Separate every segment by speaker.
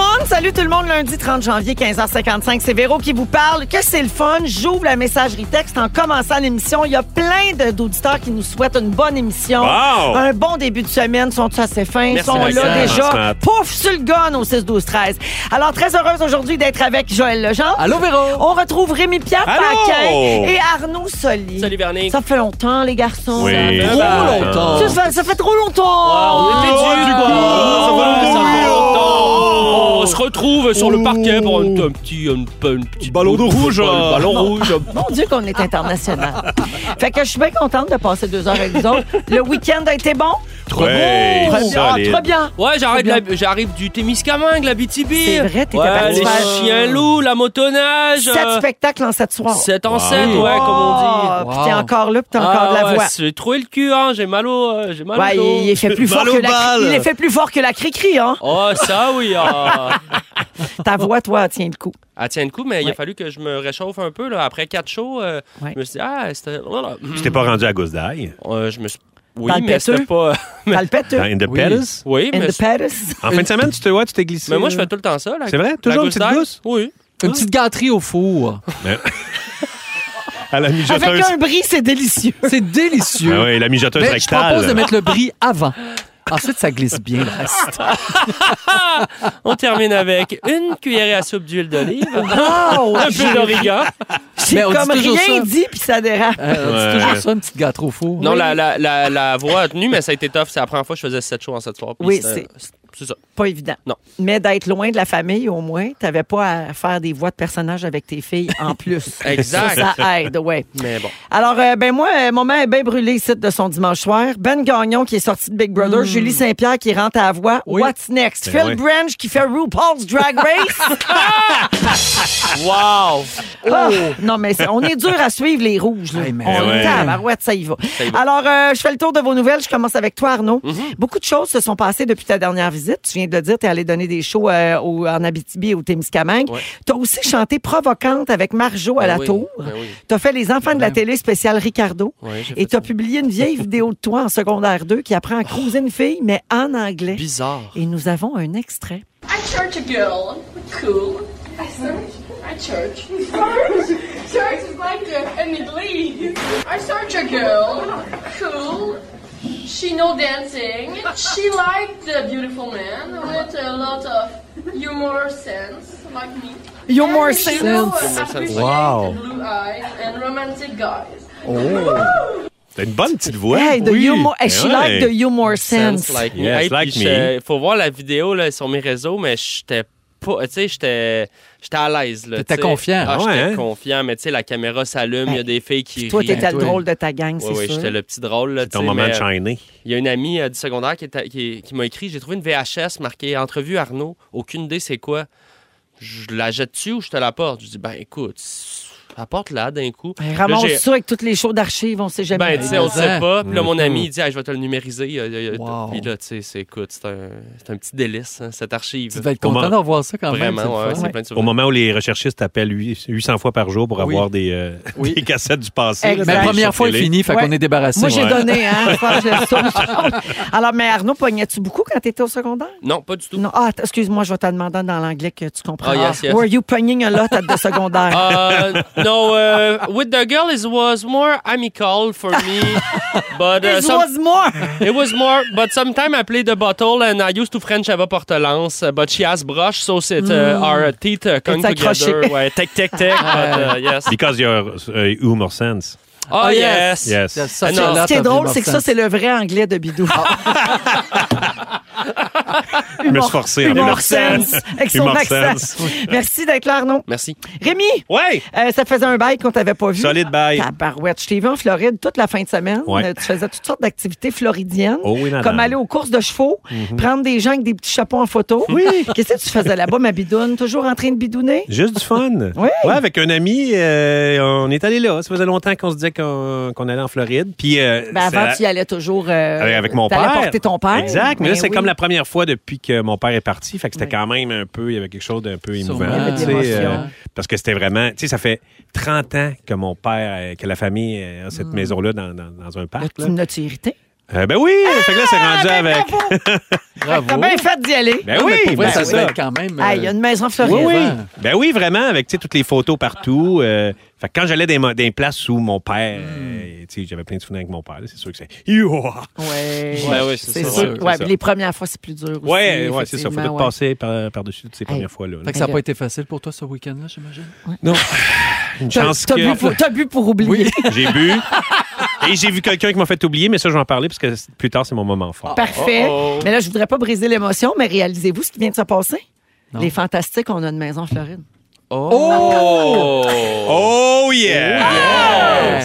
Speaker 1: on! Salut tout le monde, lundi 30 janvier, 15h55. C'est Véro qui vous parle. Que c'est le fun. J'ouvre la messagerie texte en commençant l'émission. Il y a plein de- d'auditeurs qui nous souhaitent une bonne émission.
Speaker 2: Wow!
Speaker 1: Un bon début de semaine. Sont-ils assez fins?
Speaker 2: Merci,
Speaker 1: sont
Speaker 2: Vincent.
Speaker 1: là
Speaker 2: Merci,
Speaker 1: déjà.
Speaker 2: Matt.
Speaker 1: Pouf, sur le gun au 6-12-13. Alors, très heureuse aujourd'hui d'être avec Joël Lejean.
Speaker 3: Allô, Véro?
Speaker 1: On retrouve Rémi-Pierre
Speaker 2: Allô!
Speaker 1: Paquin et Arnaud Soli.
Speaker 3: Salut, Véronique.
Speaker 1: Ça fait longtemps, les garçons.
Speaker 2: Oui.
Speaker 1: Ça
Speaker 3: Trop
Speaker 2: Ah.
Speaker 3: longtemps.
Speaker 1: fait- Ça fait, ça fait trop longtemps!
Speaker 3: Oh. on était
Speaker 2: Oh,
Speaker 3: dû,
Speaker 2: du
Speaker 3: quoi.
Speaker 2: coup.
Speaker 1: Ah,
Speaker 3: Ça fait
Speaker 2: Oh,
Speaker 3: longtemps.
Speaker 2: oui, oh.
Speaker 3: On se retrouve sur le
Speaker 2: Oh.
Speaker 3: parquet pour un, un petit, un, un petit
Speaker 2: Ballon de rouge,
Speaker 3: ballon,
Speaker 2: euh.
Speaker 3: ballon rouge.
Speaker 1: Mon Dieu qu'on est international. fait que je suis bien contente de passer deux heures avec vous autres. Le week-end a été bon?
Speaker 3: Trop
Speaker 2: Ouais,
Speaker 3: beau.
Speaker 1: Très bien.
Speaker 2: solide.
Speaker 1: Ah, très bien.
Speaker 3: Ouais, j'arrive,
Speaker 1: Trop bien.
Speaker 3: la- j'arrive du Témiscamingue, la BTB.
Speaker 1: C'est vrai, t'étais
Speaker 3: ouais,
Speaker 1: parti
Speaker 3: les
Speaker 1: faire-
Speaker 3: chiens loups, la motoneige.
Speaker 1: Sept spectacles en sept soirs.
Speaker 3: 7 en
Speaker 2: Wow.
Speaker 3: 7, ouais, comme on
Speaker 1: Oh,
Speaker 3: dit.
Speaker 1: Puis t'es encore là, puis t'as encore
Speaker 3: Ah,
Speaker 1: de la
Speaker 3: ouais,
Speaker 1: voix.
Speaker 3: J'ai troué le cul, hein. J'ai mal au, euh, j'ai mal
Speaker 1: Ouais,
Speaker 3: au dos.
Speaker 1: il, il fait plus fort
Speaker 2: Mal
Speaker 1: que
Speaker 2: aux
Speaker 1: la,
Speaker 2: balles.
Speaker 1: il est fait plus fort que la cri-cri, hein?
Speaker 3: Oh, ça, oui. ah.
Speaker 1: Ta voix, toi, tient le coup.
Speaker 3: Ah, tiens, le coup, mais il a
Speaker 1: Ouais.
Speaker 3: fallu que je me réchauffe un peu, là. Après 4 shows, euh,
Speaker 1: Ouais.
Speaker 3: je me suis dit, ah, c'était. voilà.
Speaker 2: Je t'ai pas rendu à Goose d'ail.
Speaker 3: Euh, je me suis. Oui,
Speaker 1: Dans le
Speaker 3: mais c'était
Speaker 1: péteux.
Speaker 3: pas.
Speaker 1: T'as le pète,
Speaker 2: Dans In the
Speaker 3: Oui.
Speaker 2: Palace.
Speaker 3: Oui,
Speaker 1: and
Speaker 3: mais.
Speaker 1: the Paris.
Speaker 2: En fin de semaine, tu te vois, tu t'es glissé.
Speaker 3: Mais moi, je fais tout le temps ça. là.
Speaker 2: C'est vrai?
Speaker 3: La
Speaker 2: Toujours une
Speaker 3: gousse
Speaker 2: petite
Speaker 3: d'ail?
Speaker 2: gousse?
Speaker 3: Oui.
Speaker 4: Une petite gâterie au four.
Speaker 2: À la mijoteuse.
Speaker 1: Avec un bris, c'est délicieux.
Speaker 4: C'est délicieux.
Speaker 2: Ah oui, la mijoteuse
Speaker 4: Mais Ben je propose de
Speaker 2: rectale.
Speaker 4: mettre le brie avant. Ensuite, ça glisse bien le reste.
Speaker 3: On termine avec une cuillerée à soupe d'huile d'olive,
Speaker 2: Ah,
Speaker 1: Wow!
Speaker 3: un peu d'origan.
Speaker 1: J'ai
Speaker 4: Mais on dit
Speaker 1: comme
Speaker 4: toujours
Speaker 1: rien
Speaker 4: ça.
Speaker 1: dit, puis ça dérape.
Speaker 4: Euh,
Speaker 2: Ouais.
Speaker 4: C'est toujours ça, une petite gâterie au four.
Speaker 3: Non, la, la, la, la voix a tenu, mais ça a été tough. C'est la première fois que je faisais 7 shows en 7 soirs. puis
Speaker 1: Oui,
Speaker 3: c'était- C'est ça.
Speaker 1: Pas évident.
Speaker 3: Non.
Speaker 1: Mais d'être loin de la famille, au moins, t'avais pas à faire des voix de personnages avec tes filles en plus.
Speaker 3: Exact.
Speaker 1: Ça, ça aide, ouais.
Speaker 3: Mais bon.
Speaker 1: Alors, euh, ben moi, euh, mon main est bien brûlé ici de son dimanche soir. Ben Gagnon qui est sorti de Big
Speaker 3: Mm.
Speaker 1: Brother. Julie Saint-Pierre qui rentre à la voix.
Speaker 4: Oui.
Speaker 1: What's next?
Speaker 2: Ben
Speaker 1: Phil
Speaker 2: oui.
Speaker 1: Branch qui fait RuPaul's Drag Race.
Speaker 3: Wow!
Speaker 1: Ah, non, mais c'est- on est dur à suivre les rouges. Là.
Speaker 4: Hey, mais
Speaker 1: on
Speaker 2: ouais.
Speaker 1: est tabarouette, ça y va.
Speaker 3: y va. Mm-hmm.
Speaker 1: Alors, euh, je fais le tour de vos nouvelles. Je commence avec toi, Arnaud. Beaucoup de choses se sont passées depuis ta dernière visite. Tu viens de le dire, tu es allé donner des shows euh, au- en Abitibi et au Témiscamingue.
Speaker 3: Ouais.
Speaker 1: Tu as aussi chanté Provocante avec Marjo à
Speaker 3: Ben
Speaker 1: la
Speaker 3: oui,
Speaker 1: tour.
Speaker 3: ben oui.
Speaker 1: Tu as fait Les enfants de la télé spéciale Ricardo.
Speaker 3: Ouais, j'ai
Speaker 1: Et
Speaker 3: fait
Speaker 1: tu as
Speaker 3: ça.
Speaker 1: publié une vieille vidéo de toi en secondaire 2 qui apprend à croiser une fille, mais en anglais.
Speaker 3: Bizarre.
Speaker 1: Et nous avons un extrait.
Speaker 5: I church a girl. Cool. I search. I church. church is like the in the glee. I search a girl. Cool. She know dancing. She liked the beautiful man with a lot of humor sense, like me.
Speaker 1: You're
Speaker 5: And
Speaker 1: more
Speaker 5: she
Speaker 1: sense.
Speaker 5: know appreciate
Speaker 4: Wow.
Speaker 5: Blue eyes and romantic guys.
Speaker 2: T'as une bonne petite voix.
Speaker 1: Hey, the
Speaker 2: Oui.
Speaker 1: humor,
Speaker 2: Eh
Speaker 1: she
Speaker 3: Ben
Speaker 2: ouais.
Speaker 1: like the humor sense.
Speaker 3: Sense like me.
Speaker 2: Yes,
Speaker 3: Hey, puis
Speaker 2: like me.
Speaker 3: j'étais- Faut voir la vidéo là, sur mes réseaux, mais j'étais pas. Tu sais, j'étais. J'étais à l'aise. là,
Speaker 4: T'étais
Speaker 3: tu sais.
Speaker 4: confiant.
Speaker 3: Ah,
Speaker 2: Ouais,
Speaker 3: j'étais
Speaker 2: hein? Ben,
Speaker 3: confiant, mais tu sais, la caméra s'allume, il y a des filles qui.
Speaker 1: Toi,
Speaker 3: rient.
Speaker 1: t'étais le
Speaker 4: toi.
Speaker 1: drôle de ta gang, c'est
Speaker 3: Oui, oui,
Speaker 1: sûr.
Speaker 3: j'étais le petit drôle. Là, tu
Speaker 2: Ton
Speaker 3: sais,
Speaker 2: moment de
Speaker 3: mais, euh,
Speaker 2: shiner.
Speaker 3: Il y a une amie euh, du secondaire qui, est- qui, qui m'a écrit J'ai trouvé une VHS marquée Entrevue Arnaud, aucune idée c'est quoi. Je la jette-tu ou je te l'apporte Je dis Ben écoute, apporte-la d'un coup.
Speaker 1: Ben,
Speaker 3: Là,
Speaker 1: Ramasse
Speaker 3: j'ai-
Speaker 1: ça avec toutes les shows d'archives, on sait jamais.
Speaker 3: Ben, tu sais, on le sait
Speaker 4: Exact.
Speaker 3: pas. Puis là, mon
Speaker 2: Mhm.
Speaker 3: ami, il dit, Hey, je vais te le numériser. Euh, euh,
Speaker 4: Wow.
Speaker 3: Puis là, tu sais, c'est- écoute, c'est un, c'est un petit délice, hein, cette archive.
Speaker 4: Tu devais être
Speaker 2: Au moment-
Speaker 4: content de revoir ça quand même.
Speaker 3: Vraiment, ouais, c'est
Speaker 4: c'est le fun.
Speaker 3: plein de souvenirs.
Speaker 2: Au moment où les recherchistes appellent huit- 800 fois par jour pour
Speaker 4: Oui.
Speaker 2: avoir des, euh,
Speaker 4: Oui.
Speaker 2: des cassettes du passé. là,
Speaker 1: Exact.
Speaker 4: Mais la
Speaker 2: des
Speaker 4: première
Speaker 2: shows
Speaker 4: fois est
Speaker 2: télé.
Speaker 4: finie, fait
Speaker 1: Ouais.
Speaker 4: qu'on est débarrassé.
Speaker 1: Moi, j'ai
Speaker 2: Ouais.
Speaker 1: donné, hein. je pense que je sauve. Alors, mais Arnaud, pognais-tu beaucoup quand t'étais au secondaire?
Speaker 3: Non, pas du tout.
Speaker 1: Non. Ah, t- excuse-moi, je vais te demander dans l'anglais que tu comprends.
Speaker 3: Ah, yes, yes.
Speaker 1: Were you pogning a lot at the secondaire?
Speaker 3: Uh, no, uh, with the girl, it was more amical for me. but uh,
Speaker 1: This
Speaker 3: some-
Speaker 1: was more.
Speaker 3: It was more, but sometime I play the bottle and I used to French Ava Portelance, uh, but she has brush, so it, uh, our teeth uh, come
Speaker 1: Mm. It's accroché. Ah,
Speaker 3: together. Ouais, tic, tic, tic. but, uh, yes.
Speaker 2: Because your uh, humor sense.
Speaker 3: Oh, yes.
Speaker 2: Yes.
Speaker 4: C'est ça,
Speaker 3: Ah,
Speaker 4: c'est
Speaker 3: non.
Speaker 4: là,
Speaker 1: Ce qui est
Speaker 4: t'as
Speaker 1: drôle,
Speaker 4: vraiment
Speaker 1: c'est que
Speaker 4: sens.
Speaker 3: Ah.
Speaker 1: ça, c'est le vrai anglais de Bidou.
Speaker 2: me suis forcé, hein.
Speaker 1: Humor
Speaker 2: Humor
Speaker 1: sense.
Speaker 2: sense.
Speaker 1: Avec son
Speaker 2: Humor
Speaker 1: accent.
Speaker 2: sense.
Speaker 1: Merci d'être là, Arnaud.
Speaker 3: Merci.
Speaker 1: Rémi,
Speaker 2: Ouais!
Speaker 1: euh, ça faisait un bail qu'on t'avait pas vu.
Speaker 2: Solide bail.
Speaker 1: Tabarouette. Je t'ai vu en Floride toute la fin de semaine.
Speaker 2: Ouais.
Speaker 1: Euh, Tu faisais toutes sortes d'activités floridiennes.
Speaker 2: Oh oui, madame. Mhm.
Speaker 1: Comme aller aux courses de chevaux, prendre des gens avec des petits chapeaux en photo. Oui. Qu'est-ce que tu faisais là-bas, ma bidoune? Toujours en train de bidouner?
Speaker 2: Juste du fun.
Speaker 1: Oui.
Speaker 2: Ouais, avec un ami, euh, on est allé là. Ça faisait longtemps qu'on se disait qu'on qu'on allait en Floride. Puis, euh,
Speaker 1: Ben
Speaker 2: c'est
Speaker 1: avant,
Speaker 2: la-
Speaker 1: tu y allais toujours. euh,
Speaker 2: avec, avec mon
Speaker 1: t'allais
Speaker 2: père.
Speaker 1: porter ton père.
Speaker 2: Exact. Mais là,
Speaker 1: Ben
Speaker 2: c'est
Speaker 1: oui.
Speaker 2: comme la première fois depuis que mon père est parti. Fait que c'était
Speaker 1: Oui.
Speaker 2: quand même un peu, il y avait quelque chose d'un peu
Speaker 4: Sûrement.
Speaker 2: émouvant.
Speaker 4: Il y avait
Speaker 1: de
Speaker 2: tu sais, euh,
Speaker 1: l'émotion.
Speaker 2: parce que c'était vraiment, tu sais, ça fait 30 ans que mon père, euh, que la famille euh, a cette
Speaker 1: Mm.
Speaker 2: maison-là dans, dans- dans un parc. là.
Speaker 1: Tu me l'as-tu irrité?
Speaker 2: Euh, ben oui! fait que là, c'est
Speaker 1: Ah,
Speaker 2: rendu
Speaker 1: ben
Speaker 2: avec.
Speaker 4: Bravo.
Speaker 1: T'as bien fait d'y aller.
Speaker 2: Ben
Speaker 4: Non,
Speaker 2: oui,
Speaker 4: mais pour vrai,
Speaker 2: ben
Speaker 4: ça
Speaker 2: c'est
Speaker 4: doit
Speaker 2: ça.
Speaker 4: être quand même. euh,
Speaker 1: Ah, Il y a une maison en Floride.
Speaker 2: Oui, oui.
Speaker 4: Vraiment.
Speaker 2: Ben oui, vraiment, avec tu sais, toutes les photos partout. euh, fait que quand j'allais dans des, places où mon père,
Speaker 1: Hmm.
Speaker 2: euh, tu sais, j'avais plein de souvenirs avec mon père, là, c'est sûr que c'est. Youah!
Speaker 1: Ouais.
Speaker 3: Ben oui, c'est
Speaker 1: C'est
Speaker 3: ça.
Speaker 1: sûr.
Speaker 2: Ouais, c'est
Speaker 1: Ouais,
Speaker 2: ça.
Speaker 1: les premières fois, c'est plus dur. aussi,
Speaker 2: Ouais, ouais, c'est ça. Faut
Speaker 1: effectivement,
Speaker 2: tout
Speaker 1: ouais.
Speaker 2: passer par- par-dessus toutes ces premières fois-là. là.
Speaker 4: Fait que ça n'a pas été facile pour toi ce week-end-là, j'imagine.
Speaker 2: Non. Une
Speaker 1: T'as-
Speaker 2: chance
Speaker 1: T'as bu,
Speaker 2: que
Speaker 1: pour- t'as bu pour oublier.
Speaker 2: j'ai bu. Et j'ai vu quelqu'un qui m'a fait oublier, mais ça, je vais en parler parce que plus tard, c'est mon moment fort.
Speaker 1: Parfait.
Speaker 2: oh,
Speaker 1: Mais là, je voudrais pas briser l'émotion, mais réalisez-vous ce qui vient de se passer. Les fantastiques, on a une maison en Floride.
Speaker 3: Oh!
Speaker 2: Oh
Speaker 1: Oh!
Speaker 2: yeah!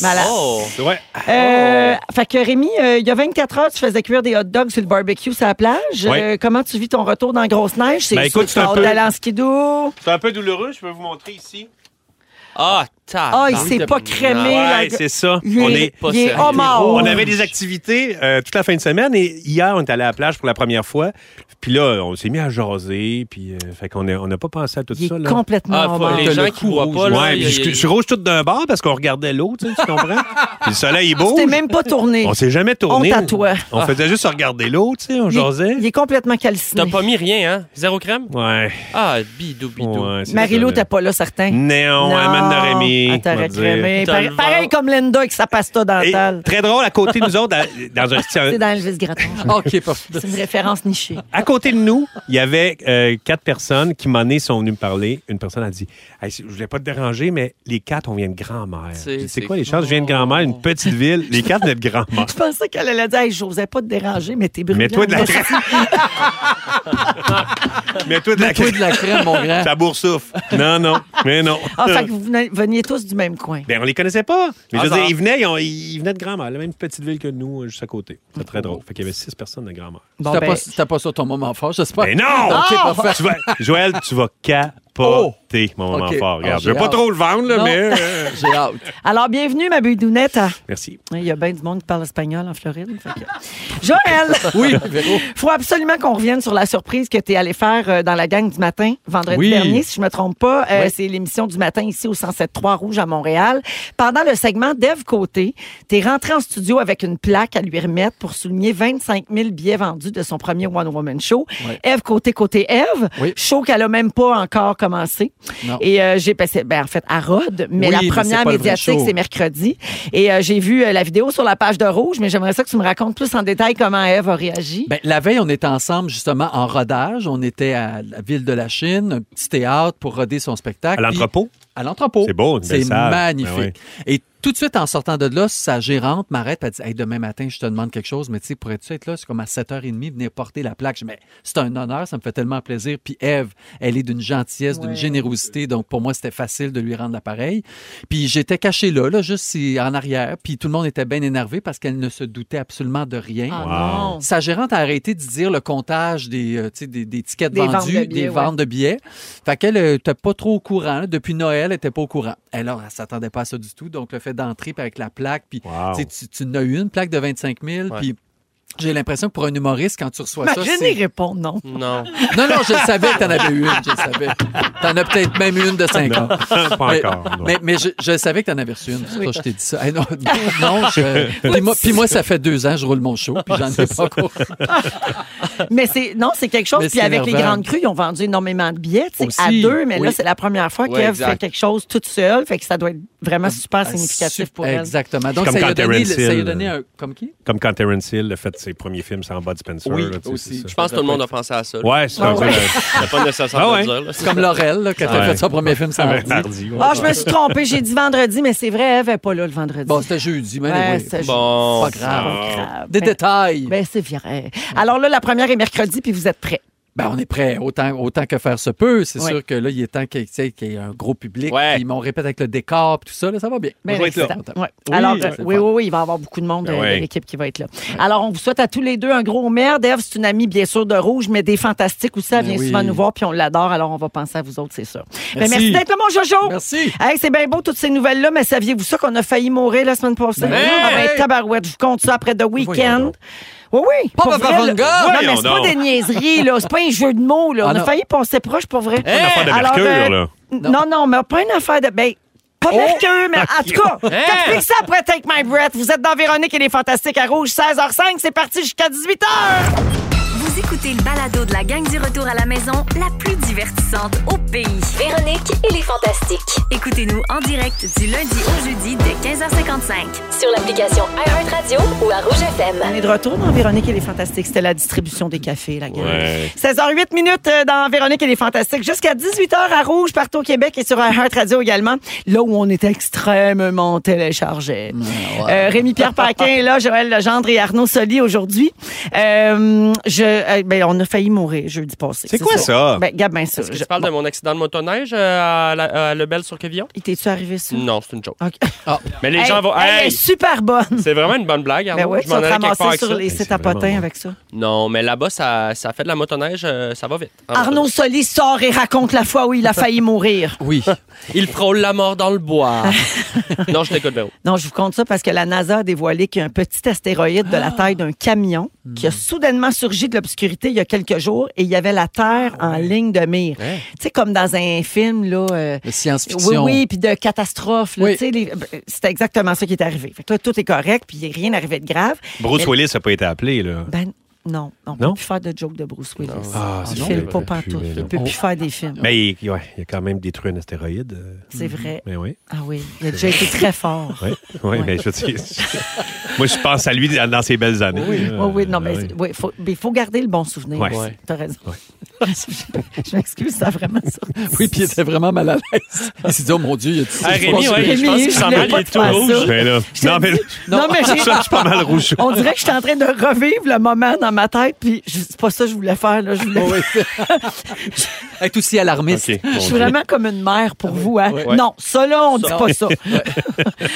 Speaker 1: Malade.
Speaker 3: Oh!
Speaker 2: Ouais.
Speaker 1: Euh, Fait que Rémi, euh, il y a 24 heures, tu faisais cuire des hot dogs sur le barbecue sur la plage.
Speaker 2: Oui.
Speaker 1: Euh, comment tu vis ton retour dans Grosse Neige?
Speaker 2: Ben, écoute, c'est un peu- Ah,
Speaker 1: d'aller en skidoo.
Speaker 2: C'est un peu douloureux, je peux vous montrer ici.
Speaker 3: Ah, tabarnak.
Speaker 1: Ah, il s'est pas crémé.
Speaker 2: Ouais,
Speaker 1: la-
Speaker 2: c'est ça.
Speaker 1: Il
Speaker 2: On
Speaker 1: est,
Speaker 2: est
Speaker 3: pas
Speaker 1: il est
Speaker 3: sérieux.
Speaker 1: homard.
Speaker 2: On avait des activités euh, toute la fin de semaine et hier, on est allé à la plage pour la première fois. Puis là, on s'est mis à jaser. Puis, euh, fait qu'on est- on n'a pas pensé à tout
Speaker 1: Il
Speaker 2: ça.
Speaker 1: est
Speaker 2: Là.
Speaker 1: complètement
Speaker 3: Ah, faut-
Speaker 1: homard.
Speaker 3: les gens qui voient pas, là.
Speaker 2: ouais,
Speaker 3: il-
Speaker 2: puis je,
Speaker 3: il-
Speaker 2: je suis rouge tout d'un bord parce qu'on regardait l'eau, tu, sais, tu comprends? puis le soleil, il bouge.
Speaker 1: T'es même pas tourné.
Speaker 2: On s'est jamais tourné.
Speaker 1: Honte à toi.
Speaker 2: On faisait juste regarder l'eau, tu sais, on
Speaker 1: Il est-
Speaker 2: jasait.
Speaker 1: Il est complètement
Speaker 3: T'as
Speaker 1: calciné.
Speaker 3: pas mis rien, hein? Zéro crème?
Speaker 2: Ouais.
Speaker 3: Ah, bidou, bidou.
Speaker 2: ouais, c'est
Speaker 1: Marie-Lou,
Speaker 2: ça, là.
Speaker 1: t'es pas là, certain.
Speaker 2: Non, elle m'en aurait mis.
Speaker 1: elle t'aurait
Speaker 2: on va dire.
Speaker 1: crémé.
Speaker 3: T'as
Speaker 1: Pareil,
Speaker 3: le
Speaker 1: pareil
Speaker 3: ventre.
Speaker 1: comme Linda avec sa pasta
Speaker 2: Et
Speaker 1: dentale.
Speaker 2: très drôle, à côté de nous autres, dans, dans un, c'est un-
Speaker 1: C'est dans Elvis Gratton.
Speaker 4: OK, parfait.
Speaker 1: C'est une référence nichée.
Speaker 2: À côté de nous, il y avait euh, quatre personnes qui m'en est- sont venues me parler. Une personne a dit Hey, Je voulais pas te déranger, mais les quatre, on vient de grand-mère.
Speaker 3: C'est-
Speaker 2: J'ai dit, C'est
Speaker 3: c'est
Speaker 2: quoi les chances Je viens de grand-mère, une petite ville. Les quatre venaient de grand-mère.
Speaker 1: Je pensais qu'elle allait dire hey, j'osais pas te déranger, mais t'es brûlant.
Speaker 2: Mets-toi de la
Speaker 1: Merci.
Speaker 2: crème. Mets-toi de la
Speaker 4: Toi
Speaker 2: crème.
Speaker 4: de la crème, mon grand.
Speaker 2: Ça boursoufle. Non, non, mais non.
Speaker 1: Ah, fait que vous venez- veniez tous du même coin.
Speaker 2: Ben, on les connaissait pas. Mais je veux
Speaker 3: Hasard.
Speaker 2: dire, ils venaient, ils, ont- ils venaient de grand-mère, la même petite ville que nous, euh, juste à côté. C'était très drôle. Fait qu'il y avait six personnes de grand-mère.
Speaker 1: Bon,
Speaker 4: T'as
Speaker 1: ben,
Speaker 4: pas, t'as pas ça ton moment fort, j'espère.
Speaker 2: Mais Ben non!
Speaker 4: OK, parfait.
Speaker 2: Tu vas- Joël, tu vas capoter
Speaker 1: Oh!
Speaker 2: mon moment
Speaker 4: OK.
Speaker 2: fort.
Speaker 4: Ah,
Speaker 2: Regarde,
Speaker 4: j'ai
Speaker 2: je veux pas
Speaker 4: hâte.
Speaker 2: trop le vendre, là,
Speaker 4: Non.
Speaker 2: mais. euh,
Speaker 4: J'ai hâte.
Speaker 1: Alors, bienvenue, ma bidounette. à-
Speaker 2: Merci.
Speaker 1: Il y a bien du monde qui parle espagnol en Floride. fait que- Joël!
Speaker 4: Oui, Véro.
Speaker 1: faut absolument qu'on revienne sur la surprise que tu es allé faire euh, dans la gang du matin vendredi
Speaker 4: Oui.
Speaker 1: dernier, si je me trompe pas. Euh,
Speaker 4: Oui.
Speaker 1: C'est l'émission du matin ici au 107.3 Rouge à Montréal. Pendant le segment d'Ève Côté, tu es rentré en studio avec une plaque à lui remettre pour souligner 25 000 billets vendus de son premier One Woman Show.
Speaker 4: Oui.
Speaker 1: Ève Côté, côté Ève,
Speaker 4: Oui.
Speaker 1: show qu'elle a même pas encore commencé.
Speaker 4: Non.
Speaker 1: Et euh, j'ai passé, ben, en fait, à Rhodes, mais
Speaker 4: Oui,
Speaker 1: la
Speaker 4: mais c'est
Speaker 1: première
Speaker 4: pas le vrai
Speaker 1: médiatique,
Speaker 4: show.
Speaker 1: c'est mercredi. Et euh, j'ai vu euh, la vidéo sur la page de Rouge, mais j'aimerais ça que tu me racontes plus en détail comment Ève a réagi.
Speaker 4: Ben, la veille, on était ensemble justement en rodage. On était à la ville de la Chine, un petit théâtre pour roder son spectacle.
Speaker 2: À l'entrepôt?
Speaker 4: Puis- À l'entrepôt.
Speaker 2: C'est beau, une belle
Speaker 4: C'est
Speaker 2: salle.
Speaker 4: magnifique.
Speaker 2: Ben
Speaker 4: Et tout de suite, en sortant de là, sa gérante m'arrête et dit Hey, demain matin, je te demande quelque chose, mais tu sais, pourrais-tu être là C'est comme à 7h30, venir porter la plaque. Je dis, mais c'est un honneur, ça me fait tellement plaisir. Puis Eve, elle est d'une gentillesse, d'une générosité. Donc pour moi, c'était facile de lui rendre l'appareil. Puis j'étais caché là, là, juste si- en arrière. Puis tout le monde était bien énervé parce qu'elle ne se doutait absolument de rien.
Speaker 1: Ah non.
Speaker 4: Sa gérante a arrêté de dire le comptage des, euh, tu sais, des, des tickets
Speaker 1: Des
Speaker 4: vendus,
Speaker 1: ventes de billets,
Speaker 4: des
Speaker 1: ouais.
Speaker 4: ventes de billets. Fait qu'elle n'était pas trop au courant. là. Depuis Noël, elle n'était pas au courant. Alors, elle ne s'attendait pas à ça du tout. Donc, le fait d'entrer puis avec la plaque, puis
Speaker 2: Wow.
Speaker 4: tu sais, tu, tu en as eu une plaque de 25 000,
Speaker 3: Ouais.
Speaker 4: puis j'ai l'impression que pour un humoriste, quand tu reçois ça,
Speaker 1: Imagine,
Speaker 4: c'est-
Speaker 1: il répond non.
Speaker 3: Non.
Speaker 4: Non, non, je le savais que t'en avais une, je le savais. T'en as peut-être même une de 5 ans.
Speaker 2: Pas
Speaker 4: Mais-
Speaker 2: encore. non.
Speaker 4: Mais, mais je, je savais que t'en avais reçu une. C'est pour ça que je t'ai dit ça. Hey, non, non, je- puis, moi, puis moi, ça fait deux ans, je roule mon show, puis j'en ai pas encore.
Speaker 1: Mais c'est non, c'est quelque chose.
Speaker 4: Mais
Speaker 1: Puis
Speaker 4: c'est
Speaker 1: avec les
Speaker 4: énervant.
Speaker 1: grandes crues, ils ont vendu énormément de billets, tu sais,
Speaker 4: Aussi,
Speaker 1: à deux. Mais là,
Speaker 4: oui.
Speaker 1: c'est la première fois
Speaker 3: Ouais,
Speaker 1: qu'Ève
Speaker 3: exact.
Speaker 1: fait quelque chose toute seule. Fait que ça doit être vraiment
Speaker 4: Ah,
Speaker 1: super significatif Ah, pour elle.
Speaker 4: Exactement. Donc,
Speaker 2: Comme
Speaker 4: ça lui, a
Speaker 2: quand
Speaker 4: donné,
Speaker 2: Terence
Speaker 4: ça lui a
Speaker 2: Hill,
Speaker 4: donné
Speaker 2: euh,
Speaker 4: un. Comme qui?
Speaker 2: Comme quand Terence Hill a fait ses premiers films sans Bud Spencer.
Speaker 3: Oui,
Speaker 2: là, tu sais,
Speaker 4: aussi.
Speaker 2: c'est
Speaker 3: Je
Speaker 2: ça.
Speaker 3: pense que tout le monde a pensé à ça. là.
Speaker 2: Ouais, c'est un peu.
Speaker 1: Ah, ouais.
Speaker 3: C'est pas nécessaire
Speaker 2: Ah
Speaker 3: de
Speaker 2: ouais.
Speaker 3: le dire. là.
Speaker 4: C'est comme Laurel, là, quand elle a
Speaker 2: Ouais.
Speaker 4: fait son premier film, ça
Speaker 2: euh,
Speaker 4: m'a dit.
Speaker 2: hardi, ouais.
Speaker 1: Ah, je me suis trompée. J'ai dit vendredi, mais c'est vrai, Ève est pas là le vendredi.
Speaker 4: Bon, c'était jeudi, mais
Speaker 1: Ouais,
Speaker 4: anyway,
Speaker 1: c'est-
Speaker 3: Bon.
Speaker 4: pas grave.
Speaker 1: grave.
Speaker 4: Des
Speaker 1: Ben,
Speaker 4: détails.
Speaker 1: ben, c'est vrai. Alors là, la première est mercredi, puis vous êtes prêts.
Speaker 4: Ben, on est prêt autant, autant que faire se peut. C'est
Speaker 1: Ouais.
Speaker 4: sûr que là, il est temps qu'il tu sais, qu'il y ait un gros public.
Speaker 3: Ouais.
Speaker 4: Puis on répète avec le décor, puis tout ça, là, ça va bien.
Speaker 1: Ben,
Speaker 2: Je vais être là.
Speaker 1: excitant. Ouais.
Speaker 4: Oui,
Speaker 1: Alors,
Speaker 4: c'est
Speaker 1: euh,
Speaker 4: le
Speaker 1: oui, oui,
Speaker 4: fun.
Speaker 1: oui, il va y avoir beaucoup de monde
Speaker 2: Ben
Speaker 1: euh,
Speaker 2: ouais.
Speaker 1: de l'équipe qui va être là. Alors, on vous souhaite à tous les deux un gros merde. Eve, c'est une amie, bien sûr, de rouge, mais des fantastiques aussi. Elle
Speaker 4: Ben
Speaker 1: vient
Speaker 4: oui.
Speaker 1: souvent nous voir, puis on l'adore. Alors, on va penser à vous autres, c'est sûr. Ben,
Speaker 4: Merci.
Speaker 1: merci d'être là, mon Jojo.
Speaker 4: Merci.
Speaker 1: Hey, c'est bien beau, toutes ces nouvelles-là, mais saviez-vous ça qu'on a failli mourir la semaine passée?
Speaker 4: Ben,
Speaker 1: Ah, ben,
Speaker 4: hey!
Speaker 1: tabarouette, je vous compte ça après The
Speaker 4: Voyons
Speaker 1: Weeknd.
Speaker 4: donc.
Speaker 1: Oui, oui.
Speaker 4: Pas
Speaker 1: pour
Speaker 4: Papa
Speaker 1: vrai, là. Non,
Speaker 4: Vanga.
Speaker 1: mais
Speaker 2: Voyons
Speaker 1: c'est pas
Speaker 2: donc.
Speaker 1: des niaiseries, là. C'est pas un jeu de mots, là.
Speaker 4: Ah,
Speaker 1: on a
Speaker 4: non. Eh,
Speaker 1: failli penser proche, pour vrai.
Speaker 3: Hey!
Speaker 2: affaire de
Speaker 1: Alors,
Speaker 2: mercure,
Speaker 1: ben,
Speaker 2: là.
Speaker 1: Non, non, mais pas une affaire de. Ben, pas mercure, mais en tout cas,
Speaker 3: Hey!
Speaker 1: t'expliques ça après Take My Breath. Vous êtes dans Véronique et les Fantastiques à Rouge, 16h05. C'est parti jusqu'à 18h.
Speaker 6: Vous écoutez le balado de la gang du retour à la maison, la plus divertissante au pays.
Speaker 7: Véronique et les Fantastiques.
Speaker 6: Écoutez-nous en direct du lundi au jeudi dès 15h55.
Speaker 7: Sur l'application iHeartRadio ou à Rouge FM.
Speaker 1: On est de retour dans Véronique et les Fantastiques. C'était la distribution des cafés, la gueule.
Speaker 2: Ouais.
Speaker 1: 16h08 minutes euh, dans Véronique et les Fantastiques. Jusqu'à 18h à Rouge, partout au Québec et sur euh, Heart Radio également. Là où on est extrêmement téléchargé. Euh, Rémi-Pierre Paquin est là, Joël Legendre et Arnaud Soli aujourd'hui. Euh, je, euh, ben, on a failli mourir jeudi passé.
Speaker 2: C'est quoi ça?
Speaker 1: Ben, Gab, ben, ça.
Speaker 3: Est-ce que
Speaker 1: je-
Speaker 3: tu parles de mon accident de motoneige euh, à, la- à Lebel-sur-Quevillon?
Speaker 1: Il T'es-tu arrivé ça?
Speaker 3: Non, c'est une joke.
Speaker 1: OK.
Speaker 3: Mais les
Speaker 1: Hey,
Speaker 3: gens vont.
Speaker 1: Elle est
Speaker 3: Ah. Hey!
Speaker 1: super bonne.
Speaker 3: C'est vraiment une bonne blague.
Speaker 1: Ben
Speaker 3: Arnaud.
Speaker 1: ouais,
Speaker 3: Je
Speaker 1: tu
Speaker 3: m'en
Speaker 1: vas te
Speaker 3: allais quelque part
Speaker 1: ramasser
Speaker 3: avec
Speaker 1: sur
Speaker 3: ça.
Speaker 1: les
Speaker 2: Ah Hey,
Speaker 1: sites
Speaker 2: c'est
Speaker 1: à potins
Speaker 2: vraiment
Speaker 1: avec ça.
Speaker 3: Non, mais là-bas, ça, ça fait de la motoneige, euh, ça va vite. En
Speaker 1: Arnaud
Speaker 3: motoneige.
Speaker 1: Soli sort et raconte la fois où il a failli mourir.
Speaker 4: Oui.
Speaker 3: Il frôle la mort dans le bois. non, je t'écoute, Véro.
Speaker 1: Non, je vous compte ça parce que la NASA a dévoilé qu'il y a un petit astéroïde de la taille d'un camion qui a soudainement surgi de l'obscurité il y a quelques jours et il y avait la Terre en ligne de mire.
Speaker 3: Ouais.
Speaker 1: Tu sais, comme dans un film, là. euh,
Speaker 4: De
Speaker 1: oui,
Speaker 4: science-fiction.
Speaker 1: oui, puis de catastrophe. là,
Speaker 4: Oui.
Speaker 1: tu sais, les- ben, C'était exactement ça qui est arrivé. Fait que là, tout est correct, puis il n'y a rien arrivé de grave.
Speaker 2: Bruce
Speaker 1: Mais-
Speaker 2: Willis n'a pas été appelé, là.
Speaker 1: Ben non, on peut
Speaker 2: Non?
Speaker 1: plus faire de jokes de Bruce Willis.
Speaker 2: Ah,
Speaker 1: on
Speaker 2: c'est
Speaker 1: ne
Speaker 2: non,
Speaker 1: file
Speaker 2: mais-
Speaker 1: pas pantoute.
Speaker 2: mais
Speaker 1: On
Speaker 2: non.
Speaker 1: peut plus faire des films.
Speaker 2: Mais il, ouais, il a quand même détruit un astéroïde. euh,
Speaker 1: C'est vrai.
Speaker 2: Mais oui.
Speaker 1: Ah oui, il a déjà été très fort.
Speaker 2: Oui, oui, mais je veux dire, moi, je pense à lui dans, dans ses belles années.
Speaker 1: Oui,
Speaker 2: là.
Speaker 1: oui, oui, non, mais
Speaker 2: Ah oui.
Speaker 1: il faut, mais faut garder le bon souvenir.
Speaker 2: Ouais.
Speaker 1: aussi. T'as raison. je je m'excuse, ça a vraiment ça.
Speaker 4: Oui, puis il était vraiment mal à l'aise. Il s'est dit, oh mon Dieu, il a dit ça.
Speaker 3: Ah,
Speaker 4: je
Speaker 3: Rémi,
Speaker 4: pense que-
Speaker 3: ouais, je pense
Speaker 1: Rémi,
Speaker 3: qu'il
Speaker 1: je
Speaker 3: s'en
Speaker 1: voulais
Speaker 3: va, il
Speaker 1: pas
Speaker 3: est
Speaker 1: te
Speaker 3: tout
Speaker 1: faire
Speaker 3: rouge.
Speaker 1: ça.
Speaker 2: Ben là,
Speaker 1: Je
Speaker 2: non,
Speaker 1: te
Speaker 2: mais,
Speaker 1: dis- non, mais j'ai-
Speaker 2: ça, je suis pas mal rouge.
Speaker 1: On dirait que je suis en train de revivre le moment dans ma tête, puis je- c'est pas ça que je voulais faire. Là. Je,
Speaker 2: Oh
Speaker 1: voulais-
Speaker 4: Oui, c'est- Être aussi alarmiste.
Speaker 3: OK.
Speaker 1: je
Speaker 2: Oh
Speaker 1: suis vraiment comme une mère pour vous. hein.
Speaker 4: ouais.
Speaker 1: Non, ça là, on dit
Speaker 3: Ça.
Speaker 1: pas ça.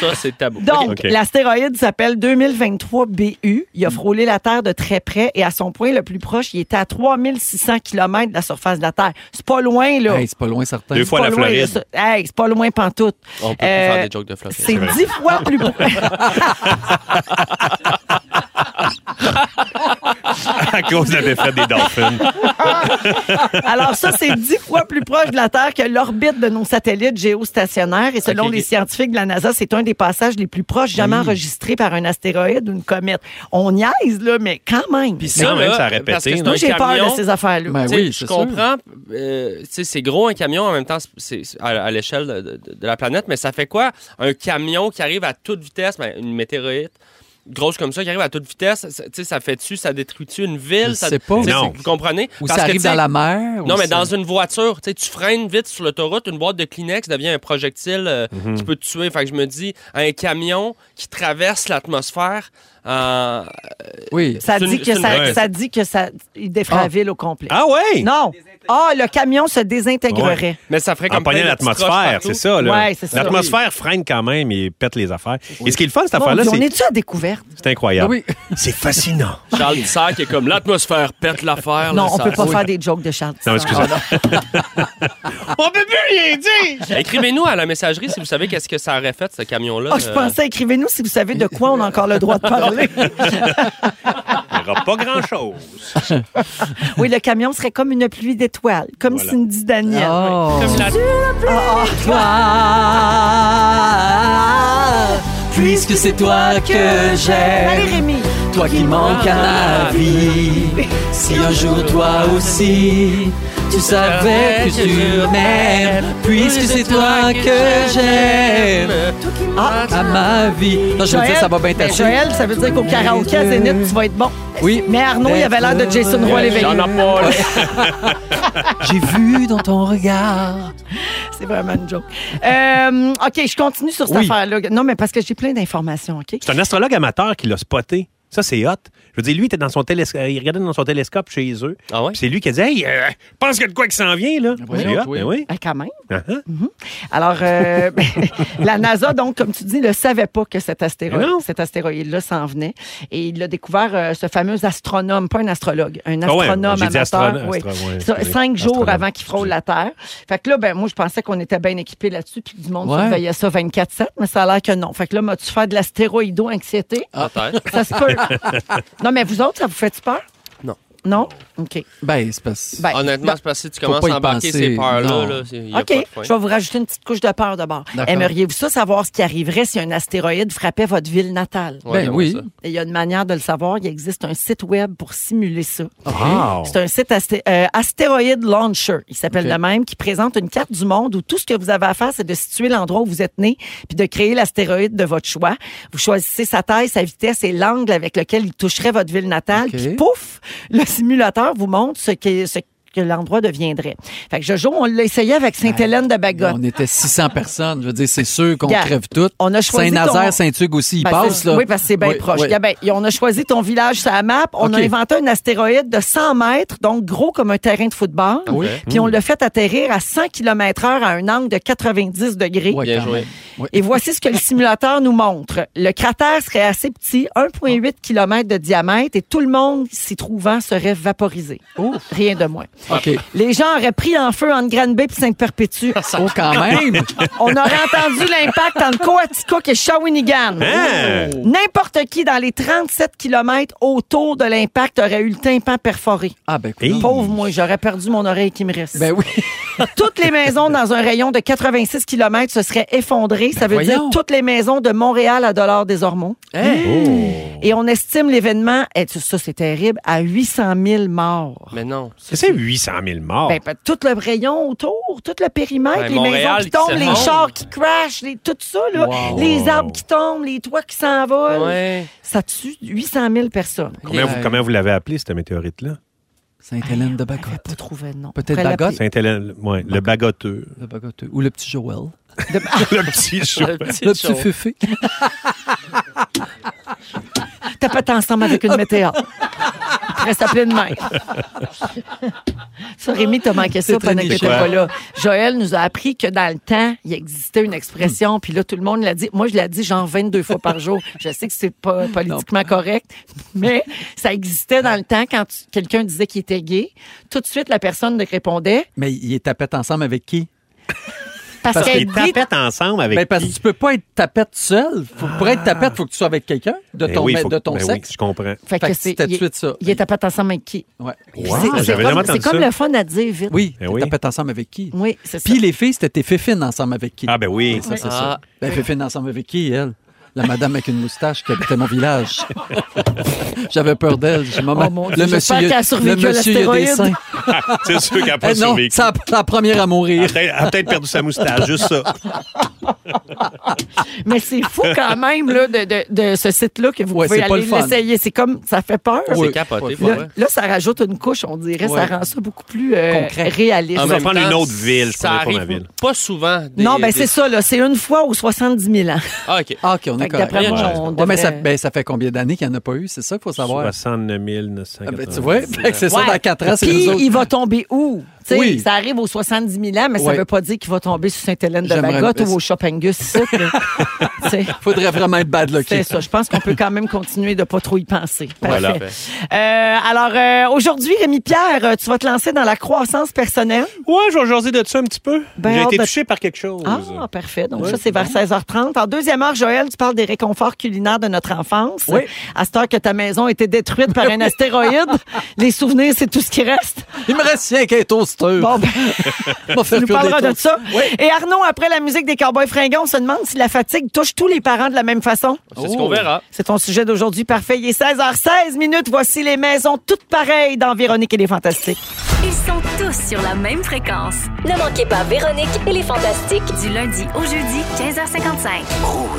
Speaker 3: Ça, c'est tabou.
Speaker 1: Donc,
Speaker 2: Ok. Mm.
Speaker 1: l'astéroïde s'appelle 2023 BU. Il a frôlé la Terre de très près et à son point le plus proche, il était à 3600 km de la surface de la Terre. C'est pas loin, là.
Speaker 4: Hey, c'est pas loin, certain.
Speaker 2: Deux fois
Speaker 1: pas
Speaker 2: la
Speaker 1: loin,
Speaker 2: Floride.
Speaker 1: là, ça. Hey, c'est pas loin pantoute.
Speaker 3: On peut plus
Speaker 1: Euh,
Speaker 3: faire des jokes de Floride.
Speaker 1: C'est dix fois plus près.
Speaker 2: à cause de la défaite des Dolphins.
Speaker 1: Alors ça, c'est dix fois plus proche de la Terre que l'orbite de nos satellites géostationnaires. Et selon
Speaker 3: Ok, ok.
Speaker 1: les scientifiques de la NASA, c'est un des passages les plus proches jamais enregistrés par un astéroïde ou une comète. On niaise, là, mais quand même.
Speaker 3: Puis
Speaker 2: quand même,
Speaker 3: là,
Speaker 2: ça a répété,
Speaker 3: parce que c'est
Speaker 2: non?
Speaker 3: un
Speaker 1: Moi, j'ai peur de
Speaker 3: camion,
Speaker 1: ces affaires-là.
Speaker 4: Ben
Speaker 3: Tu sais,
Speaker 4: oui,
Speaker 3: je
Speaker 4: c'est
Speaker 3: comprends. euh, tu sais, c'est gros un camion en même temps c'est- c'est à, à l'échelle de, de- de la planète, mais ça fait quoi un camion qui arrive à toute vitesse, ben, une météorite grosse comme ça qui arrive à toute vitesse, ça, tu sais, ça fait-tu, ça détruit-tu une ville
Speaker 4: Je
Speaker 3: ça,
Speaker 4: sais pas.
Speaker 3: tu sais,
Speaker 2: Non.
Speaker 3: Vous comprenez
Speaker 4: Ou
Speaker 3: Parce
Speaker 4: ça
Speaker 3: que, tu
Speaker 4: arrive
Speaker 3: sais,
Speaker 4: dans la mer.
Speaker 3: Non,
Speaker 4: ou
Speaker 3: mais
Speaker 4: ça-
Speaker 3: dans une voiture, tu sais, tu freines vite sur l'autoroute, une boîte de Kleenex devient un projectile euh,
Speaker 2: Mm-hmm.
Speaker 3: qui peut te tuer. Fait que je me dis, un camion qui traverse l'atmosphère, euh,
Speaker 4: Oui.
Speaker 1: Ça
Speaker 3: C'est
Speaker 1: dit,
Speaker 3: une-
Speaker 1: que
Speaker 3: c'est
Speaker 1: ça,
Speaker 2: une-
Speaker 1: ça dit que ça il défrait la
Speaker 4: Ah.
Speaker 1: ville au complet.
Speaker 2: Ah ouais?
Speaker 1: Non. Ah, le camion se désintégrerait.
Speaker 3: mais ça ferait
Speaker 2: En
Speaker 3: comme
Speaker 2: pognant
Speaker 3: plein de petites roches
Speaker 2: l'atmosphère,
Speaker 3: partout.
Speaker 2: c'est ça. là.
Speaker 1: Ouais, c'est ça.
Speaker 2: L'atmosphère freine quand même et pète les affaires. Et ce qui est le fun, cette
Speaker 1: Mon
Speaker 2: affaire-là,
Speaker 1: Dieu, on
Speaker 2: c'est
Speaker 1: est-tu à découverte?
Speaker 2: c'est incroyable.
Speaker 4: Oui.
Speaker 2: C'est fascinant.
Speaker 3: Charles Tissard qui est comme l'atmosphère pète l'affaire.
Speaker 1: Non, on
Speaker 3: là, Ah, ça-
Speaker 1: peut pas
Speaker 3: Oui.
Speaker 1: faire des jokes de Charles.
Speaker 2: Ah, Non, excusez-moi. On peut plus rien dire!
Speaker 3: Écrivez-nous à la messagerie si vous savez qu'est-ce que ça aurait fait, ce camion-là.
Speaker 1: Ah, je
Speaker 3: Euh,
Speaker 1: pensais, écrivez-nous si vous savez de quoi on a encore le droit de parler.
Speaker 2: Il n'y aura pas grand-chose.
Speaker 1: Oui, le camion serait comme une pluie d'étoiles, comme
Speaker 2: Voilà.
Speaker 1: Cindy Daniel. Ah,
Speaker 4: Oh. Ah, Puisque c'est toi que
Speaker 1: Allez,
Speaker 4: j'aime,
Speaker 1: Rémi.
Speaker 4: toi qui manques à ma vie. Si un jour toi aussi, tu savais que tu m'aimes, puisque c'est toi que j'aime,
Speaker 1: Ah,
Speaker 4: à ma vie. Non, je veux dire, ça va bien
Speaker 1: ben,
Speaker 4: tâcher.
Speaker 1: Joël, ça veut dire qu'au karaoké à Zénith, tu vas être bon.
Speaker 4: Oui.
Speaker 1: Mais Arnaud, il avait l'air de Jason Roy l'éveillé.
Speaker 3: J'en ai pas, là.
Speaker 4: J'ai vu dans ton regard.
Speaker 1: C'est vraiment une joke. Euh, OK, je continue sur cette
Speaker 4: Oui.
Speaker 1: affaire-là. Non, mais parce que j'ai plein d'informations, OK?
Speaker 2: C'est un astrologue amateur qui l'a spoté. Ça, c'est hot. Je veux dire, lui, il était dans son télescope, il regardait dans son télescope chez eux.
Speaker 3: Ah ouais?
Speaker 2: Puis c'est lui qui a dit Hey, euh, pense qu'il y a de quoi qui s'en vient, là.
Speaker 4: voyons,
Speaker 2: C'est hot,
Speaker 4: toi.
Speaker 2: ben oui.
Speaker 1: Ben, quand même.
Speaker 2: Uh-huh.
Speaker 1: Alors, euh, la NASA, donc, comme tu dis, ne savait pas que cet
Speaker 2: Mais
Speaker 1: astéroïde,
Speaker 2: non.
Speaker 1: cet astéroïde-là s'en venait. Et il l'a découvert, euh, ce fameux astronome, pas un astrologue, un
Speaker 2: Ah ouais,
Speaker 1: astronome
Speaker 2: j'ai dit
Speaker 1: amateur.
Speaker 2: astrono-
Speaker 1: oui.
Speaker 2: astro- ouais,
Speaker 1: Ça,
Speaker 2: excusez.
Speaker 1: cinq jours
Speaker 2: Astronome.
Speaker 1: avant qu'il frôle la Terre. Fait que là, ben, moi, je pensais qu'on était bien équipés là-dessus, puis que du monde
Speaker 4: Ouais.
Speaker 1: surveillait ça 24-7, mais ça a l'air que non. Fait que là, m'as-tu fait de l'astéroïdo-anxiété?
Speaker 3: Peut-être.
Speaker 1: Ça se peut. non, mais vous autres, ça vous fait peur?
Speaker 3: Non.
Speaker 1: Non? OK.
Speaker 4: Ben, c'est parce...
Speaker 1: Ben,
Speaker 3: Honnêtement, c'est parce que si tu
Speaker 4: Faut
Speaker 3: commences
Speaker 4: pas y
Speaker 3: à embarquer
Speaker 4: penser,
Speaker 3: ces
Speaker 4: non.
Speaker 3: peurs-là, là, c'est- il y a
Speaker 1: OK,
Speaker 3: pas de fin.
Speaker 1: je vais vous rajouter une petite couche de peur d'abord.
Speaker 4: D'accord.
Speaker 1: Aimeriez-vous ça savoir ce qui arriverait si un astéroïde frappait votre ville natale?
Speaker 3: Ouais,
Speaker 4: Ben
Speaker 3: j'aimerais
Speaker 4: oui.
Speaker 3: ça.
Speaker 1: Et il y a une manière de le savoir. Il existe un site web pour simuler ça.
Speaker 3: Ah.
Speaker 4: Ben,
Speaker 2: Wow.
Speaker 1: C'est un site asté- euh, Astéroïde Launcher, il s'appelle
Speaker 4: OK.
Speaker 1: de même, qui présente une carte du monde où tout ce que vous avez à faire, c'est de situer l'endroit où vous êtes né, puis de créer l'astéroïde de votre choix. Vous choisissez sa taille, sa vitesse et l'angle avec lequel il toucherait votre ville natale.
Speaker 4: OK.
Speaker 1: Puis pouf, le simulateur vous montre ce que, ce que l'endroit deviendrait. Fait que Jojo, on l'a essayé avec Sainte-Hélène de Bagotte.
Speaker 4: On était 600 personnes. Je veux dire, c'est sûr qu'on
Speaker 1: Gars,
Speaker 4: crève toutes.
Speaker 1: on a choisi
Speaker 4: Saint-Nazaire,
Speaker 1: ton-
Speaker 4: Saint-Hugues aussi, ils
Speaker 1: Ben,
Speaker 4: passent,
Speaker 1: c'est-
Speaker 4: là.
Speaker 1: Oui, parce que c'est bien
Speaker 4: Oui,
Speaker 1: proche.
Speaker 4: oui.
Speaker 1: Gars, ben, et on a choisi ton village sur la map. On
Speaker 4: OK.
Speaker 1: a inventé un astéroïde de 100 mètres, donc gros comme un terrain de football.
Speaker 3: Oui.
Speaker 1: Puis
Speaker 4: Mm.
Speaker 1: on l'a fait atterrir à 100 km heure à un angle de 90 degrés.
Speaker 4: Ouais,
Speaker 3: Bien
Speaker 4: quand
Speaker 3: joué.
Speaker 4: même. Oui.
Speaker 1: Et voici ce que le simulateur nous montre. Le cratère serait assez petit, 1,8 km de diamètre, et tout le monde s'y trouvant serait vaporisé. Rien de moins.
Speaker 4: OK.
Speaker 1: Les gens auraient pris en feu entre Granby et Sainte-Perpétue.
Speaker 4: Oh, quand même!
Speaker 1: On aurait entendu l'impact entre Coaticook et Shawinigan.
Speaker 2: Hein?
Speaker 1: N'importe qui dans les 37 km autour de l'impact aurait eu le tympan perforé.
Speaker 4: Ah, ben, coudonc.
Speaker 2: Hey.
Speaker 1: Pauvre moi, j'aurais perdu mon oreille qui me reste.
Speaker 4: Ben oui.
Speaker 1: Toutes les maisons dans un rayon de 86 km se seraient effondrées. Ça veut dire
Speaker 4: voyons.
Speaker 1: toutes les maisons de Montréal à Dolores des Ormeaux.
Speaker 2: Oh.
Speaker 1: Et on estime l'événement, et ça c'est terrible, à 800 000 morts.
Speaker 3: Mais non.
Speaker 2: C'est 800 000 morts.
Speaker 1: Ben, ben, tout le rayon autour, tout le périmètre,
Speaker 3: Ouais,
Speaker 1: les
Speaker 3: Montréal
Speaker 1: maisons qui tombent,
Speaker 3: qui
Speaker 1: les
Speaker 3: s'effondre.
Speaker 1: chars qui crashent, les- tout ça, là,
Speaker 4: Wow.
Speaker 1: les arbres qui tombent, les toits qui s'envolent.
Speaker 3: Ouais.
Speaker 1: Ça tue 800 000 personnes.
Speaker 2: Comment, vous,
Speaker 3: euh,
Speaker 4: Yeah.
Speaker 2: comment vous l'avez appelé, cette météorite-là?
Speaker 4: Sainte-Hélène de
Speaker 1: On n'avait pas
Speaker 4: Bagotte.
Speaker 1: trouvé de nom.
Speaker 4: Peut-être
Speaker 1: On pourrait
Speaker 4: Bagotte?
Speaker 1: l'appeler.
Speaker 2: Saint-Hélène, ouais,
Speaker 3: Ben,
Speaker 2: le bagoteux.
Speaker 4: De Bagotte. Ou le petit Joël.
Speaker 2: le petit chou.
Speaker 4: Le petit Fufu.
Speaker 1: Ah, T'as pas été ensemble avec une météore. Reste à pleine main. Ça, Rémi, t'as manqué ça
Speaker 4: C'est très
Speaker 1: pendant que t'étais
Speaker 4: nichoir.
Speaker 1: pas là. Joël nous a appris que dans le temps, il existait une expression, puis là, tout le monde l'a dit. Moi, je l'ai dit genre 22 fois par jour. Je sais que c'est pas politiquement correct, mais ça existait dans le temps quand tu- quelqu'un disait qu'il était gay. Tout de suite, la personne répondait
Speaker 4: Mais il est tapette ensemble avec qui?
Speaker 1: parce,
Speaker 4: Parce
Speaker 1: qu'elle
Speaker 2: Ils
Speaker 1: dit...
Speaker 2: tapettent ensemble avec.
Speaker 4: Ben, parce que
Speaker 2: qui? Ah.
Speaker 4: tu peux pas être tapette seul. Faut- pour être tapette, faut que tu sois avec quelqu'un de
Speaker 2: Ben
Speaker 4: ton,
Speaker 2: oui,
Speaker 4: ma-
Speaker 2: faut-
Speaker 4: de ton
Speaker 2: ben oui,
Speaker 4: sexe.
Speaker 2: je comprends.
Speaker 1: Fait
Speaker 4: Fait
Speaker 1: que
Speaker 4: que
Speaker 1: c'est...
Speaker 4: c'était tout de
Speaker 1: il-
Speaker 4: suite ça.
Speaker 1: Il était pas ensemble avec qui?
Speaker 4: Ouais.
Speaker 1: C'est-
Speaker 2: Wow,
Speaker 1: c'est
Speaker 2: j'avais
Speaker 1: comme-
Speaker 2: jamais entendu
Speaker 1: C'est comme
Speaker 2: ça.
Speaker 1: le fun à dire vite.
Speaker 4: Oui,
Speaker 2: Ben
Speaker 4: t'es
Speaker 2: oui.
Speaker 4: tapette ensemble avec qui?
Speaker 1: Oui, c'est ça.
Speaker 4: Puis les filles, c'était tes féfines ensemble avec qui?
Speaker 2: Ah, ben oui.
Speaker 4: Ça, c'est
Speaker 3: Ah.
Speaker 4: ça. Ben, Féfine ensemble avec qui, elle? La madame avec une moustache qui habitait mon village. J'avais peur d'elle. J'ai maman,
Speaker 1: Oh, mon Dieu, j'espère
Speaker 4: il a-
Speaker 1: qu'elle a survécu
Speaker 4: le monsieur, il a des
Speaker 1: à l'astéroïde.
Speaker 4: seins.
Speaker 2: C'est sûr qu'elle n'a pas
Speaker 4: Eh non,
Speaker 2: survécu.
Speaker 4: c'est la- la première à mourir.
Speaker 2: Elle a peut-être perdu sa moustache, juste
Speaker 4: Ah
Speaker 2: ça.
Speaker 1: Mais c'est fou quand même là, de, de- de ce site-là que vous
Speaker 4: Ouais,
Speaker 1: pouvez
Speaker 4: c'est pas
Speaker 1: aller
Speaker 4: le fun.
Speaker 1: l'essayer. C'est comme ça fait peur.
Speaker 3: C'est
Speaker 4: Oui.
Speaker 3: capoté,
Speaker 4: Ouais.
Speaker 3: pour
Speaker 1: Là,
Speaker 3: vrai.
Speaker 1: là, ça rajoute une couche, on dirait.
Speaker 4: Ouais.
Speaker 1: Ça rend ça beaucoup plus euh,
Speaker 4: Concret.
Speaker 1: réaliste.
Speaker 3: En
Speaker 2: va
Speaker 3: même
Speaker 2: prendre
Speaker 3: temps,
Speaker 2: une autre ville, je
Speaker 3: Ça
Speaker 2: prendrais pas ma
Speaker 3: arrive
Speaker 2: ville.
Speaker 3: pas souvent. des-
Speaker 1: non, ben
Speaker 3: des-
Speaker 1: c'est ça. là. C'est une fois aux 70 000 ans.
Speaker 3: Ah, OK.
Speaker 4: Ah, OK, on
Speaker 1: Fait
Speaker 4: est
Speaker 1: que d'après
Speaker 4: correct.
Speaker 1: moi,
Speaker 2: Ouais.
Speaker 1: on
Speaker 4: Ouais, mais ça,
Speaker 1: devrait-
Speaker 4: ben, ça fait combien d'années qu'il n'y en a pas eu? C'est ça qu'il faut savoir.
Speaker 2: 69
Speaker 4: Ah,
Speaker 2: 980.
Speaker 4: ben, tu ben, vois, Fait que c'est ça,
Speaker 1: Ouais.
Speaker 4: dans 4 ans, c'est
Speaker 1: Puis
Speaker 4: nous autres.
Speaker 1: il va tomber où? Tu sais,
Speaker 4: Oui.
Speaker 1: Ça arrive aux 70 000 ans, mais ça ne
Speaker 4: Ouais.
Speaker 1: veut pas dire qu'il va tomber sur Sainte-Hélène de
Speaker 4: J'aimerais-
Speaker 1: Bagotte ou au Chopangus. ici, là. Tu sais.
Speaker 4: Faudrait vraiment être bad lucky.
Speaker 1: C'est ça. Je pense qu'on peut quand même continuer de pas trop y penser. Parfait.
Speaker 2: Voilà.
Speaker 1: Euh, alors, euh, aujourd'hui, Rémi Pierre, euh, tu vas te lancer dans la croissance personnelle.
Speaker 2: Ouais, je vais jaser de ça un petit peu.
Speaker 1: Ben,
Speaker 2: J'ai
Speaker 1: hâte
Speaker 2: été
Speaker 1: de-
Speaker 2: touché par quelque chose.
Speaker 1: Ah, parfait. Donc, ça, c'est vers 16h30. En deuxième heure, Joël, tu parles des réconforts culinaires de notre enfance.
Speaker 4: Oui.
Speaker 1: À cette heure que ta maison a été détruite par un astéroïde, les souvenirs, c'est tout ce qui reste.
Speaker 4: Il me reste rien qu'un toaster.
Speaker 1: Bon, ben,
Speaker 4: On va faire
Speaker 1: tu nous
Speaker 4: cuire des
Speaker 1: parleras de
Speaker 4: toasts.
Speaker 1: ça.
Speaker 3: Euh,
Speaker 1: Et Arnaud, après la musique des Cowboys fringants, on se demande si la fatigue touche tous les parents de la même façon.
Speaker 3: C'est ce qu'on verra.
Speaker 1: C'est ton sujet d'aujourd'hui. Parfait. Il est 16h16 minutes. Voici les maisons toutes pareilles dans Véronique et les Fantastiques.
Speaker 6: Ils sont tous sur la même fréquence.
Speaker 7: Ne manquez pas Véronique et les Fantastiques.
Speaker 6: Du lundi au jeudi, 15h55.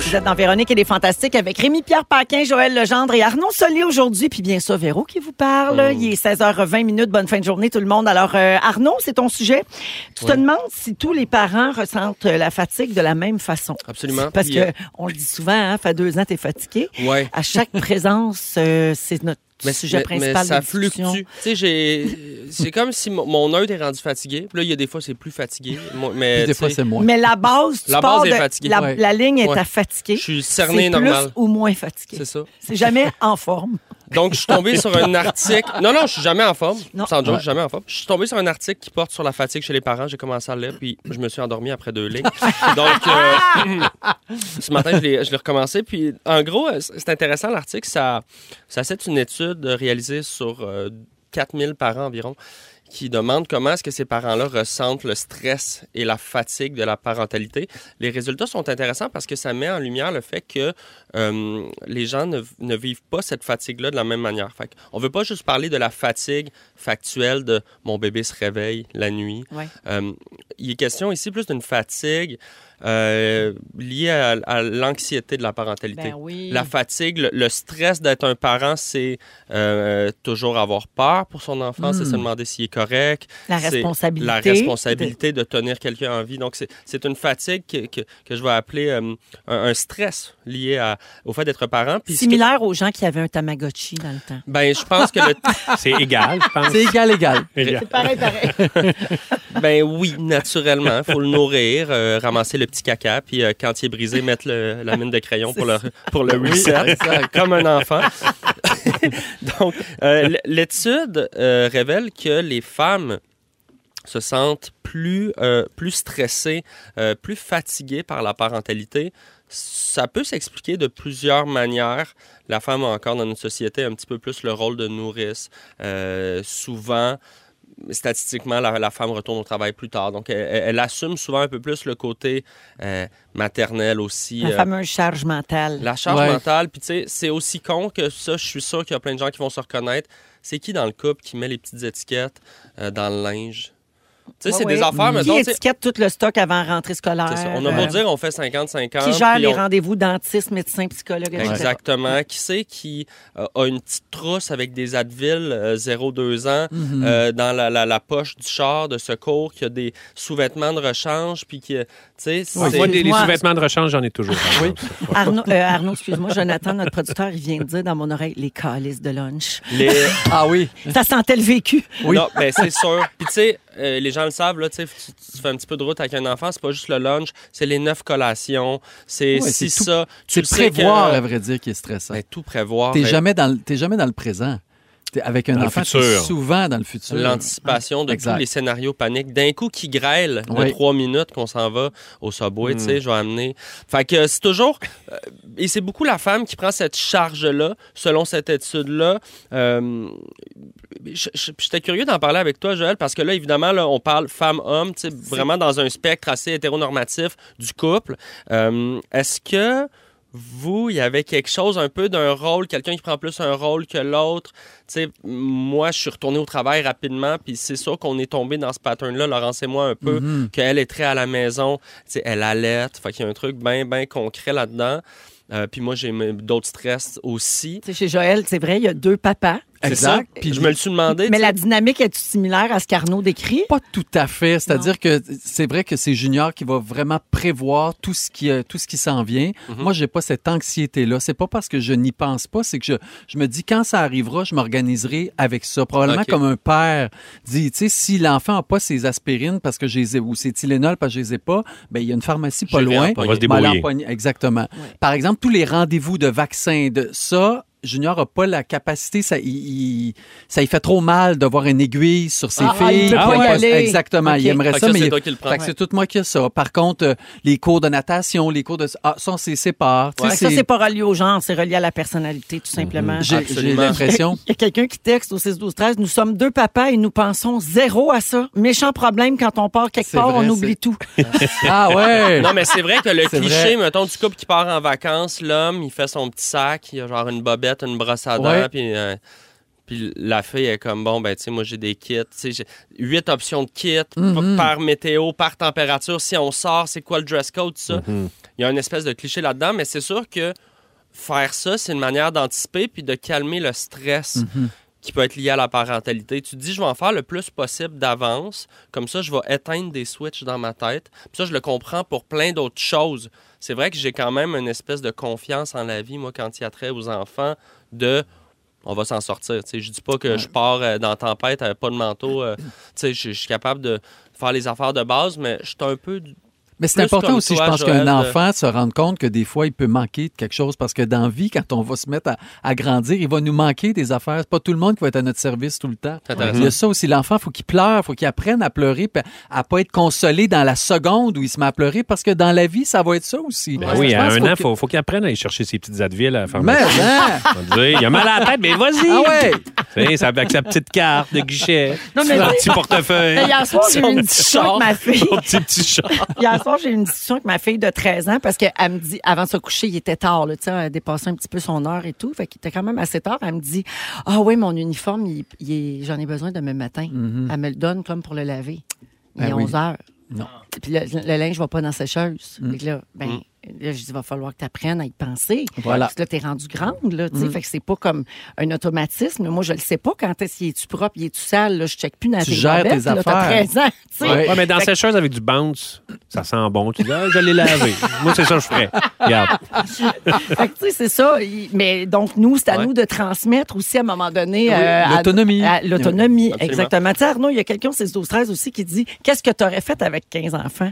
Speaker 1: Vous êtes dans Véronique et les Fantastiques avec Rémi-Pierre Paquin, Joël Legendre et Arnaud Solier aujourd'hui. Puis bien sûr, Véro qui vous parle. Il est 16h20 minutes. Bonne fin de journée tout le monde. Alors, euh, Arnaud, c'est ton sujet. Tu te demandes si tous les parents ressentent euh, la fatigue de la même façon.
Speaker 3: Absolument.
Speaker 1: Parce
Speaker 3: Puis, euh,
Speaker 1: que on le dit souvent, hein, fait deux ans, t'es fatigué.
Speaker 3: Ouais.
Speaker 1: À chaque présence, euh, c'est notre sujet principal
Speaker 3: ça
Speaker 1: de discussion.
Speaker 3: fluctue. Tu sais, j'ai- c'est comme si mon, mon œil est rendu fatigué. Puis là, il y a des fois, c'est plus fatigué. Moi, mais
Speaker 4: Puis des
Speaker 3: tu
Speaker 4: fois,
Speaker 3: sais,
Speaker 4: c'est moins.
Speaker 1: Mais la base, tu
Speaker 3: La
Speaker 1: pars
Speaker 3: base est
Speaker 1: de-
Speaker 3: fatiguée.
Speaker 1: La,
Speaker 4: Ouais.
Speaker 1: la ligne est
Speaker 3: Ouais.
Speaker 1: à fatigué.
Speaker 3: Je suis cerné
Speaker 1: C'est
Speaker 3: normal.
Speaker 1: Plus ou moins fatigué.
Speaker 3: c'est ça.
Speaker 1: C'est jamais en forme.
Speaker 3: Donc, je suis tombé sur un article. Non, non, je suis jamais en forme.
Speaker 1: Non.
Speaker 3: Sans joke, je suis jamais en forme. Je suis tombé sur un article qui porte sur la fatigue chez les parents. J'ai commencé à le lire, puis je me suis endormi après deux lignes. Donc, euh, ce matin, je l'ai je l'ai recommencé. Puis, en gros, euh, c'est intéressant l'article. Ça, ça c'est une étude réalisée sur euh, 4000 parents environ qui demandent comment est-ce que ces parents-là ressentent le stress et la fatigue de la parentalité. Les résultats sont intéressants parce que ça met en lumière le fait que euh, les gens ne, ne vivent pas cette fatigue-là de la même manière. Fait on ne veut pas juste parler de la fatigue factuelle de mon bébé se réveille la nuit.
Speaker 1: Ouais.
Speaker 3: Euh, il est question ici plus d'une fatigue euh, liée à, à l'anxiété de la parentalité.
Speaker 1: Ben oui.
Speaker 3: La fatigue, le, le stress d'être un parent, c'est euh, toujours avoir peur pour son enfant, c'est se demander s'il est correct.
Speaker 1: Hmm. La
Speaker 3: c'est
Speaker 1: responsabilité.
Speaker 3: La responsabilité de, tenir quelqu'un en vie. Donc, c'est- c'est une fatigue que, que- que je vais appeler euh, un, un stress lié à- au fait d'être parent. Puis ce que-
Speaker 1: Similaire aux gens qui avaient un Tamagotchi dans le temps.
Speaker 3: ben, je pense que le
Speaker 2: C'est égal, je pense.
Speaker 4: C'est égal, égal.
Speaker 2: Égal.
Speaker 1: Pareil, pareil.
Speaker 3: Ben oui, naturellement. Il faut le nourrir, euh, ramasser le petit caca, puis euh, quand il est brisé, mettre le- la mine de crayon pour le, pour le reset, comme un enfant. Donc, euh, l- l'étude euh, révèle que les femmes se sentent plus, euh, plus stressées, euh, plus fatiguées par la parentalité. Ça peut s'expliquer de plusieurs manières. La femme a encore dans notre société un petit peu plus le rôle de nourrice. Euh, souvent, statistiquement, la, la femme retourne au travail plus tard. Donc, elle, elle- elle assume souvent un peu plus le côté euh, maternel aussi.
Speaker 1: La
Speaker 3: euh,
Speaker 1: fameuse charge mentale.
Speaker 3: la charge
Speaker 4: Ouais.
Speaker 3: mentale, puis tu sais, c'est aussi con que ça, je suis sûr qu'il y a plein de gens qui vont se reconnaître. C'est qui dans le couple qui met les petites étiquettes euh, dans le linge? Tu sais, c'est
Speaker 1: Ah Ouais,
Speaker 3: des
Speaker 1: ouais.
Speaker 3: affaires, mais
Speaker 1: Qui étiquette tout le stock avant la rentrée scolaire.
Speaker 3: On a
Speaker 1: euh,
Speaker 3: beau dire, on fait 50-50.
Speaker 1: Qui gère
Speaker 3: puis
Speaker 1: les
Speaker 3: on-
Speaker 1: rendez-vous dentistes, médecins, psychologues, etc.
Speaker 3: Exactement. Qui c'est qui euh, a une petite trousse avec des Advil euh, 0-2 ans
Speaker 4: Mhm.
Speaker 3: euh, dans la, la- la poche du char de secours, qui a des sous-vêtements de rechange, puis qui, euh, tu sais,
Speaker 2: Moi,
Speaker 3: c'est-
Speaker 2: des, les
Speaker 1: Moi-
Speaker 2: sous-vêtements de rechange, j'en ai toujours. Oui.
Speaker 1: Arnaud, euh, Arnaud, excuse-moi, Jonathan, notre producteur, il vient de dire dans mon oreille les calices de lunch.
Speaker 3: les-
Speaker 4: Ah oui.
Speaker 1: Ça sentait le vécu.
Speaker 3: Non, ben c'est sûr. Puis tu sais, euh, les gens le savent, là, tu, sais, tu- tu fais un petit peu de route avec un enfant, c'est pas juste le lunch, c'est les neuf collations, c'est
Speaker 4: Ouais,
Speaker 3: si
Speaker 4: c'est tout-
Speaker 3: ça. Tu
Speaker 4: C'est
Speaker 3: le sais
Speaker 4: prévoir,
Speaker 3: que- euh,
Speaker 4: à vrai dire, qui est stressant.
Speaker 3: Ben, tout prévoir.
Speaker 4: T'es
Speaker 3: ben,
Speaker 4: jamais dans le- t'es jamais dans le présent. T'es avec un
Speaker 2: Dans le
Speaker 4: enfant,
Speaker 2: futur.
Speaker 4: t'es souvent dans le futur. Hein?
Speaker 3: L'anticipation de
Speaker 4: Exact.
Speaker 3: tous les scénarios paniques. D'un coup qui grêle de
Speaker 4: Oui.
Speaker 3: trois minutes qu'on s'en va au subway, tu sais, je vais amener. Fait que c'est toujours. euh, et c'est beaucoup la femme qui prend cette charge-là, selon cette étude-là. Euh, je- je- J'étais curieux d'en parler avec toi, Joël, parce que là, évidemment, là, on parle femme-homme, tu sais, vraiment dans un spectre assez hétéronormatif du couple. Euh, Est-ce que vous, il y avait quelque chose un peu d'un rôle, quelqu'un qui prend plus un rôle que l'autre? Tu sais, moi, je suis retourné au travail rapidement, puis c'est sûr qu'on est tombé dans ce pattern-là, Laurence et moi, un peu,
Speaker 4: Mhm.
Speaker 3: qu'elle est très à la maison, tu sais, elle alerte, fait qu'il y a un truc bien, bien concret là-dedans. Euh, puis moi, j'ai mes- d'autres stress aussi.
Speaker 1: Tu sais, Chez Joël, c'est vrai, il y a deux papas.
Speaker 3: C'est ça.
Speaker 4: Exact. Puis
Speaker 3: je me le suis demandé.
Speaker 1: Mais
Speaker 3: tu sais,
Speaker 1: la dynamique est similaire à ce qu'Arnaud décrit?
Speaker 4: Pas tout à fait. C'est-à-dire que c'est vrai que c'est Junior qui va vraiment prévoir tout ce qui, euh, tout ce qui s'en vient.
Speaker 3: Mhm.
Speaker 4: Moi, j'ai pas cette anxiété-là. C'est pas parce que je n'y pense pas, c'est que je, je me dis quand ça arrivera, je m'organiserai avec ça. Probablement
Speaker 3: Ok.
Speaker 4: comme un père dit, tu sais, si l'enfant n'a pas ses aspirines parce que je les ai, ou ses Tylenol parce que je les ai pas, ben, il y a une pharmacie pas
Speaker 3: Je vais
Speaker 4: loin.
Speaker 3: en pogner. On va se
Speaker 4: Ben,
Speaker 2: débrouiller.
Speaker 4: en pogner- Exactement. Par exemple, tous les rendez-vous de vaccins, de ça, Junior n'a pas la capacité, ça, il, il- ça lui fait trop mal de voir une aiguille sur ses
Speaker 1: Ah, ah, il
Speaker 4: filles.
Speaker 1: peut
Speaker 4: puis
Speaker 1: pas
Speaker 4: il
Speaker 1: y
Speaker 4: aime
Speaker 1: aller.
Speaker 4: Exactement,
Speaker 1: Ok.
Speaker 4: il aimerait
Speaker 3: Fait que
Speaker 4: ça,
Speaker 3: ça,
Speaker 4: mais
Speaker 3: c'est
Speaker 4: il-
Speaker 3: toi qui le prends.
Speaker 4: fait que c'est tout moi qui ai ça. Par contre, euh, les cours de natation, les cours de... Ah, ça, on s'y sépare. Tu sais,
Speaker 1: Ça,
Speaker 4: c'est-
Speaker 1: c'est pas hein. relié au genre, c'est relié à la personnalité, tout simplement.
Speaker 4: J'ai j'ai
Speaker 3: Absolument.
Speaker 4: l'impression...
Speaker 1: Il y a quelqu'un qui texte au 6 12 13 nous sommes deux papas et nous pensons zéro à ça. Méchant problème quand on part quelque
Speaker 4: C'est
Speaker 1: part,
Speaker 4: vrai,
Speaker 1: on
Speaker 4: c'est-
Speaker 1: oublie tout.
Speaker 4: Ah ouais!
Speaker 3: Non, mais c'est vrai que le
Speaker 4: C'est
Speaker 3: cliché,
Speaker 4: vrai.
Speaker 3: mettons, du couple qui part en vacances, l'homme, il fait son petit sac, il a genre une bobette, une brosse à dents,
Speaker 4: Ouais.
Speaker 3: puis euh, Puis la fille est comme, bon, ben, tu sais, moi, j'ai des kits. Tu sais, j'ai huit options de kits
Speaker 4: Mhm.
Speaker 3: par météo, par température. Si on sort, c'est quoi le dress code, tout ça.
Speaker 4: Mhm.
Speaker 3: Il y a une espèce de cliché là-dedans, mais c'est sûr que faire ça, c'est une manière d'anticiper puis de calmer le stress
Speaker 4: Mhm.
Speaker 3: qui peut être lié à la parentalité. Tu te dis, je vais en faire le plus possible d'avance. Comme ça, je vais éteindre des switches dans ma tête. Puis ça, je le comprends pour plein d'autres choses. C'est vrai que j'ai quand même une espèce de confiance en la vie, moi, quand il y a trait aux enfants, de on va s'en sortir. Tu sais, je dis pas que je pars euh, dans la tempête, euh, pas de manteau. euh, tu sais, je je suis capable de faire les affaires de base, mais je suis un peu du-
Speaker 4: Mais c'est
Speaker 3: Plus
Speaker 4: important
Speaker 3: comme
Speaker 4: aussi,
Speaker 3: toi,
Speaker 4: je pense,
Speaker 3: Joël,
Speaker 4: qu'un
Speaker 3: de-
Speaker 4: enfant se rende compte que des fois, il peut manquer de quelque chose parce que dans la vie, quand on va se mettre à, à grandir, il va nous manquer des affaires. C'est pas tout le monde qui va être à notre service tout le temps.
Speaker 3: C'est intéressant.
Speaker 4: Il y a ça aussi. L'enfant, faut qu'il pleure, faut qu'il apprenne à pleurer, puis à pas être consolé dans la seconde où il se met à pleurer parce que dans la vie, ça va être ça aussi.
Speaker 2: Ben oui,
Speaker 4: Je
Speaker 2: à
Speaker 4: pense
Speaker 2: un
Speaker 4: qu'il faut
Speaker 2: an,
Speaker 4: que-
Speaker 2: faut, faut qu'il apprenne à aller chercher ses petites Advil à la
Speaker 4: Mais,
Speaker 2: pharmacie.
Speaker 4: hein?
Speaker 2: On va dire, il a mal à la tête, mais vas-y!
Speaker 4: Ah ouais!
Speaker 2: Tu sais, ça- avec sa petite carte de guichet,
Speaker 1: Non, mais-
Speaker 2: son petit portefeuille,
Speaker 1: Mais hier soir, j'ai eu une discussion avec ma fille.
Speaker 2: son petit petit chat.
Speaker 1: Hier soir, j'ai eu une discussion avec ma fille de 13 ans parce qu'elle me dit, avant de se coucher, il était tard, là, tu sais, elle dépassait un petit peu son heure et tout. Fait qu'il était quand même assez tard. Elle me dit, ah oui, mon uniforme, il, il est- j'en ai besoin demain matin. Elle me le donne comme pour le laver. Il
Speaker 4: Mm-hmm. Ben
Speaker 1: est
Speaker 4: oui.
Speaker 1: 11 heures. Ah.
Speaker 4: Non. Mm.
Speaker 1: Puis le, le linge va pas dans la sécheuse. Fait que là, ben, là, je dis, va falloir que tu apprennes à y penser.
Speaker 4: Voilà. Mm.
Speaker 1: Parce que là, t'es rendu grande, là, tu sais. Fait que c'est pas comme un automatisme. Moi, je le sais pas quand est-ce qu'il est-tu propre, il est-tu sale, là, je check plus dans
Speaker 4: Tu
Speaker 1: tes
Speaker 4: gères
Speaker 1: bobettes,
Speaker 4: tes
Speaker 1: là, t'as
Speaker 4: affaires.
Speaker 1: 13 ans, tu sais.
Speaker 4: Ouais.
Speaker 2: Ouais, mais dans cette chose avec du bounce, ça sent bon. Tu dis, ah, je l'ai lavé. Moi, c'est ça que je ferais. Regarde.
Speaker 1: Fait que, tu sais, c'est ça. Il- Mais donc, nous, c'est à
Speaker 3: Ouais.
Speaker 1: nous de transmettre aussi à un moment donné.
Speaker 4: Oui,
Speaker 1: Euh, à-
Speaker 4: l'autonomie.
Speaker 1: à L'autonomie,
Speaker 3: Absolument.
Speaker 1: exactement. Tu sais, Arnaud, il y a quelqu'un, c'est 12-13 aussi, qui dit Qu'est-ce que tu aurais fait avec 15 enfants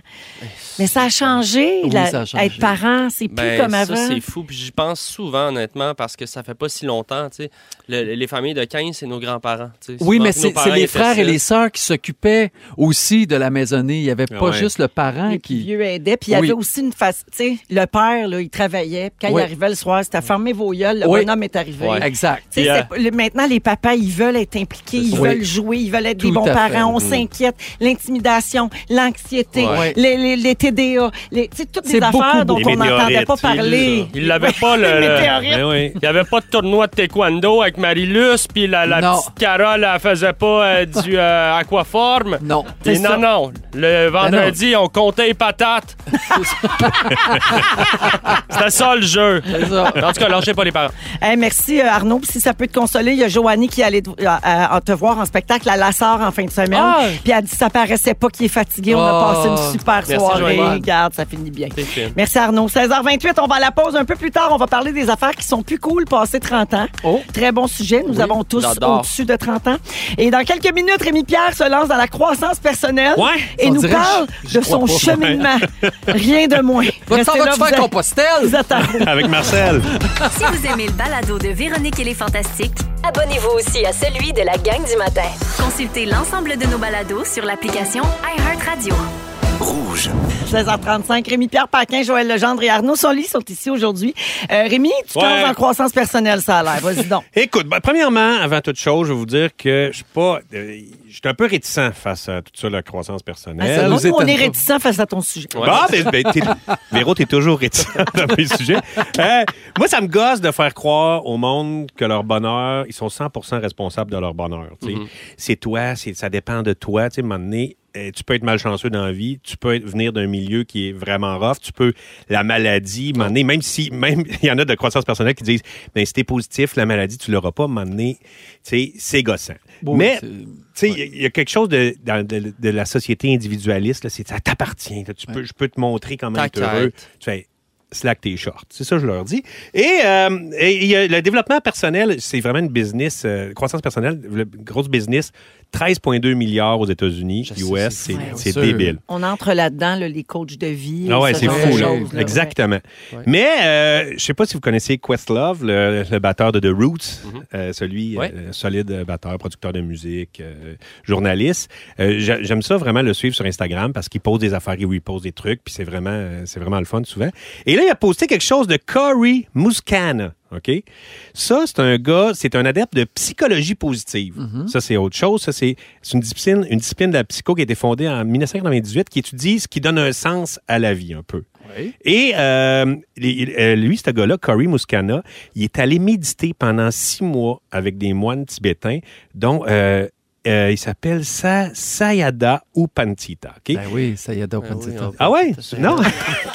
Speaker 1: Mais ça a changé,
Speaker 4: Oui,
Speaker 1: la-
Speaker 4: ça a changé.
Speaker 1: être parent, c'est plus
Speaker 3: Ben,
Speaker 1: comme
Speaker 3: ça,
Speaker 1: avant.
Speaker 3: c'est fou. Puis j'y pense souvent, honnêtement, parce que ça fait pas si longtemps. tu sais. Le- les familles de 15, c'est nos grands-parents. tu sais.
Speaker 4: Oui,
Speaker 3: Souvent,
Speaker 4: mais
Speaker 3: nos
Speaker 4: c'est
Speaker 3: parents
Speaker 4: c'est les
Speaker 3: étaient
Speaker 4: frères et
Speaker 3: six.
Speaker 4: les sœurs qui s'occupaient aussi de la maisonnée. Il n'y avait
Speaker 2: Ah
Speaker 4: pas
Speaker 2: ouais.
Speaker 4: juste le parent
Speaker 1: Les
Speaker 4: qui...
Speaker 1: plus vieux aidaient. Hein, Puis il y avait
Speaker 4: Oui.
Speaker 1: aussi une face. Tu sais, le père, là, il travaillait. Puis quand
Speaker 4: Oui.
Speaker 1: il arrivait le soir, c'était fermé vos yeux, le
Speaker 4: Oui.
Speaker 1: bonhomme est arrivé.
Speaker 3: Ouais.
Speaker 4: Exact.
Speaker 1: Tu sais,
Speaker 2: Yeah.
Speaker 1: c'est- le- maintenant, les papas, ils veulent être impliqués, ils
Speaker 4: euh, Oui.
Speaker 1: veulent jouer, ils veulent être des
Speaker 4: Tout
Speaker 1: bons
Speaker 4: à
Speaker 1: parents.
Speaker 4: fait. Mm.
Speaker 1: On s'inquiète. L'intimidation, l'anxiété,
Speaker 4: Ouais.
Speaker 1: les, les- les TDA, les, tu sais, toutes
Speaker 4: C'est
Speaker 1: des
Speaker 4: beaucoup,
Speaker 1: affaires dont
Speaker 2: beaucoup.
Speaker 1: on
Speaker 2: Les
Speaker 1: n'entendait pas
Speaker 2: météorites, j'ai lu
Speaker 1: parler.
Speaker 2: ça.
Speaker 3: Il n'avait pas le. le-
Speaker 2: Ben oui.
Speaker 3: Il n'y avait pas de tournoi de taekwondo avec Marie-Luce, puis la, la
Speaker 4: Non.
Speaker 3: petite Carole, elle faisait pas euh, du euh, aquaforme.
Speaker 4: Non.
Speaker 3: Et non, Ben non. Le vendredi, on comptait les patates. C'était ça le jeu.
Speaker 4: C'est ça.
Speaker 3: En tout cas, lâchez pas les parents.
Speaker 1: Hey, merci euh, Arnaud. Puis si ça peut te consoler, il y a Joanie qui allait te, euh, euh, te voir en spectacle à la Sarre en fin de semaine.
Speaker 4: Ah!
Speaker 1: Puis elle dit ça paraissait pas qu'il est fatigué. On a
Speaker 4: Oh!
Speaker 1: passé une super
Speaker 3: Merci,
Speaker 1: soirée.
Speaker 3: Joanie.
Speaker 1: Regarde, ça finit bien.
Speaker 3: C'est fine.
Speaker 1: Merci Arnaud. 16h28, on va à la pause un peu plus tard. On va parler des affaires qui sont plus cool passé 30 ans.
Speaker 4: Oh.
Speaker 1: Très bon sujet. Nous avons tous
Speaker 3: j'adore.
Speaker 1: au-dessus de 30 ans. Et dans quelques minutes, Rémi Pierre se lance dans la croissance personnelle
Speaker 2: Ouais.
Speaker 1: et
Speaker 4: On
Speaker 1: nous
Speaker 4: dirait que
Speaker 1: parle
Speaker 4: je- je
Speaker 1: de son
Speaker 4: crois pas.
Speaker 1: cheminement. Rien de moins.
Speaker 4: Va t'en
Speaker 1: Restez là,
Speaker 4: vas-tu
Speaker 1: vous
Speaker 4: faire
Speaker 1: êtes-
Speaker 4: Compostelle?
Speaker 1: vous êtes à Rouge.
Speaker 2: Avec Marcel.
Speaker 6: Si vous aimez le balado de Véronique et les Fantastiques,
Speaker 7: Abonnez-vous aussi à celui de la gang du matin.
Speaker 6: consultez l'ensemble de nos balados sur l'application iHeartRadio.
Speaker 1: 16h35, Rémi Pierre Paquin, Joël Legendre et Arnaud Soli sont ici aujourd'hui. Euh, Rémi, tu te
Speaker 2: Ouais.
Speaker 1: lances en croissance personnelle, ça a l'air. Vas-y donc.
Speaker 2: Écoute, ben, premièrement, avant toute chose, je vais vous dire que je suis pas. euh, je suis un peu réticent face à tout ça, la croissance
Speaker 4: Ah, ça
Speaker 2: personnelle.
Speaker 4: nous
Speaker 1: Hein, Nous, on
Speaker 4: étonne
Speaker 1: est
Speaker 4: pas.
Speaker 1: réticents face à ton sujet.
Speaker 3: Ouais.
Speaker 2: Bah, ben, ben, t'es- Véro, t'es toujours réticent dans mes sujets. Euh, moi, ça me gosse de faire croire au monde que leur bonheur, ils sont 100 responsables de leur bonheur. tu sais. C'est toi, c'est- ça dépend de toi. Tu sais, à un moment donné, euh, tu peux être malchanceux dans la vie, tu peux être- venir d'un milieu qui est vraiment rough, tu peux la maladie, à un moment donné, même si même il y en a de croissance personnelle qui disent ben si t'es positif, la maladie tu l'auras pas, à un moment donné, tu sais, c'est gossant.
Speaker 4: Oui,
Speaker 2: Mais
Speaker 4: c'est-
Speaker 2: tu sais, il y a- il y a quelque chose de, dans- de- de la société individualiste, là, c'est ça t'appartient. là, tu peux, Je peux te montrer comment être
Speaker 3: T'inquiète.
Speaker 2: heureux. Tu fais slack tes shorts. C'est ça, que je leur dis. Et, euh, et il y a le développement personnel, c'est vraiment une business, euh, croissance personnelle, le- grosse business, 13,2 milliards aux États-Unis,
Speaker 3: Je sais,
Speaker 2: US,
Speaker 3: c'est
Speaker 2: c'est
Speaker 3: fou,
Speaker 2: c'est
Speaker 4: sûr.
Speaker 2: débile.
Speaker 1: On entre là-dedans, là, les coachs de vie.
Speaker 2: Ah ouais,
Speaker 1: ce
Speaker 2: c'est
Speaker 1: genre
Speaker 4: de
Speaker 2: fou, là.
Speaker 4: choses,
Speaker 1: ouais.
Speaker 2: Exactement. Mais euh, je sais pas si vous connaissez Questlove, le, le batteur de The Roots,
Speaker 1: Mm-hmm.
Speaker 2: euh, celui
Speaker 3: Ouais.
Speaker 2: euh, solide batteur, producteur de musique, euh, journaliste. Euh, j'a- J'aime ça vraiment le suivre sur Instagram parce qu'il pose des affaires et où il pose des trucs, puis c'est vraiment, euh, c'est vraiment le fun souvent. Et là, il a posté quelque chose de Corey Muscana. OK? Ça, c'est un gars, c'est un adepte de psychologie positive.
Speaker 1: Mm-hmm.
Speaker 2: Ça, c'est autre chose. Ça, c'est c'est une discipline, une discipline de la psycho qui a été fondée en 1998 qui étudie ce qui donne un sens à la vie un peu.
Speaker 4: Oui.
Speaker 2: Et euh, les- euh, lui, ce gars-là, Cory Muscana, il est allé méditer pendant six mois avec des moines tibétains, dont euh, euh, il s'appelle Sa- Sayada Upantita. OK?
Speaker 4: Ben oui, ça y est,
Speaker 3: Ben oui,
Speaker 4: d'Opentita.
Speaker 3: on-
Speaker 2: ah ouais? Non? Ok,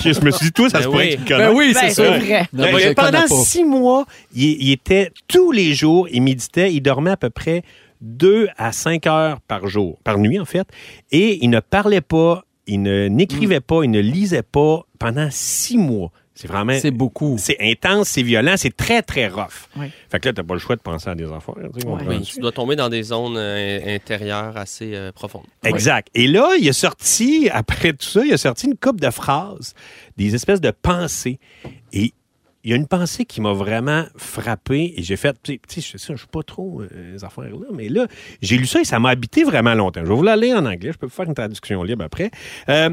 Speaker 2: je me suis dit, toi, ça
Speaker 3: Ben
Speaker 2: se pourrait
Speaker 3: oui.
Speaker 2: que tu le connaisses.
Speaker 4: oui,
Speaker 1: Ben, c'est vrai.
Speaker 4: Ah, Non,
Speaker 2: Ben,
Speaker 4: moi, je le connais
Speaker 2: pendant
Speaker 4: pas.
Speaker 2: six mois, il, il était tous les jours, il méditait, il dormait à peu près deux à cinq heures par jour, par nuit en fait, et il ne parlait pas, il ne n'écrivait pas, il ne lisait pas pendant six mois. C'est vraiment.
Speaker 4: C'est beaucoup.
Speaker 2: C'est intense, c'est violent, c'est très, très rough.
Speaker 1: Oui.
Speaker 2: Fait que là, t'as pas le choix de penser à des enfants. tu sais, comprends-tu?
Speaker 3: Oui, Ben, tu dois tomber dans des zones euh, intérieures assez euh, profondes.
Speaker 2: Exact. Et là, il a sorti, après tout ça, il a sorti une coupe de phrases, des espèces de pensées. Et il y a une pensée qui m'a vraiment frappé et j'ai fait, tu sais, tu sais, je sais ça, je suis pas trop euh, les affaires là, mais là, j'ai lu ça et ça m'a habité vraiment longtemps. Je vais vous la lire en anglais, je peux vous faire une traduction libre après. Euh,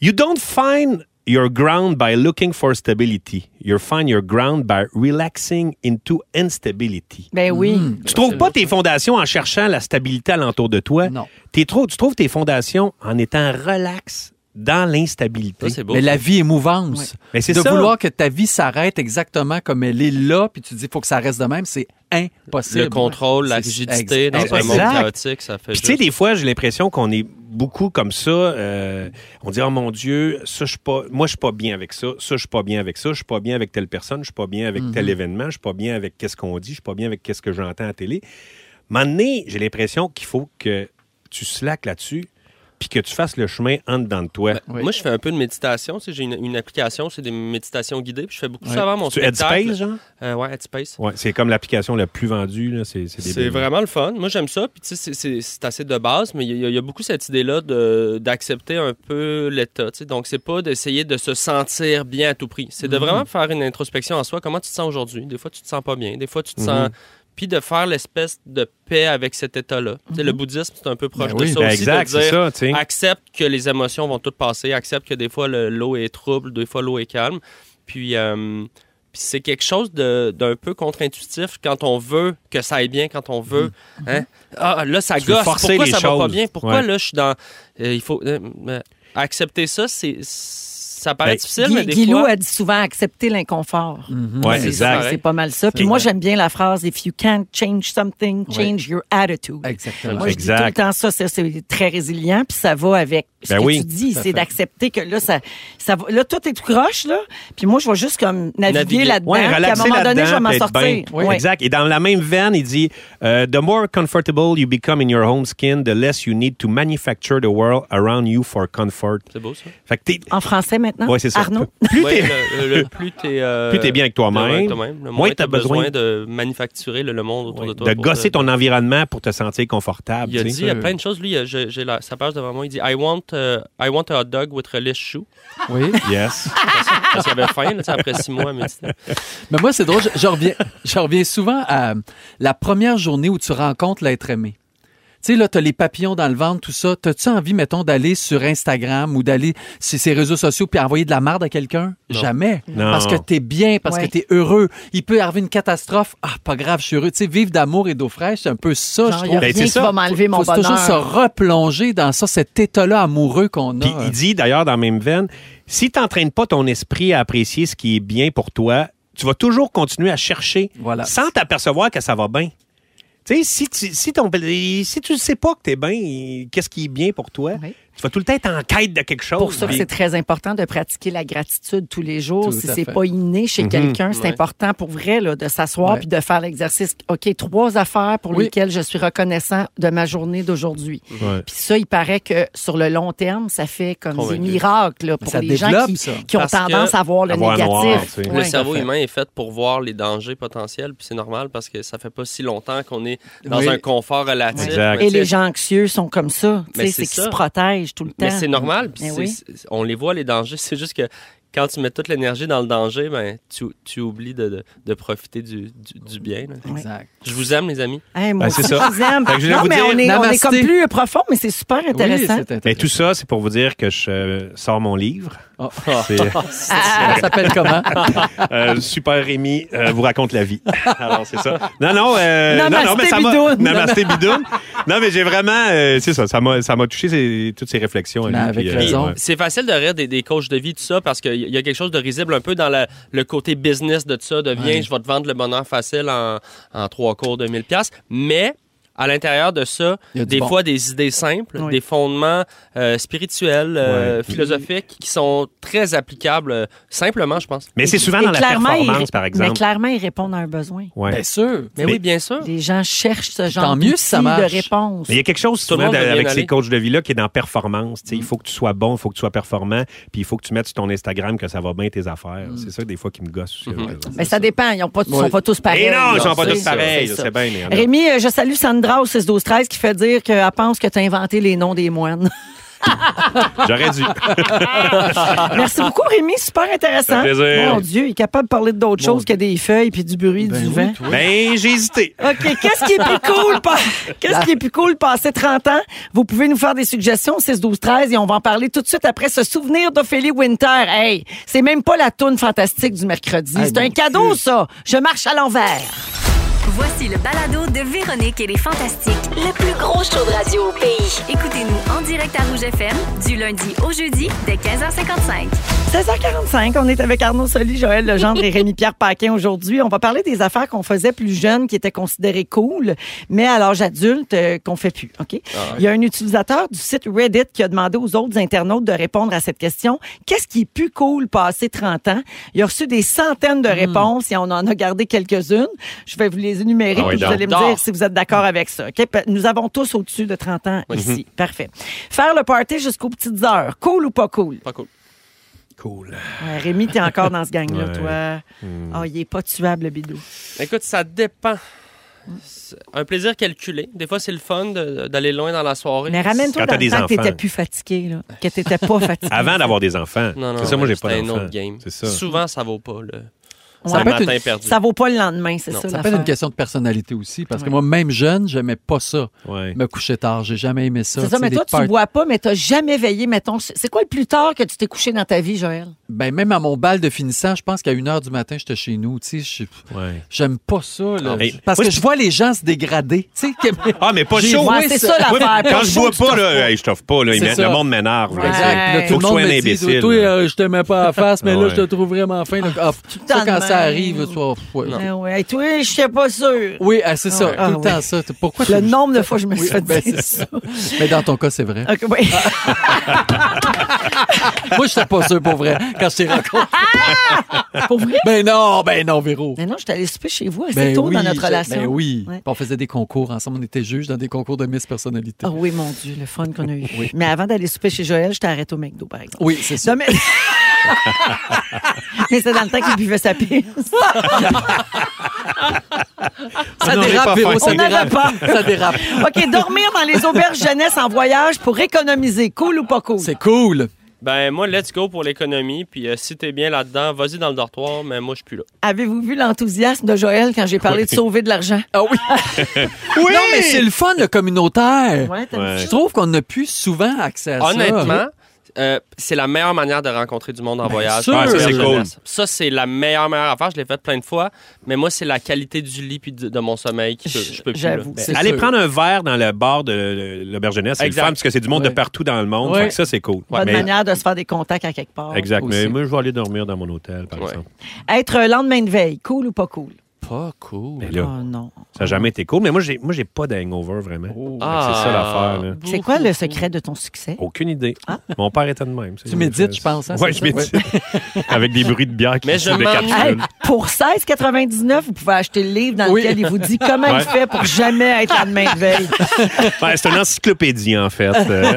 Speaker 2: you don't find your ground by looking for stability. You find your ground by relaxing into instability.
Speaker 1: Ben oui.
Speaker 2: Tu trouves pas tes fondations en cherchant la stabilité alentour de toi.
Speaker 4: Non.
Speaker 2: T'es trop, tu trouves tes fondations en étant relax dans l'instabilité.
Speaker 3: Ça, c'est beau.
Speaker 4: Mais la vie est mouvance.
Speaker 2: Mais c'est
Speaker 4: de
Speaker 2: ça.
Speaker 4: vouloir que ta vie s'arrête exactement comme elle est là, puis tu dis faut que ça reste de même, c'est impossible.
Speaker 3: le contrôle, la
Speaker 4: C'est-
Speaker 3: rigidité dans
Speaker 4: ex-
Speaker 3: un monde
Speaker 2: exact.
Speaker 3: chaotique, ça fait
Speaker 2: Puis tu sais,
Speaker 3: juste...
Speaker 2: des fois, j'ai l'impression qu'on est beaucoup comme ça. euh, on dit, oh mon Dieu, ça, je suis pas, moi, je suis pas bien avec ça. Ça, je suis pas bien avec ça. Je suis pas bien avec telle personne. Je suis pas bien avec tel événement. Je suis pas bien avec qu'est-ce qu'on dit. Je suis pas bien avec qu'est-ce que j'entends à la télé. Maintenant, j'ai l'impression qu'il faut que tu slack là-dessus puis que tu fasses le chemin en dedans de toi.
Speaker 4: Oui.
Speaker 3: Moi, je fais un peu de méditation. tu sais, J'ai une, une application, c'est des méditations guidées. Puis je fais beaucoup
Speaker 4: Ouais.
Speaker 3: ça avant mon
Speaker 2: tu
Speaker 3: spectacle.
Speaker 2: Headspace, genre?
Speaker 3: Euh, ouais, Headspace.
Speaker 2: Ouais, c'est comme l'application la plus vendue. là, C'est c'est
Speaker 3: C'est
Speaker 2: débile.
Speaker 3: vraiment le fun. Moi, j'aime ça. Puis, tu sais, c'est- c'est- c'est assez de base, mais il y, a- il y a beaucoup cette idée-là de- d'accepter un peu l'état. tu sais. Donc, c'est pas d'essayer de se sentir bien à tout prix. C'est
Speaker 2: Mhm.
Speaker 3: de vraiment faire une introspection en soi. Comment tu te sens aujourd'hui? Des fois, tu te sens pas bien. Des fois, tu
Speaker 2: Mhm.
Speaker 3: te sens. Puis de faire l'espèce de paix avec cet état-là. Tu sais, Le bouddhisme, c'est un peu proche
Speaker 4: Ben
Speaker 3: de
Speaker 4: oui.
Speaker 3: ça
Speaker 2: Mhm. Ben
Speaker 3: aussi.
Speaker 2: exact,
Speaker 3: de
Speaker 2: c'est
Speaker 3: dire,
Speaker 2: ça, tu sais.
Speaker 3: accepte que les émotions vont toutes passer, accepte que des fois le- l'eau est trouble, des fois l'eau est calme. Puis, euh, puis c'est quelque chose de- d'un peu contre-intuitif quand on veut que ça aille bien, quand on veut. hein. Ah, là, ça
Speaker 2: Mhm. Tu veux
Speaker 3: gosse.
Speaker 2: forcer
Speaker 3: Pourquoi
Speaker 2: les
Speaker 3: ça va pas
Speaker 2: choses.
Speaker 3: bien? Pourquoi
Speaker 2: Ouais.
Speaker 3: là, je suis dans. euh, il faut. euh, euh, accepter ça, c'est. Ça paraît
Speaker 2: Ben,
Speaker 3: difficile, mais des
Speaker 1: Guilou
Speaker 3: fois.
Speaker 1: a dit souvent accepter l'inconfort.
Speaker 2: Mm-hmm. Ouais,
Speaker 3: C'est
Speaker 2: exact.
Speaker 3: ça.
Speaker 1: C'est pas mal ça. Puis
Speaker 3: C'est
Speaker 1: moi,
Speaker 3: vrai.
Speaker 1: j'aime bien la phrase If you can't change something, change your attitude.
Speaker 4: Exactement.
Speaker 1: Moi, je dis tout le
Speaker 2: Exact.
Speaker 1: temps ça, ça, c'est très résilient, puis ça va avec ce
Speaker 2: Ben
Speaker 1: que
Speaker 2: oui.
Speaker 1: tu dis,
Speaker 4: Tout à
Speaker 1: c'est
Speaker 4: fait.
Speaker 1: d'accepter que là, ça, ça va, là, tout est tout croche, là, puis moi, je vais juste comme naviguer,
Speaker 3: Naviguer.
Speaker 1: là-dedans,
Speaker 2: Ouais,
Speaker 1: puis à un
Speaker 2: relaxer
Speaker 1: moment donné, je vais
Speaker 2: là-dedans,
Speaker 1: m'en
Speaker 2: puis être
Speaker 1: sortir.
Speaker 2: bien.
Speaker 1: Ouais.
Speaker 2: Exact. Et dans la même veine, il dit euh, The more comfortable you become in your own skin, the less you need to manufacture the world around you for comfort.
Speaker 3: C'est beau ça.
Speaker 2: Fait que t'es.
Speaker 1: En français maintenant,
Speaker 2: Ouais, c'est ça.
Speaker 1: Ah, hein? Arnaud?
Speaker 2: Plus
Speaker 3: Ouais,
Speaker 2: t'es-
Speaker 3: le, le- le plus t'es euh,
Speaker 2: Plus t'es bien avec toi-même,
Speaker 3: bien avec toi-même, le
Speaker 2: moins
Speaker 3: moins
Speaker 2: t'as
Speaker 3: t'as besoin
Speaker 2: besoin
Speaker 3: de manufacturer le, le monde autour
Speaker 2: ouais,
Speaker 3: de toi.
Speaker 2: de
Speaker 3: pour
Speaker 2: gosser
Speaker 3: te-
Speaker 2: ton environnement pour te sentir confortable.
Speaker 3: Il a
Speaker 2: tu
Speaker 3: dit
Speaker 2: sais. euh,
Speaker 3: il y a plein de choses. Lui, il a- j'ai j'ai la- sa page devant moi. Il dit I want, euh, I want a hot dog with relish shoe.
Speaker 4: Oui.
Speaker 2: Yes.
Speaker 3: Parce qu'il avait faim là, tu sais, après six mois. Mais c'est-
Speaker 4: Mais moi, c'est drôle, je, je reviens, je reviens souvent à la première journée où tu rencontres l'être aimé. Tu sais, là, t'as les papillons dans le ventre, tout ça. T'as-tu envie, mettons, d'aller sur Instagram ou d'aller sur ces réseaux sociaux puis envoyer de la marde à quelqu'un?
Speaker 3: Non.
Speaker 4: Jamais.
Speaker 2: Non.
Speaker 4: Parce que t'es bien, parce
Speaker 1: Ouais.
Speaker 4: que t'es heureux. Il peut arriver une catastrophe. Ah, pas grave, je suis heureux. Tu sais, vivre d'amour et d'eau fraîche, c'est un peu ça,
Speaker 1: Genre,
Speaker 4: je
Speaker 1: il n'y a
Speaker 2: Ben,
Speaker 4: trouve.
Speaker 1: rien
Speaker 2: c'est
Speaker 1: qui
Speaker 2: ça.
Speaker 1: va m'enlever mon
Speaker 4: Faut toujours se
Speaker 1: bonheur.
Speaker 4: replonger dans ça, cet état-là amoureux qu'on a.
Speaker 2: Puis
Speaker 1: euh.
Speaker 2: il dit d'ailleurs dans la même veine, si tu n'entraînes pas ton esprit à apprécier ce qui est bien pour toi, tu vas toujours continuer à chercher
Speaker 4: Voilà.
Speaker 2: sans t'apercevoir que ça va bien. Tu sais, si tu si ton- si tu sais pas que tu es bien, qu'est-ce qui est bien pour toi,
Speaker 1: Oui.
Speaker 2: tu vas tout le temps être en quête de quelque chose.
Speaker 1: Pour ça que
Speaker 2: Puis-
Speaker 1: c'est très important de pratiquer la gratitude tous les jours.
Speaker 4: Tout
Speaker 1: si
Speaker 4: à
Speaker 1: c'est
Speaker 4: fait.
Speaker 1: pas inné chez quelqu'un, c'est
Speaker 3: Ouais.
Speaker 1: important pour vrai là, de s'asseoir
Speaker 4: Ouais.
Speaker 1: puis de faire l'exercice. OK, trois affaires pour
Speaker 4: Oui.
Speaker 1: lesquelles je suis reconnaissant de ma journée d'aujourd'hui.
Speaker 2: Ouais.
Speaker 1: Puis ça, il paraît que sur le long terme, ça fait comme
Speaker 3: Convaincu.
Speaker 1: des miracles là, pour
Speaker 4: Ça
Speaker 1: les gens
Speaker 4: développe,
Speaker 1: qui,
Speaker 4: ça.
Speaker 1: qui ont
Speaker 3: Parce
Speaker 1: tendance
Speaker 3: que-
Speaker 1: à voir le
Speaker 2: À voir noir,
Speaker 1: négatif.
Speaker 2: tu sais.
Speaker 3: le
Speaker 1: Ouais.
Speaker 3: cerveau
Speaker 4: Tout à fait.
Speaker 3: humain est fait pour voir les dangers potentiels. Puis c'est normal parce que ça fait pas si longtemps qu'on est dans
Speaker 4: Oui.
Speaker 3: un confort relatif.
Speaker 2: Exact.
Speaker 3: mais
Speaker 1: Et
Speaker 3: tu sais,
Speaker 1: les gens anxieux sont comme ça. Tu
Speaker 3: Mais
Speaker 1: sais,
Speaker 3: c'est
Speaker 1: C'est qu'ils
Speaker 3: ça.
Speaker 1: se protègent tout le temps.
Speaker 3: Mais c'est normal. puis
Speaker 1: Mais
Speaker 3: c'est-
Speaker 1: Ben oui.
Speaker 3: c'est- On les voit, les dangers. C'est juste que quand tu mets toute l'énergie dans le danger, ben, tu, tu oublies de, de- de profiter du, du- du bien. là.
Speaker 4: Exact.
Speaker 3: Je vous aime, les amis.
Speaker 1: Hey, moi
Speaker 2: Ben, c'est
Speaker 1: aussi,
Speaker 2: ça.
Speaker 1: je vous aime.
Speaker 2: Fait que je voulais
Speaker 1: non,
Speaker 2: vous
Speaker 1: mais
Speaker 2: dire,
Speaker 1: on est, on est
Speaker 4: namasté.
Speaker 1: comme plus profond, mais c'est super
Speaker 4: Oui,
Speaker 1: intéressant.
Speaker 4: c'est intéressant.
Speaker 2: Mais Ben, tout ça, c'est pour vous dire que je euh, sors mon livre.
Speaker 4: Oh.
Speaker 2: C'est,
Speaker 1: Ah.
Speaker 4: Ça s'appelle comment?
Speaker 2: euh, Super Rémi euh, vous raconte la vie. Alors, c'est ça. Non, non, euh, non, non,
Speaker 1: Namasté,
Speaker 2: mais ça m'a...
Speaker 1: bidoune.
Speaker 2: Namasté, bidoune. Non, mais j'ai vraiment... euh, c'est ça, ça m'a, ça m'a touché ces- toutes ces réflexions. à
Speaker 4: Mais
Speaker 2: lui,
Speaker 4: avec
Speaker 2: puis, euh,
Speaker 4: raison.
Speaker 2: ouais.
Speaker 3: C'est facile de rire des, des coachs de vie, tout ça, parce que il y a quelque chose de risible un peu dans la- le côté business de ça, de viens, je vais te vendre le bonheur facile en, en trois cours de 1000 pièces, mais à l'intérieur de ça,
Speaker 4: Il y a du
Speaker 3: des
Speaker 4: bon.
Speaker 3: fois des idées simples,
Speaker 4: Oui.
Speaker 3: des fondements euh, spirituels, euh,
Speaker 2: Ouais.
Speaker 3: philosophiques qui sont très applicables euh, simplement, je pense.
Speaker 2: Mais c'est souvent
Speaker 1: Et
Speaker 2: dans la
Speaker 1: clairement, ils-
Speaker 2: performance, par
Speaker 1: Mais
Speaker 2: exemple.
Speaker 1: clairement, ils répondent à un besoin.
Speaker 2: Ouais.
Speaker 4: Bien sûr.
Speaker 3: Mais,
Speaker 2: Mais-
Speaker 3: oui, bien sûr.
Speaker 1: Les gens cherchent ce genre
Speaker 4: Tant mieux si ça
Speaker 1: d'outils
Speaker 4: marche.
Speaker 1: de réponse.
Speaker 2: Mais il y a Mm. quelque chose
Speaker 3: Tout le
Speaker 2: souvent
Speaker 3: monde
Speaker 2: de-
Speaker 3: veut bien
Speaker 2: avec
Speaker 3: aller.
Speaker 2: ces coachs de vie-là qui est dans performance. tu sais, Il faut que tu sois bon, il faut que tu sois performant, puis il faut que tu mettes sur ton Instagram que ça va bien tes affaires.
Speaker 1: Mm.
Speaker 2: C'est ça, des fois, qui me gosse. aussi, par exemple.
Speaker 1: Mais ça dépend, ils ne sont
Speaker 4: Oui.
Speaker 1: pas tous pareils.
Speaker 2: Et non, ils
Speaker 1: là,
Speaker 2: sont pas
Speaker 1: Mm-hmm. c'est
Speaker 2: tous
Speaker 1: ça,
Speaker 2: pareils,
Speaker 1: c'est
Speaker 2: je
Speaker 1: ça.
Speaker 2: sais bien. mais il y en a.
Speaker 1: Rémi, euh, je salue Sandra au 6-12-13 qui fait dire qu'elle pense que tu as inventé les noms des moines.
Speaker 2: J'aurais dû.
Speaker 4: Ah.
Speaker 1: Merci beaucoup, Rémi. Super intéressant.
Speaker 2: Ça fait plaisir.
Speaker 1: Mon Dieu, il est capable de parler d'autres choses que des feuilles puis du bruit du vent.
Speaker 2: Ben, j'ai hésité.
Speaker 1: OK, qu'est-ce qui est plus cool? pa- Qu'est-ce qui est plus cool passer 30 ans? Vous pouvez nous faire des suggestions 6 12 13 et on va en parler tout de suite après ce souvenir d'Ophélie Winter. Hey, c'est même pas la toune fantastique du mercredi,
Speaker 4: Hey,
Speaker 1: c'est un
Speaker 4: mon
Speaker 1: cadeau
Speaker 4: Dieu.
Speaker 1: ça. Je marche à l'envers.
Speaker 6: Voici le balado de Véronique et les Fantastiques.
Speaker 7: Le plus gros show de radio au pays.
Speaker 6: Écoutez-nous en direct à Rouge FM du lundi au jeudi dès 15h55.
Speaker 1: 16h45, on est avec Arnaud Soli, Joël Legendre et Rémi-Pierre Paquin aujourd'hui. On va parler des affaires qu'on faisait plus jeune, qui étaient considérées cool, mais à l'âge adulte, euh, qu'on fait plus.
Speaker 2: Ah
Speaker 1: OK? Il y a un utilisateur du site Reddit qui a demandé aux autres internautes de répondre à cette question. Qu'est-ce qui est plus cool passé 30 ans? Il a reçu des centaines de
Speaker 2: Hmm.
Speaker 1: réponses et on en a gardé quelques-unes. Je vais vous les énumérer
Speaker 2: Ah oui,
Speaker 1: puis vous
Speaker 2: donc.
Speaker 1: allez me
Speaker 3: D'or.
Speaker 1: dire si vous êtes d'accord avec ça. OK? Pa- Nous avons tous au-dessus de 30 ans ici.
Speaker 2: Mm-hmm.
Speaker 1: Parfait. Faire le party jusqu'aux petites heures. Cool ou pas cool?
Speaker 3: Pas cool.
Speaker 2: Cool.
Speaker 1: Ouais, Euh, Rémi, t'es encore dans ce gang-là,
Speaker 2: Ouais.
Speaker 1: toi.
Speaker 4: Hmm.
Speaker 1: Ah, il est pas tuable, le bidou.
Speaker 3: Écoute, ça dépend. C'est Un plaisir calculé. Des fois, c'est le fun de- d'aller loin dans la soirée.
Speaker 1: Mais ramène-toi dans
Speaker 2: Quand t'as
Speaker 1: le
Speaker 2: des
Speaker 1: temps que t'étais
Speaker 2: enfants.
Speaker 1: plus fatigué, là. Que t'étais pas fatigué.
Speaker 2: Avant d'avoir des enfants.
Speaker 3: Non, non,
Speaker 2: c'est ça, moi, j'ai pas
Speaker 3: C'est un
Speaker 2: d'enfants.
Speaker 3: autre game.
Speaker 2: C'est ça.
Speaker 3: Souvent, ça vaut pas. Le,
Speaker 1: Ouais.
Speaker 3: ça
Speaker 4: peut être
Speaker 3: matin
Speaker 4: une-
Speaker 3: perdu.
Speaker 1: Ça vaut pas le lendemain, c'est
Speaker 3: Non,
Speaker 1: ça,
Speaker 4: Ça peut être une
Speaker 1: l'affaire.
Speaker 4: question de personnalité aussi, parce
Speaker 1: Ouais.
Speaker 4: que moi, même jeune, j'aimais pas ça.
Speaker 2: Ouais.
Speaker 4: Me coucher tard, j'ai jamais aimé ça.
Speaker 1: C'est ça,
Speaker 4: Tu sais,
Speaker 1: mais
Speaker 4: les
Speaker 1: toi, tu
Speaker 4: parties-
Speaker 1: bois pas, mais t'as jamais veillé, mettons. C'est quoi le plus tard que tu t'es couché dans ta vie, Joël?
Speaker 4: Ben, même à mon bal de finissant, je pense qu'à 1 h du matin, j'étais chez nous. Tu sais, je-
Speaker 2: Ouais.
Speaker 4: j'aime pas ça. là.
Speaker 2: Ah, mais-
Speaker 4: Parce
Speaker 2: Moi,
Speaker 4: que
Speaker 2: je-
Speaker 4: je vois les gens se dégrader. Tu sais, que-
Speaker 2: Ah, mais pas
Speaker 4: J'ai
Speaker 2: chaud.
Speaker 4: moins
Speaker 1: Ouais,
Speaker 4: oui,
Speaker 1: c'est
Speaker 4: ça-
Speaker 1: ça,
Speaker 2: Oui,
Speaker 1: l'affaire.
Speaker 2: mais quand je bois
Speaker 4: tu
Speaker 2: pas,
Speaker 4: t'offres
Speaker 2: là, hey, je t'offre pas. Là, il
Speaker 4: C'est
Speaker 2: me-
Speaker 4: ça.
Speaker 2: le monde m'énerve. là,
Speaker 1: Ouais.
Speaker 2: tu sais.
Speaker 4: Exact. Puis là,
Speaker 1: Faut
Speaker 4: tout
Speaker 2: Ah, que
Speaker 4: le monde
Speaker 2: soit un
Speaker 4: me dit,
Speaker 2: imbécile. Ah,
Speaker 4: toi, euh, je t'aimais pas à face, mais là,
Speaker 2: Ouais.
Speaker 4: je te trouverais vraiment fin. Là, Ah, pff,
Speaker 1: le
Speaker 4: ça,
Speaker 1: temps
Speaker 4: quand
Speaker 1: de
Speaker 4: ça
Speaker 1: même.
Speaker 4: arrive, tu vois, pff, ouais.
Speaker 1: Eh ouais, toi, je suis pas sûr.
Speaker 4: Oui, ah, c'est ça.
Speaker 1: Ah,
Speaker 4: tout le
Speaker 1: ouais.
Speaker 4: temps ça. T'es- Pourquoi
Speaker 1: Le
Speaker 4: tu-
Speaker 1: nombre de fois que je me suis
Speaker 4: Oui,
Speaker 1: fait
Speaker 4: ben,
Speaker 1: dire
Speaker 4: c'est
Speaker 1: ça.
Speaker 4: Mais dans ton cas, c'est vrai.
Speaker 1: OK, oui.
Speaker 4: Moi, je suis pas sûr pour vrai quand je t'ai rencontré.
Speaker 1: Pour vrai?
Speaker 4: Ben non, ben non, Véro.
Speaker 1: Mais non, je suis allée souper chez vous assez
Speaker 4: Ben
Speaker 1: tôt dans
Speaker 4: oui,
Speaker 1: notre
Speaker 4: je-
Speaker 1: relation.
Speaker 4: Ben oui.
Speaker 1: Ouais.
Speaker 4: Puis On faisait des concours ensemble. On était juges dans des concours de Miss Personnalité.
Speaker 1: Ah oui, mon Dieu, le fun qu'on a eu. Mais avant d'aller souper chez Joël, je t'arrête au McDo, par exemple.
Speaker 4: Oui, c'est ça.
Speaker 1: Non, mais... mais c'est dans le temps qu'il buvait sa pisse.
Speaker 4: Ça
Speaker 2: non, j'ai
Speaker 4: dérape,
Speaker 2: pas
Speaker 4: Véro,
Speaker 2: faim.
Speaker 4: ça
Speaker 1: On n'avait
Speaker 4: dérape.
Speaker 1: pas.
Speaker 4: Ça dérape.
Speaker 1: OK, dormir dans les auberges jeunesse en voyage pour économiser. Cool ou pas cool?
Speaker 4: C'est cool.
Speaker 3: Ben, moi, let's go pour l'économie. Puis euh, si t'es bien là-dedans, vas-y dans le dortoir, mais moi, je suis plus là.
Speaker 1: Avez-vous vu l'enthousiasme de Joël quand j'ai parlé de sauver de l'argent?
Speaker 4: Ah oui. oui. Non, mais c'est le fun, le communautaire.
Speaker 1: Ouais, t'as
Speaker 2: Ouais.
Speaker 4: Je trouve qu'on n'a plus souvent accès à ça.
Speaker 3: Honnêtement, euh, c'est la meilleure manière de rencontrer du monde en voyage.
Speaker 4: sûr. Ouais, ça,
Speaker 2: c'est cool.
Speaker 3: Ça, c'est la meilleure, meilleure affaire. Je l'ai faite plein de fois. Mais moi, c'est la qualité du lit puis de, de mon sommeil qui peut, je peux plus. là. Ben,
Speaker 1: J'avoue.
Speaker 4: C'est
Speaker 2: Aller
Speaker 4: sûr.
Speaker 2: prendre un verre dans le bar de euh, l'auberge jeunesse, c'est le
Speaker 3: Exact.
Speaker 2: fun parce que c'est du monde de
Speaker 4: Ouais.
Speaker 2: partout dans le monde.
Speaker 4: Ouais.
Speaker 2: Fait que ça, c'est cool.
Speaker 1: Pas de
Speaker 2: Mais-
Speaker 1: manière de se faire des contacts à quelque part.
Speaker 2: Exact. Mais
Speaker 4: Aussi.
Speaker 2: moi, je vais aller dormir dans mon hôtel, par
Speaker 3: Ouais.
Speaker 2: exemple.
Speaker 1: Être euh, lendemain de veille, cool ou pas cool?
Speaker 4: Pas cool.
Speaker 2: Mais là,
Speaker 1: Oh non.
Speaker 2: ça n'a jamais été cool. Mais moi, j'ai, moi, j'ai pas d'hangover vraiment. Fait
Speaker 4: Oh.
Speaker 2: que
Speaker 3: Ah.
Speaker 2: C'est ça l'affaire. là.
Speaker 1: C'est quoi le secret de ton succès?
Speaker 2: Aucune idée. Mon père était de même.
Speaker 4: Ah. Tu médites, je pense, hein,
Speaker 2: oui, je
Speaker 4: c'est ça?
Speaker 2: médite. Avec des bruits de bière qui
Speaker 3: Mais
Speaker 2: sont
Speaker 3: je
Speaker 2: des
Speaker 3: m'en-
Speaker 1: Hey,
Speaker 2: capsules.
Speaker 1: pour 16,99, vous pouvez acheter le livre dans
Speaker 4: Oui.
Speaker 1: lequel il vous dit comment il
Speaker 2: Ouais.
Speaker 1: fait pour jamais être lendemain de veille.
Speaker 2: Ouais, Ben, c'est une encyclopédie, en fait. Euh,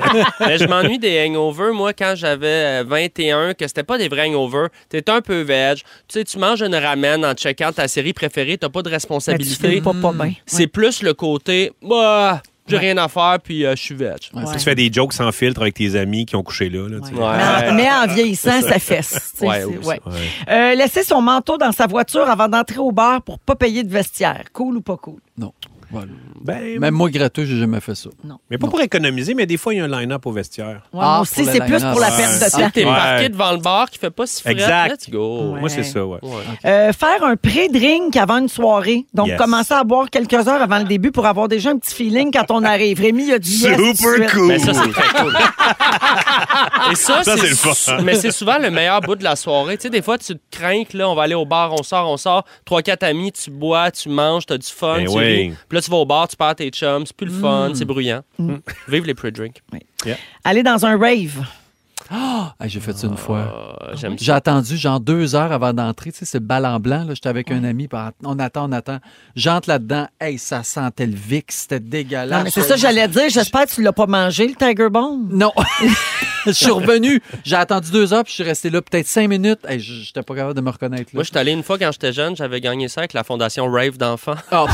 Speaker 3: Mais je m'ennuie des hangovers, moi, quand j'avais euh, 21, que c'était pas des vrais hangovers. T'es un peu veg. Tu sais, tu manges une ramen en checkant ta série préférée, t'as pas de
Speaker 1: Mais tu
Speaker 3: responsabilité.
Speaker 1: filmes pas, pas bien.
Speaker 3: C'est plus le côté, bah, j'ai rien à faire, puis euh, je suis veg.
Speaker 1: Ouais.
Speaker 2: Tu fais des jokes sans filtre avec tes amis qui ont couché là. là, tu sais.
Speaker 3: Ouais.
Speaker 1: Mais en- Mais en vieillissant, ça fesse. Tu sais,
Speaker 3: Ouais,
Speaker 1: c'est-
Speaker 3: oui,
Speaker 1: ouais.
Speaker 2: Ouais.
Speaker 1: Euh, laisser son manteau dans sa voiture avant d'entrer au bar pour pas payer de vestiaire. Cool ou pas cool?
Speaker 4: Non. Voilà.
Speaker 2: Ben,
Speaker 4: Même moi, gratteux, j'ai jamais fait ça.
Speaker 2: mais pas pour économiser, mais des fois, il y a un line-up au vestiaire.
Speaker 1: Ouais,
Speaker 4: Ah,
Speaker 1: moi aussi,
Speaker 4: pour le
Speaker 1: c'est plus
Speaker 4: line-up.
Speaker 1: pour la
Speaker 4: Ouais.
Speaker 1: perte
Speaker 3: Si
Speaker 1: de
Speaker 3: t'es
Speaker 1: temps.
Speaker 2: Ouais.
Speaker 3: parqué devant le bar qui fait pas si frais,
Speaker 2: Exact.
Speaker 3: let's go.
Speaker 1: Ouais.
Speaker 2: Moi, c'est ça, ouais.
Speaker 3: Ouais.
Speaker 1: Euh, faire un pré-drink avant une soirée. Donc,
Speaker 2: Yes.
Speaker 1: commencer à boire quelques heures avant le début pour avoir déjà un petit feeling quand on arrive. Rémi, il y a du yes tout de suite.
Speaker 2: Super cool!
Speaker 3: Mais ça, c'est très cool. Et ça,
Speaker 2: Ça, c'est le fun.
Speaker 3: sou- Mais c'est souvent le meilleur bout de la soirée. Tu sais, des fois, tu te crains que là, on va aller au bar, on sort, on sort. Trois, quatre amis, tu bois, tu manges, t'as du fun,
Speaker 2: Ben
Speaker 3: tu
Speaker 2: oui.
Speaker 3: ris. Puis là, tu vas au bar, tu perds tes chums, c'est plus le fun, c'est bruyant. Mm. Vive les pre-drinks.
Speaker 1: Aller dans un rave.
Speaker 4: Ah, j'ai fait ça une fois.
Speaker 3: Euh, J'aime ça.
Speaker 4: J'ai attendu genre deux heures avant d'entrer. Tu sais, c'est le bal en blanc. là. J'étais avec un ami. puis On attend, on attend. J'entre là-dedans. Hey, ça sentait le Vic. C'était dégueulasse.
Speaker 1: Non, mais c'est ça, j'allais dire. J'espère que tu l'as pas mangé, le Tiger Bomb.
Speaker 4: Non. je suis revenu. J'ai attendu deux heures, puis je suis resté là peut-être cinq minutes. Hey, j- j'étais pas capable de me reconnaître. Là.
Speaker 3: Moi, je suis allé une fois quand j'étais jeune, j'avais gagné ça avec la fondation Rave d'enfants.
Speaker 4: Oh,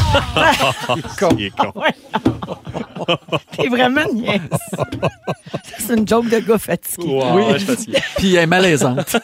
Speaker 2: Il est con.
Speaker 1: Ah, C'est vraiment une niaise. C'est une joke de gars fatigué.
Speaker 3: Ah,
Speaker 4: oui. Puis elle est malaisante.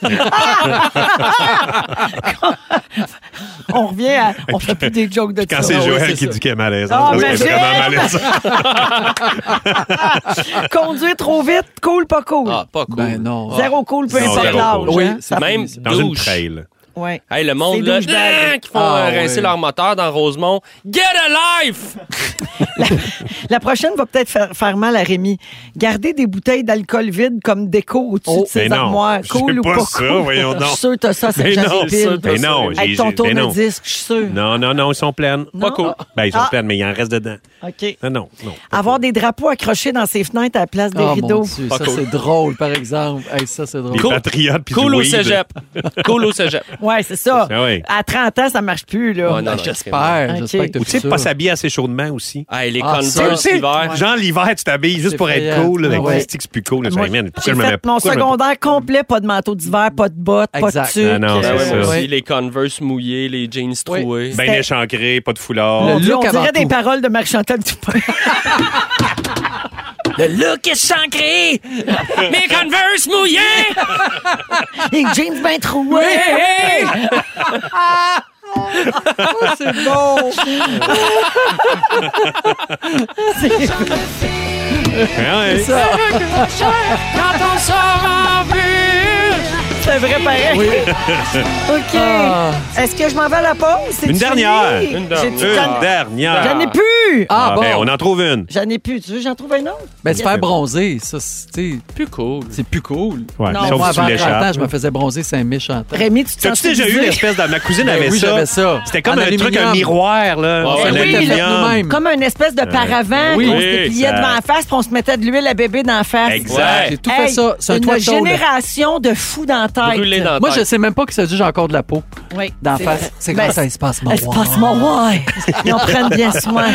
Speaker 1: On revient à. On fait plus des jokes de
Speaker 2: Quand
Speaker 1: ça.
Speaker 2: c'est
Speaker 1: Ah oui,
Speaker 2: Joël
Speaker 1: c'est
Speaker 2: qui
Speaker 1: ça.
Speaker 2: dit qu'elle est malaisante,
Speaker 1: Ah,
Speaker 2: parce
Speaker 1: mais
Speaker 2: qu'elle est vraiment
Speaker 1: j'aime!
Speaker 2: malaisante.
Speaker 1: Conduire trop vite, cool, pas cool.
Speaker 3: Ah, pas cool.
Speaker 4: Ben non.
Speaker 1: Zéro cool, peu
Speaker 2: Non,
Speaker 1: importe
Speaker 2: zéro
Speaker 1: l'âge.
Speaker 2: cool.
Speaker 4: Oui,
Speaker 1: hein.
Speaker 4: c'est-
Speaker 3: Même
Speaker 2: Dans une
Speaker 3: douche.
Speaker 2: trail.
Speaker 1: Ouais.
Speaker 3: Hey, le monde,
Speaker 1: Ces
Speaker 3: là,
Speaker 1: douchebags.
Speaker 3: ah, qui font
Speaker 4: Ah,
Speaker 3: euh, rincer
Speaker 4: ouais.
Speaker 3: leur moteur dans Rosemont. Get a life!
Speaker 1: La prochaine va peut-être faire, faire mal à Rémi. Garder des bouteilles d'alcool vide comme déco au-dessus
Speaker 4: Oh,
Speaker 1: de ses
Speaker 2: ben non.
Speaker 1: armoires.
Speaker 2: Je
Speaker 1: Cool
Speaker 2: fais
Speaker 1: ou
Speaker 2: pas
Speaker 1: pas,
Speaker 2: ça,
Speaker 1: cool?
Speaker 2: voyons donc.
Speaker 1: Je suis sûr que t'as ça, c'est
Speaker 2: Ben
Speaker 1: déjà
Speaker 2: non,
Speaker 1: pile.
Speaker 2: ben non, j'ai-
Speaker 1: Avec ton
Speaker 2: j'ai- ben non.
Speaker 1: tourne-disque, je suis sûr.
Speaker 2: Non, non, non, ils sont pleines.
Speaker 1: Non?
Speaker 2: Pas cool. Ben, ils sont
Speaker 1: Ah.
Speaker 2: pleines, mais il en reste dedans.
Speaker 1: OK.
Speaker 2: Non, non, non.
Speaker 1: Avoir des drapeaux accrochés dans ses fenêtres à la place des
Speaker 4: Oh, mon
Speaker 1: rideaux.
Speaker 4: Dieu,
Speaker 3: Pas
Speaker 4: ça
Speaker 3: cool.
Speaker 4: c'est drôle, par exemple. Hey, ça c'est drôle.
Speaker 2: Des patriotes puis
Speaker 3: Cool
Speaker 2: du
Speaker 3: au
Speaker 2: weed.
Speaker 3: cégep. Cool au cégep.
Speaker 1: Ouais, c'est ça.
Speaker 2: Ah ouais.
Speaker 1: À 30 ans, ça marche plus, là.
Speaker 3: Ouais, non, non,
Speaker 4: Ah, J'espère,
Speaker 1: Ok.
Speaker 4: j'espère que t'as
Speaker 2: Ou tu
Speaker 4: fait
Speaker 2: sais,
Speaker 4: ça.
Speaker 2: pas s'habiller assez chaudement aussi.
Speaker 3: Hey, les
Speaker 4: Ah, ça,
Speaker 3: Converse
Speaker 2: Tu sais,
Speaker 3: l'hiver.
Speaker 2: Genre l'hiver, tu t'habilles juste
Speaker 4: C'est
Speaker 2: pour être
Speaker 4: effrayant.
Speaker 2: cool. Là,
Speaker 4: Ah ouais.
Speaker 2: ouais. C'est plus cool. Là,
Speaker 1: Moi,
Speaker 2: man,
Speaker 1: j'ai
Speaker 2: pourquoi je me mets
Speaker 1: fait mon
Speaker 2: pourquoi je me mets
Speaker 1: secondaire complet, pas de manteau d'hiver, pas de bottes, pas de
Speaker 4: Exact.
Speaker 1: tuque.
Speaker 2: Ah non,
Speaker 3: Ben
Speaker 2: c'est
Speaker 3: ouais, moi
Speaker 2: ça.
Speaker 3: aussi, les Converse mouillés, les jeans troués.
Speaker 2: Ben échancré, pas de foulard.
Speaker 1: Mon
Speaker 4: Le
Speaker 1: Dieu,
Speaker 4: look
Speaker 1: on dirait
Speaker 4: avant
Speaker 1: des
Speaker 4: tout.
Speaker 1: paroles de Marchantel Dupin.
Speaker 4: Le look est chancré!
Speaker 3: Mes Converse mouillés!
Speaker 1: Les jeans ben troués.
Speaker 4: Ah, c'est bon!
Speaker 2: Ouais.
Speaker 1: C'est vrai pareil. OK.
Speaker 4: Ah.
Speaker 1: Est-ce que je m'en vais à la pause? C'est
Speaker 2: Une dernière.
Speaker 1: fini?
Speaker 3: Une dernière.
Speaker 1: J'ai-tu-
Speaker 2: Une
Speaker 1: J'en
Speaker 2: dernière.
Speaker 1: j'en ai plus.
Speaker 4: Ah,
Speaker 2: ben,
Speaker 4: bon!
Speaker 2: on en trouve une.
Speaker 1: J'en ai plus. Tu veux que j'en trouve un autre?
Speaker 4: Ben, se faire bronzer, ça, c'est tu sais,
Speaker 3: Plus cool.
Speaker 4: c'est plus cool.
Speaker 2: Ouais,
Speaker 1: Non,
Speaker 2: sauf
Speaker 4: Moi,
Speaker 2: si tu
Speaker 4: avant 30 ans,
Speaker 2: l'échappes.
Speaker 4: je me faisais bronzer, c'est un méchant temps.
Speaker 1: Rémi, tu te sens
Speaker 2: T'as-tu déjà eu
Speaker 1: utilisé?
Speaker 2: l'espèce de. Ma cousine
Speaker 4: Ben
Speaker 2: avait
Speaker 4: oui,
Speaker 2: ça.
Speaker 4: j'avais ça.
Speaker 2: C'était comme
Speaker 4: En
Speaker 2: un truc,
Speaker 4: aluminium.
Speaker 2: un miroir, là.
Speaker 3: Ouais,
Speaker 2: en
Speaker 3: ouais,
Speaker 4: oui,
Speaker 2: aluminium.
Speaker 4: faites nous-mêmes.
Speaker 1: Comme un espèce de paravent
Speaker 4: oui.
Speaker 1: qu'on se
Speaker 2: Euh, Oui,
Speaker 1: dépliait
Speaker 2: ça-
Speaker 1: devant la face puis on se mettait de l'huile à bébé dans la face.
Speaker 2: Exact.
Speaker 4: J'ai tout fait
Speaker 1: Hey,
Speaker 4: ça. C'est un
Speaker 1: une
Speaker 4: toit chaud. là.
Speaker 1: génération de fous dans la tête.
Speaker 3: Brûlé dans la
Speaker 4: Moi, je
Speaker 3: tête.
Speaker 4: sais même pas que ça dit j'ai encore de la peau.
Speaker 1: Oui,
Speaker 4: D'en
Speaker 1: c'est
Speaker 4: face,
Speaker 1: vrai.
Speaker 4: c'est
Speaker 1: Ben,
Speaker 4: grâce à Espace Mont.
Speaker 1: Espace Mont-Roy. Ils en prennent bien soin.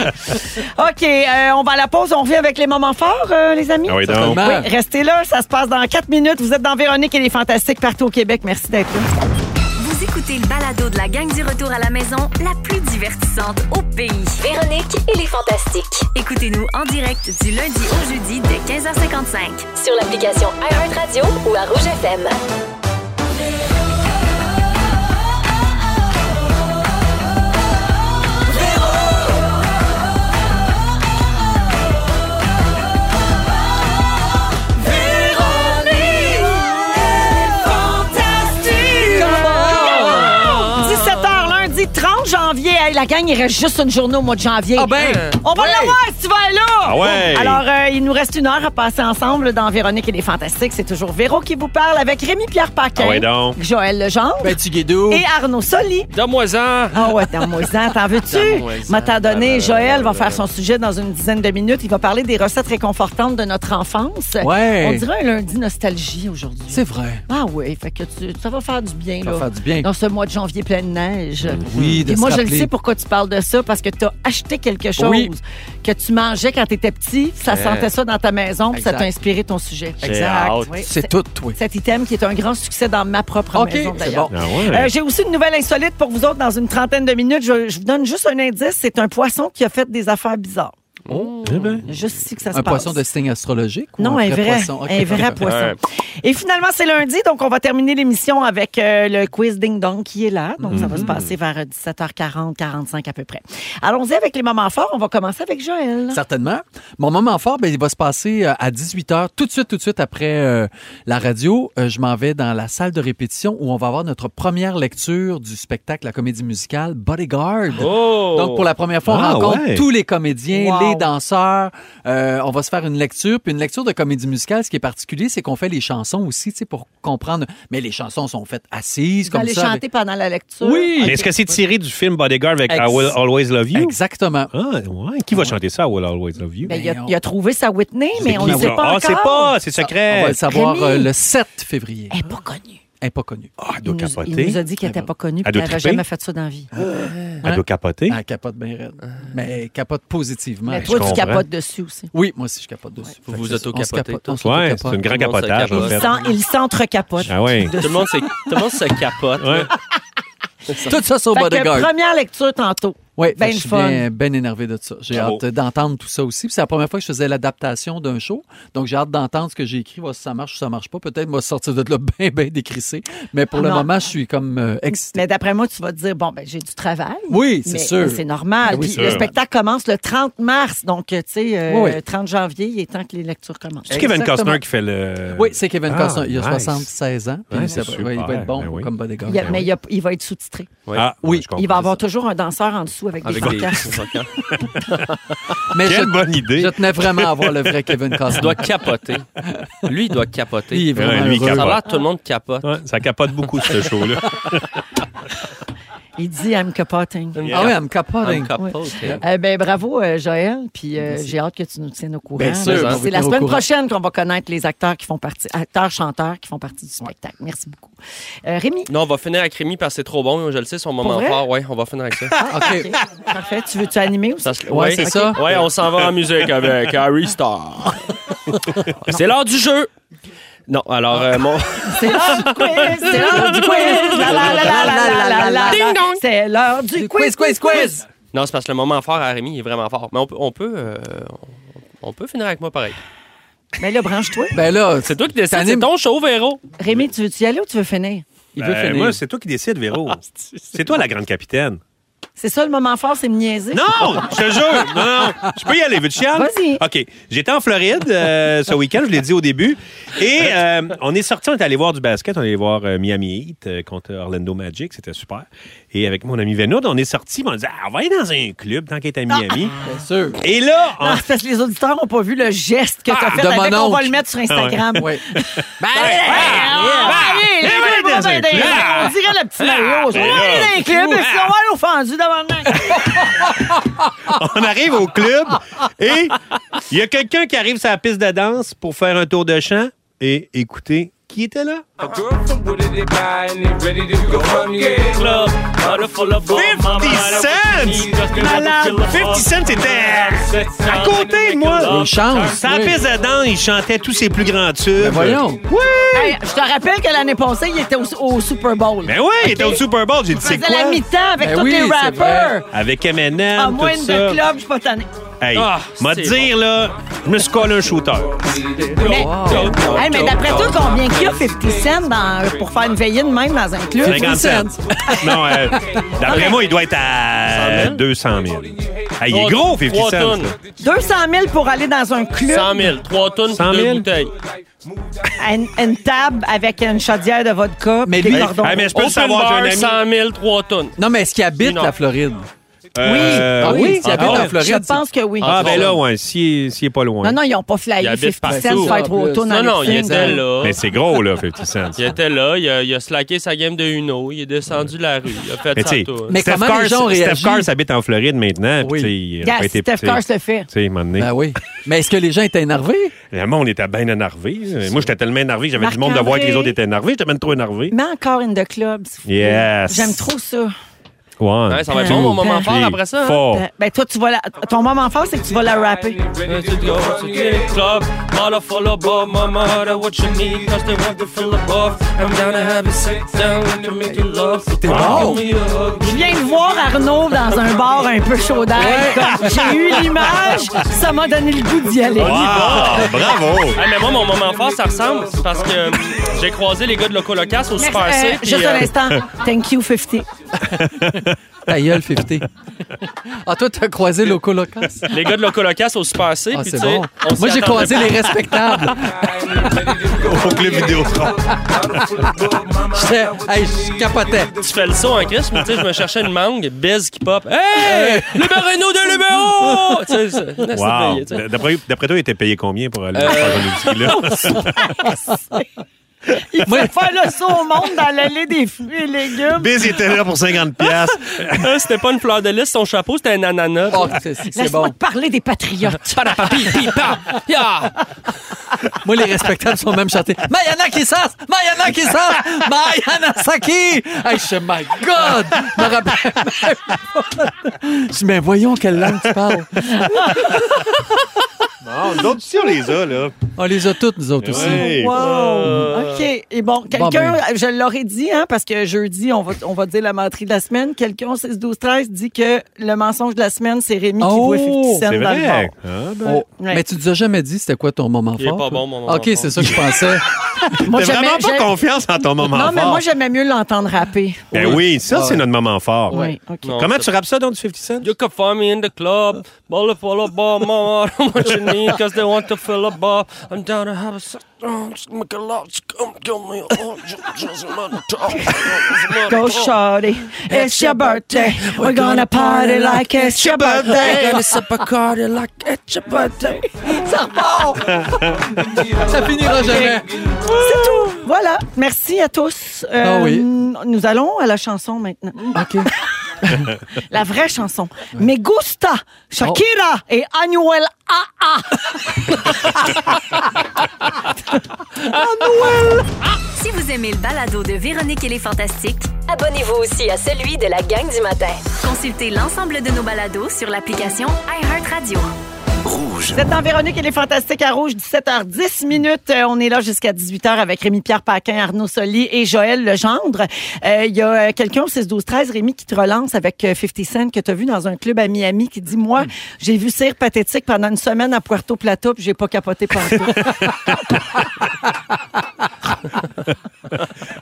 Speaker 1: OK, euh, on va à la pause. On revient avec les moments forts, euh, les amis.
Speaker 2: Ah oui, donc.
Speaker 4: Certainement.
Speaker 1: Oui, restez là. Ça se passe dans quatre minutes. Vous êtes dans Véronique et les Fantastiques partout au Québec. Merci d'être là.
Speaker 6: Vous écoutez le balado de la gang du retour à la maison, la plus divertissante au pays.
Speaker 7: Véronique et les Fantastiques.
Speaker 6: Écoutez-nous en direct du lundi au jeudi dès 15h55.
Speaker 7: Sur l'application iHeartRadio ou à Rouge FM.
Speaker 1: Come on! 17h lundi 30 janvier. Hey, la gang, il reste juste une journée au mois de janvier.
Speaker 4: Ah ben!
Speaker 1: On va l'avoir cet hiver-là!
Speaker 2: Ah ouais!
Speaker 1: Alors, euh, il nous reste une heure à passer ensemble dans Véronique et les Fantastiques. C'est toujours Véro qui vous parle avec Rémi-Pierre Paquin,
Speaker 2: Ah ouais donc.
Speaker 1: Joël Legendre
Speaker 4: Ben, tu guédou.
Speaker 1: et Arnaud Soli.
Speaker 3: Donne-moi-en.
Speaker 1: Ah ouais, t'en moisant, t'en veux-tu?
Speaker 3: Donne-moi-en.
Speaker 1: M'a t'en donné,
Speaker 4: Ah
Speaker 3: Euh,
Speaker 4: ben
Speaker 1: Joël va
Speaker 3: euh,
Speaker 1: faire son sujet dans une dizaine de minutes. Il va parler des recettes réconfortantes de notre enfance.
Speaker 4: Ouais.
Speaker 1: On dirait un lundi nostalgie aujourd'hui.
Speaker 4: C'est vrai.
Speaker 1: Ah oui, fait que tu, ça va faire du bien,
Speaker 4: Ça
Speaker 1: là.
Speaker 4: va faire du bien. Mm-hmm.
Speaker 1: Dans ce mois de janvier plein de neige.
Speaker 2: Hmm.
Speaker 4: Oui, de
Speaker 1: Et
Speaker 4: se
Speaker 1: moi, je le
Speaker 4: rappeler.
Speaker 1: sais pourquoi tu parles de ça, parce que t'as acheté quelque chose
Speaker 4: Oui. Euh,
Speaker 1: que tu mangeais quand t'étais petit, ça sentait ça dans ta maison, puis ça
Speaker 4: Exact.
Speaker 1: t'a inspiré ton sujet.
Speaker 3: Exact. hâte.
Speaker 1: Oui.
Speaker 4: C'est tout, toi.
Speaker 1: Cet item qui est un grand succès dans ma propre
Speaker 4: OK,
Speaker 1: maison,
Speaker 4: c'est
Speaker 1: d'ailleurs.
Speaker 4: bon.
Speaker 2: Ah ouais.
Speaker 1: Euh, J'ai aussi une nouvelle insolite pour vous autres dans une trentaine de minutes. Je, je vous donne juste un indice. C'est un poisson qui a fait des affaires bizarres.
Speaker 2: Eh ben,
Speaker 1: Juste ici que ça se
Speaker 4: Un
Speaker 1: passe.
Speaker 4: poisson de signe astrologique? ou
Speaker 1: Non, un vrai,
Speaker 4: poisson? Ok,
Speaker 1: un vrai
Speaker 4: parfait.
Speaker 1: poisson. Et finalement, c'est lundi, donc on va terminer l'émission avec euh, le quiz Ding Dong qui est là. Donc, ça va se passer vers euh, 17h40, 45 à peu près. Allons-y avec les moments forts. On va commencer avec Joël.
Speaker 4: Certainement. Mon moment fort, ben, il va se passer euh, à 18h, tout de suite, tout de suite après euh, la radio. Euh, je m'en vais dans la salle de répétition où on va avoir notre première lecture du spectacle, la comédie musicale Bodyguard.
Speaker 3: Oh!
Speaker 4: Donc, pour la première fois, on
Speaker 2: Ah,
Speaker 4: rencontre
Speaker 2: ouais.
Speaker 4: tous les comédiens,
Speaker 1: Wow.
Speaker 4: les danseurs. Euh, on va se faire une lecture. Puis une lecture de comédie musicale, ce qui est particulier, c'est qu'on fait les chansons aussi, tu sais, pour comprendre. Mais les chansons sont faites assises,
Speaker 1: Vous
Speaker 4: comme
Speaker 1: allez
Speaker 4: ça.
Speaker 1: chanter pendant la lecture.
Speaker 4: Oui.
Speaker 2: mais Est-ce que c'est tiré du film Bodyguard avec
Speaker 4: Ex-
Speaker 2: I Will Always Love You?
Speaker 4: Exactement.
Speaker 2: Ah, ouais. Qui va chanter ça, I Will Always Love You?
Speaker 1: Ben, il, a, il a trouvé sa Whitney, mais
Speaker 2: C'est
Speaker 1: on
Speaker 2: qui,
Speaker 1: ne sait
Speaker 2: ça?
Speaker 1: pas
Speaker 2: Ah,
Speaker 1: encore.
Speaker 2: c'est pas, c'est
Speaker 4: On va
Speaker 2: secret.
Speaker 4: le savoir euh,
Speaker 1: Rémi.
Speaker 4: le 7 février.
Speaker 1: Elle n'est pas connue.
Speaker 4: Elle est pas connue.
Speaker 2: Ah, elle
Speaker 1: Il
Speaker 2: doit
Speaker 1: nous, il
Speaker 2: capoter.
Speaker 1: nous a dit qu'elle n'était pas connue et qu'elle
Speaker 2: Elle doit
Speaker 1: n'aurait
Speaker 2: triper.
Speaker 1: jamais fait ça dans la vie.
Speaker 2: Elle doit capoter.
Speaker 4: Ah, Elle capote bien raide. Mais elle capote positivement.
Speaker 1: Ah. Mais
Speaker 4: Je
Speaker 1: toi, tu
Speaker 2: comprends.
Speaker 1: capotes dessus aussi.
Speaker 4: Oui, moi aussi, je capote dessus.
Speaker 3: Vous vous
Speaker 4: Fait que c'est- on se
Speaker 3: auto-capotez
Speaker 4: capote, on
Speaker 3: tous.
Speaker 4: se
Speaker 2: Ouais,
Speaker 4: auto-capote.
Speaker 2: c'est un grand
Speaker 3: Tout le monde se
Speaker 2: capotage, en
Speaker 3: capote.
Speaker 2: fait.
Speaker 1: Sans- Il s'entrecapote.
Speaker 2: Ah ouais.
Speaker 3: Tout le monde se, tout le monde se capote.
Speaker 2: Ouais.
Speaker 4: Tout ça sur
Speaker 1: Fait que
Speaker 4: Bodyguard.
Speaker 1: première lecture tantôt.
Speaker 4: Oui,
Speaker 1: ben
Speaker 4: je
Speaker 1: le
Speaker 4: suis
Speaker 1: fun.
Speaker 4: bien, bien énervé de ça. J'ai
Speaker 2: Bravo.
Speaker 4: hâte d'entendre tout ça aussi. Puis C'est la première fois que je faisais l'adaptation d'un show. Donc, j'ai hâte d'entendre ce que j'ai écrit, voir si ça marche ou ça marche pas. Peut-être me sortir de là bien, bien décrissé. Mais pour le
Speaker 1: Non.
Speaker 4: moment, je suis comme euh, excité.
Speaker 1: Mais d'après moi, tu vas te dire, bon, ben, j'ai du travail.
Speaker 4: Oui, c'est
Speaker 1: Mais-
Speaker 4: sûr.
Speaker 1: mais C'est normal.
Speaker 4: Ben oui,
Speaker 1: Puis
Speaker 4: c'est
Speaker 1: le
Speaker 2: sûr.
Speaker 1: spectacle commence le 30 mars. Donc, euh, tu sais, euh,
Speaker 4: Oui, oui.
Speaker 1: 30 janvier, il est temps que les lectures commencent.
Speaker 2: C'est Kevin
Speaker 4: Exactement.
Speaker 2: Costner qui fait le.
Speaker 4: Oui, c'est Kevin
Speaker 2: Ah,
Speaker 4: Costner. Il a
Speaker 2: nice.
Speaker 4: 76 ans. Puis
Speaker 2: Ouais,
Speaker 4: ça
Speaker 2: c'est
Speaker 4: va- ouais, il va
Speaker 2: super.
Speaker 4: être bon
Speaker 2: Ben oui.
Speaker 4: comme Bodyguard.
Speaker 1: Il y a-
Speaker 4: Ben
Speaker 1: mais
Speaker 4: oui. ben
Speaker 1: il, y a- il va être sous-titré.
Speaker 2: Ah,
Speaker 4: Oui.
Speaker 2: oui. Je comprends.
Speaker 1: Il va avoir toujours un danseur en dessous avec,
Speaker 3: Avec
Speaker 1: des
Speaker 3: des.
Speaker 1: pancartes.
Speaker 4: Mais
Speaker 2: Quelle
Speaker 4: je-
Speaker 2: bonne idée.
Speaker 4: Je tenais vraiment à voir le vrai Kevin Costner.
Speaker 3: Il doit capoter. Lui, il doit capoter.
Speaker 4: Il est vraiment
Speaker 2: Ouais, lui, il
Speaker 4: heureux.
Speaker 3: Ça a
Speaker 2: capote.
Speaker 3: l'air que tout le monde capote.
Speaker 2: Ouais, ça capote beaucoup, ce show-là.
Speaker 1: Il dit I'm capoting.
Speaker 4: Ah oui, elle me capote.
Speaker 3: Un
Speaker 4: hein.
Speaker 3: capote, hein.
Speaker 1: Eh ben, bravo, euh, Joël. Puis euh, j'ai hâte que tu nous tiennes au courant.
Speaker 4: Bien
Speaker 1: Puis
Speaker 4: sûr, on va vous
Speaker 1: C'est la
Speaker 4: tenir au
Speaker 1: semaine
Speaker 4: courant.
Speaker 1: prochaine qu'on va connaître les acteurs qui font partie, acteurs, chanteurs qui font partie du spectacle. Merci beaucoup. Euh, Rémi,
Speaker 3: Non, on va finir avec Rémi parce que c'est trop bon. hein, Je le sais, son moment
Speaker 1: vrai?
Speaker 3: fort. Ouais, on va finir avec ça.
Speaker 2: Ah.
Speaker 4: OK.
Speaker 1: parfait. Tu veux-tu animer aussi?
Speaker 3: Ça se-
Speaker 4: Ouais, c'est ça.
Speaker 3: Ouais, on s'en va en musique avec Harry Star. c'est l'heure du jeu. Non, alors
Speaker 2: Ah.
Speaker 3: euh, mon.
Speaker 1: C'est l'heure du quiz! C'est l'heure du quiz! La, la, la, la, la, la, la, la. C'est l'heure du quiz, quiz, quiz!
Speaker 3: Non, c'est parce que le moment fort à Rémi il est vraiment fort. Mais on peut, on peut, euh, on, on peut finir avec moi pareil.
Speaker 1: Mais là, branche-toi.
Speaker 4: Ben là,
Speaker 3: C'est toi qui décides. C'est
Speaker 4: T'animes.
Speaker 3: ton show, Véro.
Speaker 1: Rémi, tu veux-tu y aller ou tu veux finir?
Speaker 4: il
Speaker 2: Ben,
Speaker 4: veut finir.
Speaker 2: Moi, c'est toi qui décides, Véro. C'est toi la grande capitaine.
Speaker 1: C'est ça le moment fort, c'est me niaiser.
Speaker 2: Non, je te jure. Non, non, non. Je peux y aller, veux
Speaker 1: Vas-y.
Speaker 2: OK. J'étais en Floride euh, ce week-end, je l'ai dit au début. Et euh, on est sorti, on est allé voir du basket, on est allé voir euh, Miami Heat euh, contre Orlando Magic, c'était super. Et avec mon ami Venoud, on est sorti, on a dit, Ah, on va aller dans un club tant qu'il est à Miami.
Speaker 4: Bien sûr.
Speaker 2: Et là, on...
Speaker 1: Ah, c'est parce que les auditeurs n'ont pas vu le geste que tu as
Speaker 4: Ah,
Speaker 1: fait
Speaker 4: de
Speaker 1: avec.
Speaker 4: mon
Speaker 1: On va
Speaker 4: oncle.
Speaker 1: le mettre sur Instagram.
Speaker 4: Oui.
Speaker 1: Ben, allez, allez, allez, allez,
Speaker 2: Ben,
Speaker 1: allez,
Speaker 2: ben,
Speaker 1: allez,
Speaker 2: ben,
Speaker 1: On dirait le petit maillot. On va
Speaker 2: ben,
Speaker 1: aller
Speaker 2: là.
Speaker 1: dans les clubs et puis on va aller au fendu devant le nez.
Speaker 2: on arrive au club et il y a quelqu'un qui arrive sur la piste de danse pour faire un tour de chant et écoutez, qui était là? Malade! 50 Cent était à côté de moi!
Speaker 4: Il chante.
Speaker 2: Sa
Speaker 4: oui.
Speaker 2: piste de danse, il chantait tous ses plus grands tubes.
Speaker 4: Ben voyons.
Speaker 1: Hey, Je te rappelle que l'année passée, il était au, au Super Bowl.
Speaker 2: Ben oui, il était au Super Bowl. J'ai dit, c'est
Speaker 1: C'était la
Speaker 2: quoi?
Speaker 1: mi-temps avec
Speaker 4: Ben
Speaker 1: tous
Speaker 4: oui,
Speaker 1: les
Speaker 4: c'est
Speaker 1: rappers.
Speaker 4: vrai.
Speaker 2: Avec Eminem,
Speaker 1: À moins
Speaker 2: tout
Speaker 1: de
Speaker 2: ça.
Speaker 1: club, je suis pas tannée.
Speaker 2: Hey,
Speaker 3: Ah,
Speaker 2: m'a
Speaker 3: c'est
Speaker 2: dire, là, je me suis collé un shooter.
Speaker 1: Mais,
Speaker 3: Ah,
Speaker 1: Hey, mais d'après toi, combien qu'il y a 50 cents dans- pour faire une veillée de même dans un club?
Speaker 2: 50 cents. non, euh, d'après moi, il doit être à 200 000. Hey, il est gros, 50
Speaker 3: Trois
Speaker 2: Cent.
Speaker 3: tonnes.
Speaker 1: 200 000 pour aller dans un club,
Speaker 3: 100 000. 3 tonnes,
Speaker 2: 100 000.
Speaker 3: deux bouteilles.
Speaker 1: à une, à une table avec une chaudière de vodka.
Speaker 4: Mais
Speaker 1: puis
Speaker 4: lui-
Speaker 1: des cordons.
Speaker 2: Hey, mais je peux le
Speaker 3: Open
Speaker 2: savoir,
Speaker 3: bar,
Speaker 2: j'ai un ami.
Speaker 3: 100 000, 3 tonnes.
Speaker 4: Non, mais est-ce qu'il habite
Speaker 3: Sinon.
Speaker 4: la Floride?
Speaker 2: Euh,
Speaker 4: Ah oui,
Speaker 1: oui.
Speaker 4: s'il habite
Speaker 2: Ah,
Speaker 4: en
Speaker 2: ouais.
Speaker 4: Floride.
Speaker 1: je pense que oui.
Speaker 2: Ah, ben là, ouais, s'il s'il est pas loin.
Speaker 1: Non, non, ils n'ont pas
Speaker 3: Il
Speaker 1: flyé
Speaker 3: habite
Speaker 1: 50 cents
Speaker 3: partout.
Speaker 1: pour être au
Speaker 4: Non,
Speaker 1: tour dans
Speaker 3: Non, non,
Speaker 1: le
Speaker 3: il
Speaker 1: film.
Speaker 3: était là.
Speaker 2: Mais c'est gros, là, 50 Cent.
Speaker 3: Il était là, il a, il a slacké sa game de Uno, il est descendu la rue, il a fait
Speaker 2: Mais
Speaker 3: sa
Speaker 2: tu sais,
Speaker 3: tour.
Speaker 4: Mais
Speaker 2: Steph
Speaker 4: comment
Speaker 2: Curry
Speaker 4: les gens ont réagi?
Speaker 2: Steph Curry habite en Floride maintenant.
Speaker 4: Oui.
Speaker 2: puis tu sais, il a
Speaker 1: Yes,
Speaker 2: pas été
Speaker 1: Steph
Speaker 2: petit.
Speaker 1: Curry se le fait.
Speaker 2: Tu sais, il m'a donné.
Speaker 4: Ben oui. Mais est-ce que les gens étaient énervés?
Speaker 2: Le monde était bien énervé. Moi, j'étais tellement énervé. J'avais du monde de voir que les
Speaker 1: Marc-André.
Speaker 2: autres étaient énervés. J'étais même trop énervé.
Speaker 1: Mais encore in the club. s'il vous plaît.
Speaker 2: Yes.
Speaker 1: J'aime trop ça.
Speaker 2: One,
Speaker 3: Ouais, ça va être
Speaker 2: two,
Speaker 3: bon, mon moment fort
Speaker 2: three,
Speaker 3: après ça, hein?
Speaker 2: four.
Speaker 1: Ben, ben, toi, tu vas la... ton moment fort, c'est que tu vas la rapper.
Speaker 3: T'es bon!
Speaker 1: Je viens de voir Arnaud dans un bar un peu chaud d'air. Comme J'ai eu l'image, ça m'a donné le goût d'y aller.
Speaker 2: Wow, bravo!
Speaker 3: Ah, mais moi, mon moment fort, ça ressemble. C'est parce que euh, j'ai croisé les gars de Loco Locas au Super
Speaker 1: Merci, euh,
Speaker 3: C. puis,
Speaker 1: juste
Speaker 3: euh,
Speaker 1: un instant. Thank you, 50.
Speaker 4: Ta gueule, 50. ah, toi, t'as croisé Loco Locas?
Speaker 3: les gars de Loco Locas au Super C.
Speaker 4: Ah,
Speaker 3: puis,
Speaker 4: c'est
Speaker 3: tu sais,
Speaker 4: bon.
Speaker 3: on s'y
Speaker 4: Moi,
Speaker 3: attendait
Speaker 4: j'ai croisé
Speaker 3: pas.
Speaker 4: les respectables.
Speaker 2: Au club vidéo.
Speaker 4: J'étais- hey, je capotais.
Speaker 3: Tu fais le saut en Christ, mais tu sais, je me cherchais une mangue, biz qui pop. Hey! Numéro Renault de numéro! Tu sais, c'est- c'est
Speaker 2: Wow.
Speaker 3: payé, tu sais.
Speaker 2: D'après d'après toi, il était payé combien pour aller
Speaker 4: Euh.
Speaker 2: faire un whisky, là?
Speaker 1: Il faut faire le saut au monde dans l'allée des fruits et légumes.
Speaker 2: Biz il était là pour 50$. piastres.
Speaker 3: Euh, C'était pas une fleur de lys, son chapeau, c'était un ananas.
Speaker 4: Oh, c'est- c'est c'est
Speaker 1: Laisse-moi
Speaker 4: bon.
Speaker 1: te parler des patriotes.
Speaker 3: Parapapi, pi, pa, ya!
Speaker 4: Moi, les respectables sont même chantés. Mayana qui sasse! Mayana qui sasse! Mayana Saki! Hey, je my God! Je me rappelle même pas. Je dis, mais voyons quelle langue tu parles.
Speaker 2: Non, nous autres aussi, Ah, on les a, là.
Speaker 4: On les a toutes, nous autres aussi.
Speaker 2: Ouais.
Speaker 1: Wow!
Speaker 3: Euh,
Speaker 1: OK. Et bon, quelqu'un,
Speaker 4: Euh, ben.
Speaker 1: je l'aurais dit, hein, parce que jeudi, on va, on va dire la menterie de la semaine. Quelqu'un, 6, 12, 13, dit que le mensonge de la semaine, c'est Rémi
Speaker 4: Oh,
Speaker 1: qui voit 50
Speaker 2: C'est
Speaker 1: cents dans le
Speaker 2: vrai.
Speaker 1: bord.
Speaker 2: Ah, ben.
Speaker 4: Oh.
Speaker 1: Ouais.
Speaker 4: Mais tu nous as jamais dit c'était quoi ton moment
Speaker 3: Il est
Speaker 4: fort.
Speaker 3: pas
Speaker 4: toi?
Speaker 3: bon, mon moment
Speaker 4: OK,
Speaker 3: fort.
Speaker 4: c'est ça que je pensais.
Speaker 1: Moi,
Speaker 2: T'as
Speaker 1: j'aimais-
Speaker 2: vraiment pas
Speaker 1: j'aimais-
Speaker 2: confiance en ton moment
Speaker 1: Non,
Speaker 2: fort.
Speaker 1: mais moi, j'aimais mieux l'entendre rapper.
Speaker 2: Ben oui, ça, c'est notre moment fort.
Speaker 1: Oui, OK.
Speaker 3: Non,
Speaker 2: Comment
Speaker 3: ça-
Speaker 2: tu rappes ça dans du 50 Cent?
Speaker 3: You can find me in the club. Ball up, ball up, ball, mama. I don't want you need, cause they want to fill up, bar. I'm down to have a sex. Oh, just Make a lot, just come kill me. Oh, just- just a man talk.
Speaker 1: Go shawty, it's your birthday. We're gonna party like it's your birthday.
Speaker 3: Gonna sip a cardi like it's your birthday.
Speaker 4: Ça finira jamais.
Speaker 1: C'est tout. Voilà. Merci à tous. Euh,
Speaker 4: Ah oui.
Speaker 1: Nous allons à la chanson maintenant.
Speaker 4: OK.
Speaker 1: La vraie chanson. Me gusta, Shakira et Anuel AA.
Speaker 6: Si vous aimez le balado de Véronique et les Fantastiques,
Speaker 7: Abonnez-vous aussi à celui de la gang du matin.
Speaker 6: consultez l'ensemble de nos balados sur l'application iHeartRadio.
Speaker 1: Vous êtes dans Véronique et les Fantastiques à Rouge, 17h10 minutes. Euh, on est là jusqu'à 18h avec Rémi-Pierre Paquin, Arnaud Soli et Joël Legendre. Euh, Il y a euh, quelqu'un au 6-12-13, Rémi, qui te relance avec euh, 50 Cent que tu as vu dans un club à Miami qui dit «
Speaker 4: Hmm.
Speaker 1: Moi, j'ai vu Cire Pathétique pendant une semaine à Puerto Plata puis j'ai pas capoté partout.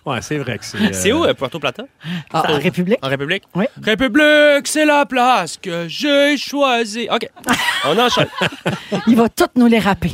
Speaker 2: Ouais, c'est vrai que c'est.
Speaker 4: Ah,
Speaker 2: euh,
Speaker 3: C'est où, euh, Puerto Plata? »
Speaker 1: En Ah, République.
Speaker 3: En République?
Speaker 1: Oui.
Speaker 3: République, c'est la place que j'ai choisie. OK. On enchaîne.
Speaker 1: Il va toutes nous les rapper.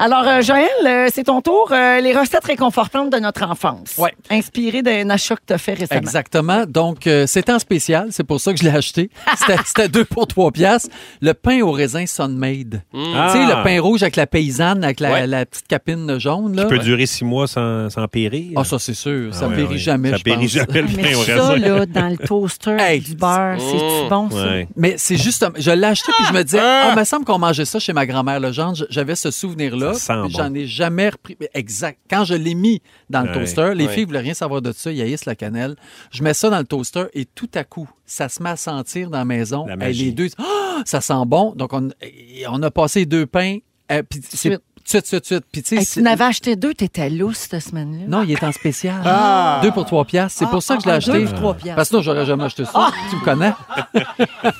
Speaker 1: Alors, euh, Joël, euh, c'est ton tour. Euh, les recettes réconfortantes de notre enfance.
Speaker 4: Ouais.
Speaker 1: Inspirées d'un achat que tu as fait récemment.
Speaker 4: Exactement. Donc, euh, c'était en spécial. C'est pour ça que je l'ai acheté. C'était- C'était deux pour trois piastres. Le pain au raisin Sunmade.
Speaker 2: Ah.
Speaker 4: euh, Tu sais, le pain rouge avec la paysanne, avec la,
Speaker 3: Ouais.
Speaker 4: la petite capine jaune. Là.
Speaker 2: peut durer six mois sans, sans périr.
Speaker 4: Ah, ça, c'est sûr. ça
Speaker 2: Ah ouais,
Speaker 4: périt
Speaker 2: ouais.
Speaker 4: jamais,
Speaker 2: Ça
Speaker 4: je
Speaker 2: périt
Speaker 4: pense.
Speaker 2: jamais le
Speaker 1: Ah, Mais
Speaker 2: pain au
Speaker 1: ça,
Speaker 2: raisin.
Speaker 1: là, dans le toaster,
Speaker 4: Hey. Oh.
Speaker 1: du beurre, c'est-tu bon, ça?
Speaker 2: Ouais.
Speaker 4: Mais c'est juste, je l'ai acheté puis je me disais,
Speaker 2: Ah!
Speaker 4: oh, me semble qu'on mangeait ça chez ma grand-mère le genre. J'avais ce souvenir-là.
Speaker 2: Ça sent
Speaker 4: puis
Speaker 2: bon.
Speaker 4: J'en ai jamais repris. Mais Exact. Quand je l'ai mis dans le
Speaker 2: Ouais,
Speaker 4: toaster, les
Speaker 3: ouais.
Speaker 4: filles voulaient rien savoir de ça. Ils haïssent la cannelle. Je mets ça dans le toaster et tout à coup, ça se met à sentir dans la maison.
Speaker 2: La
Speaker 4: Et
Speaker 2: magie.
Speaker 4: les deux, Ah, ça sent bon. Donc on, et on a passé les deux pains. euh, puis c'est
Speaker 1: Suite.
Speaker 4: tout de suite, tout de suite. Puis tu sais,
Speaker 1: Hey, tu
Speaker 4: c'est-
Speaker 1: en avais acheté deux, t'étais lousse cette semaine-là.
Speaker 4: non, il est en spécial.
Speaker 2: Ah!
Speaker 4: Deux pour trois piastres. C'est pour ça que je l'ai
Speaker 1: ah,
Speaker 4: acheté.
Speaker 1: deux pour trois piastres. Ah!
Speaker 4: Parce que sinon, j'aurais jamais acheté ça. Tu me connais.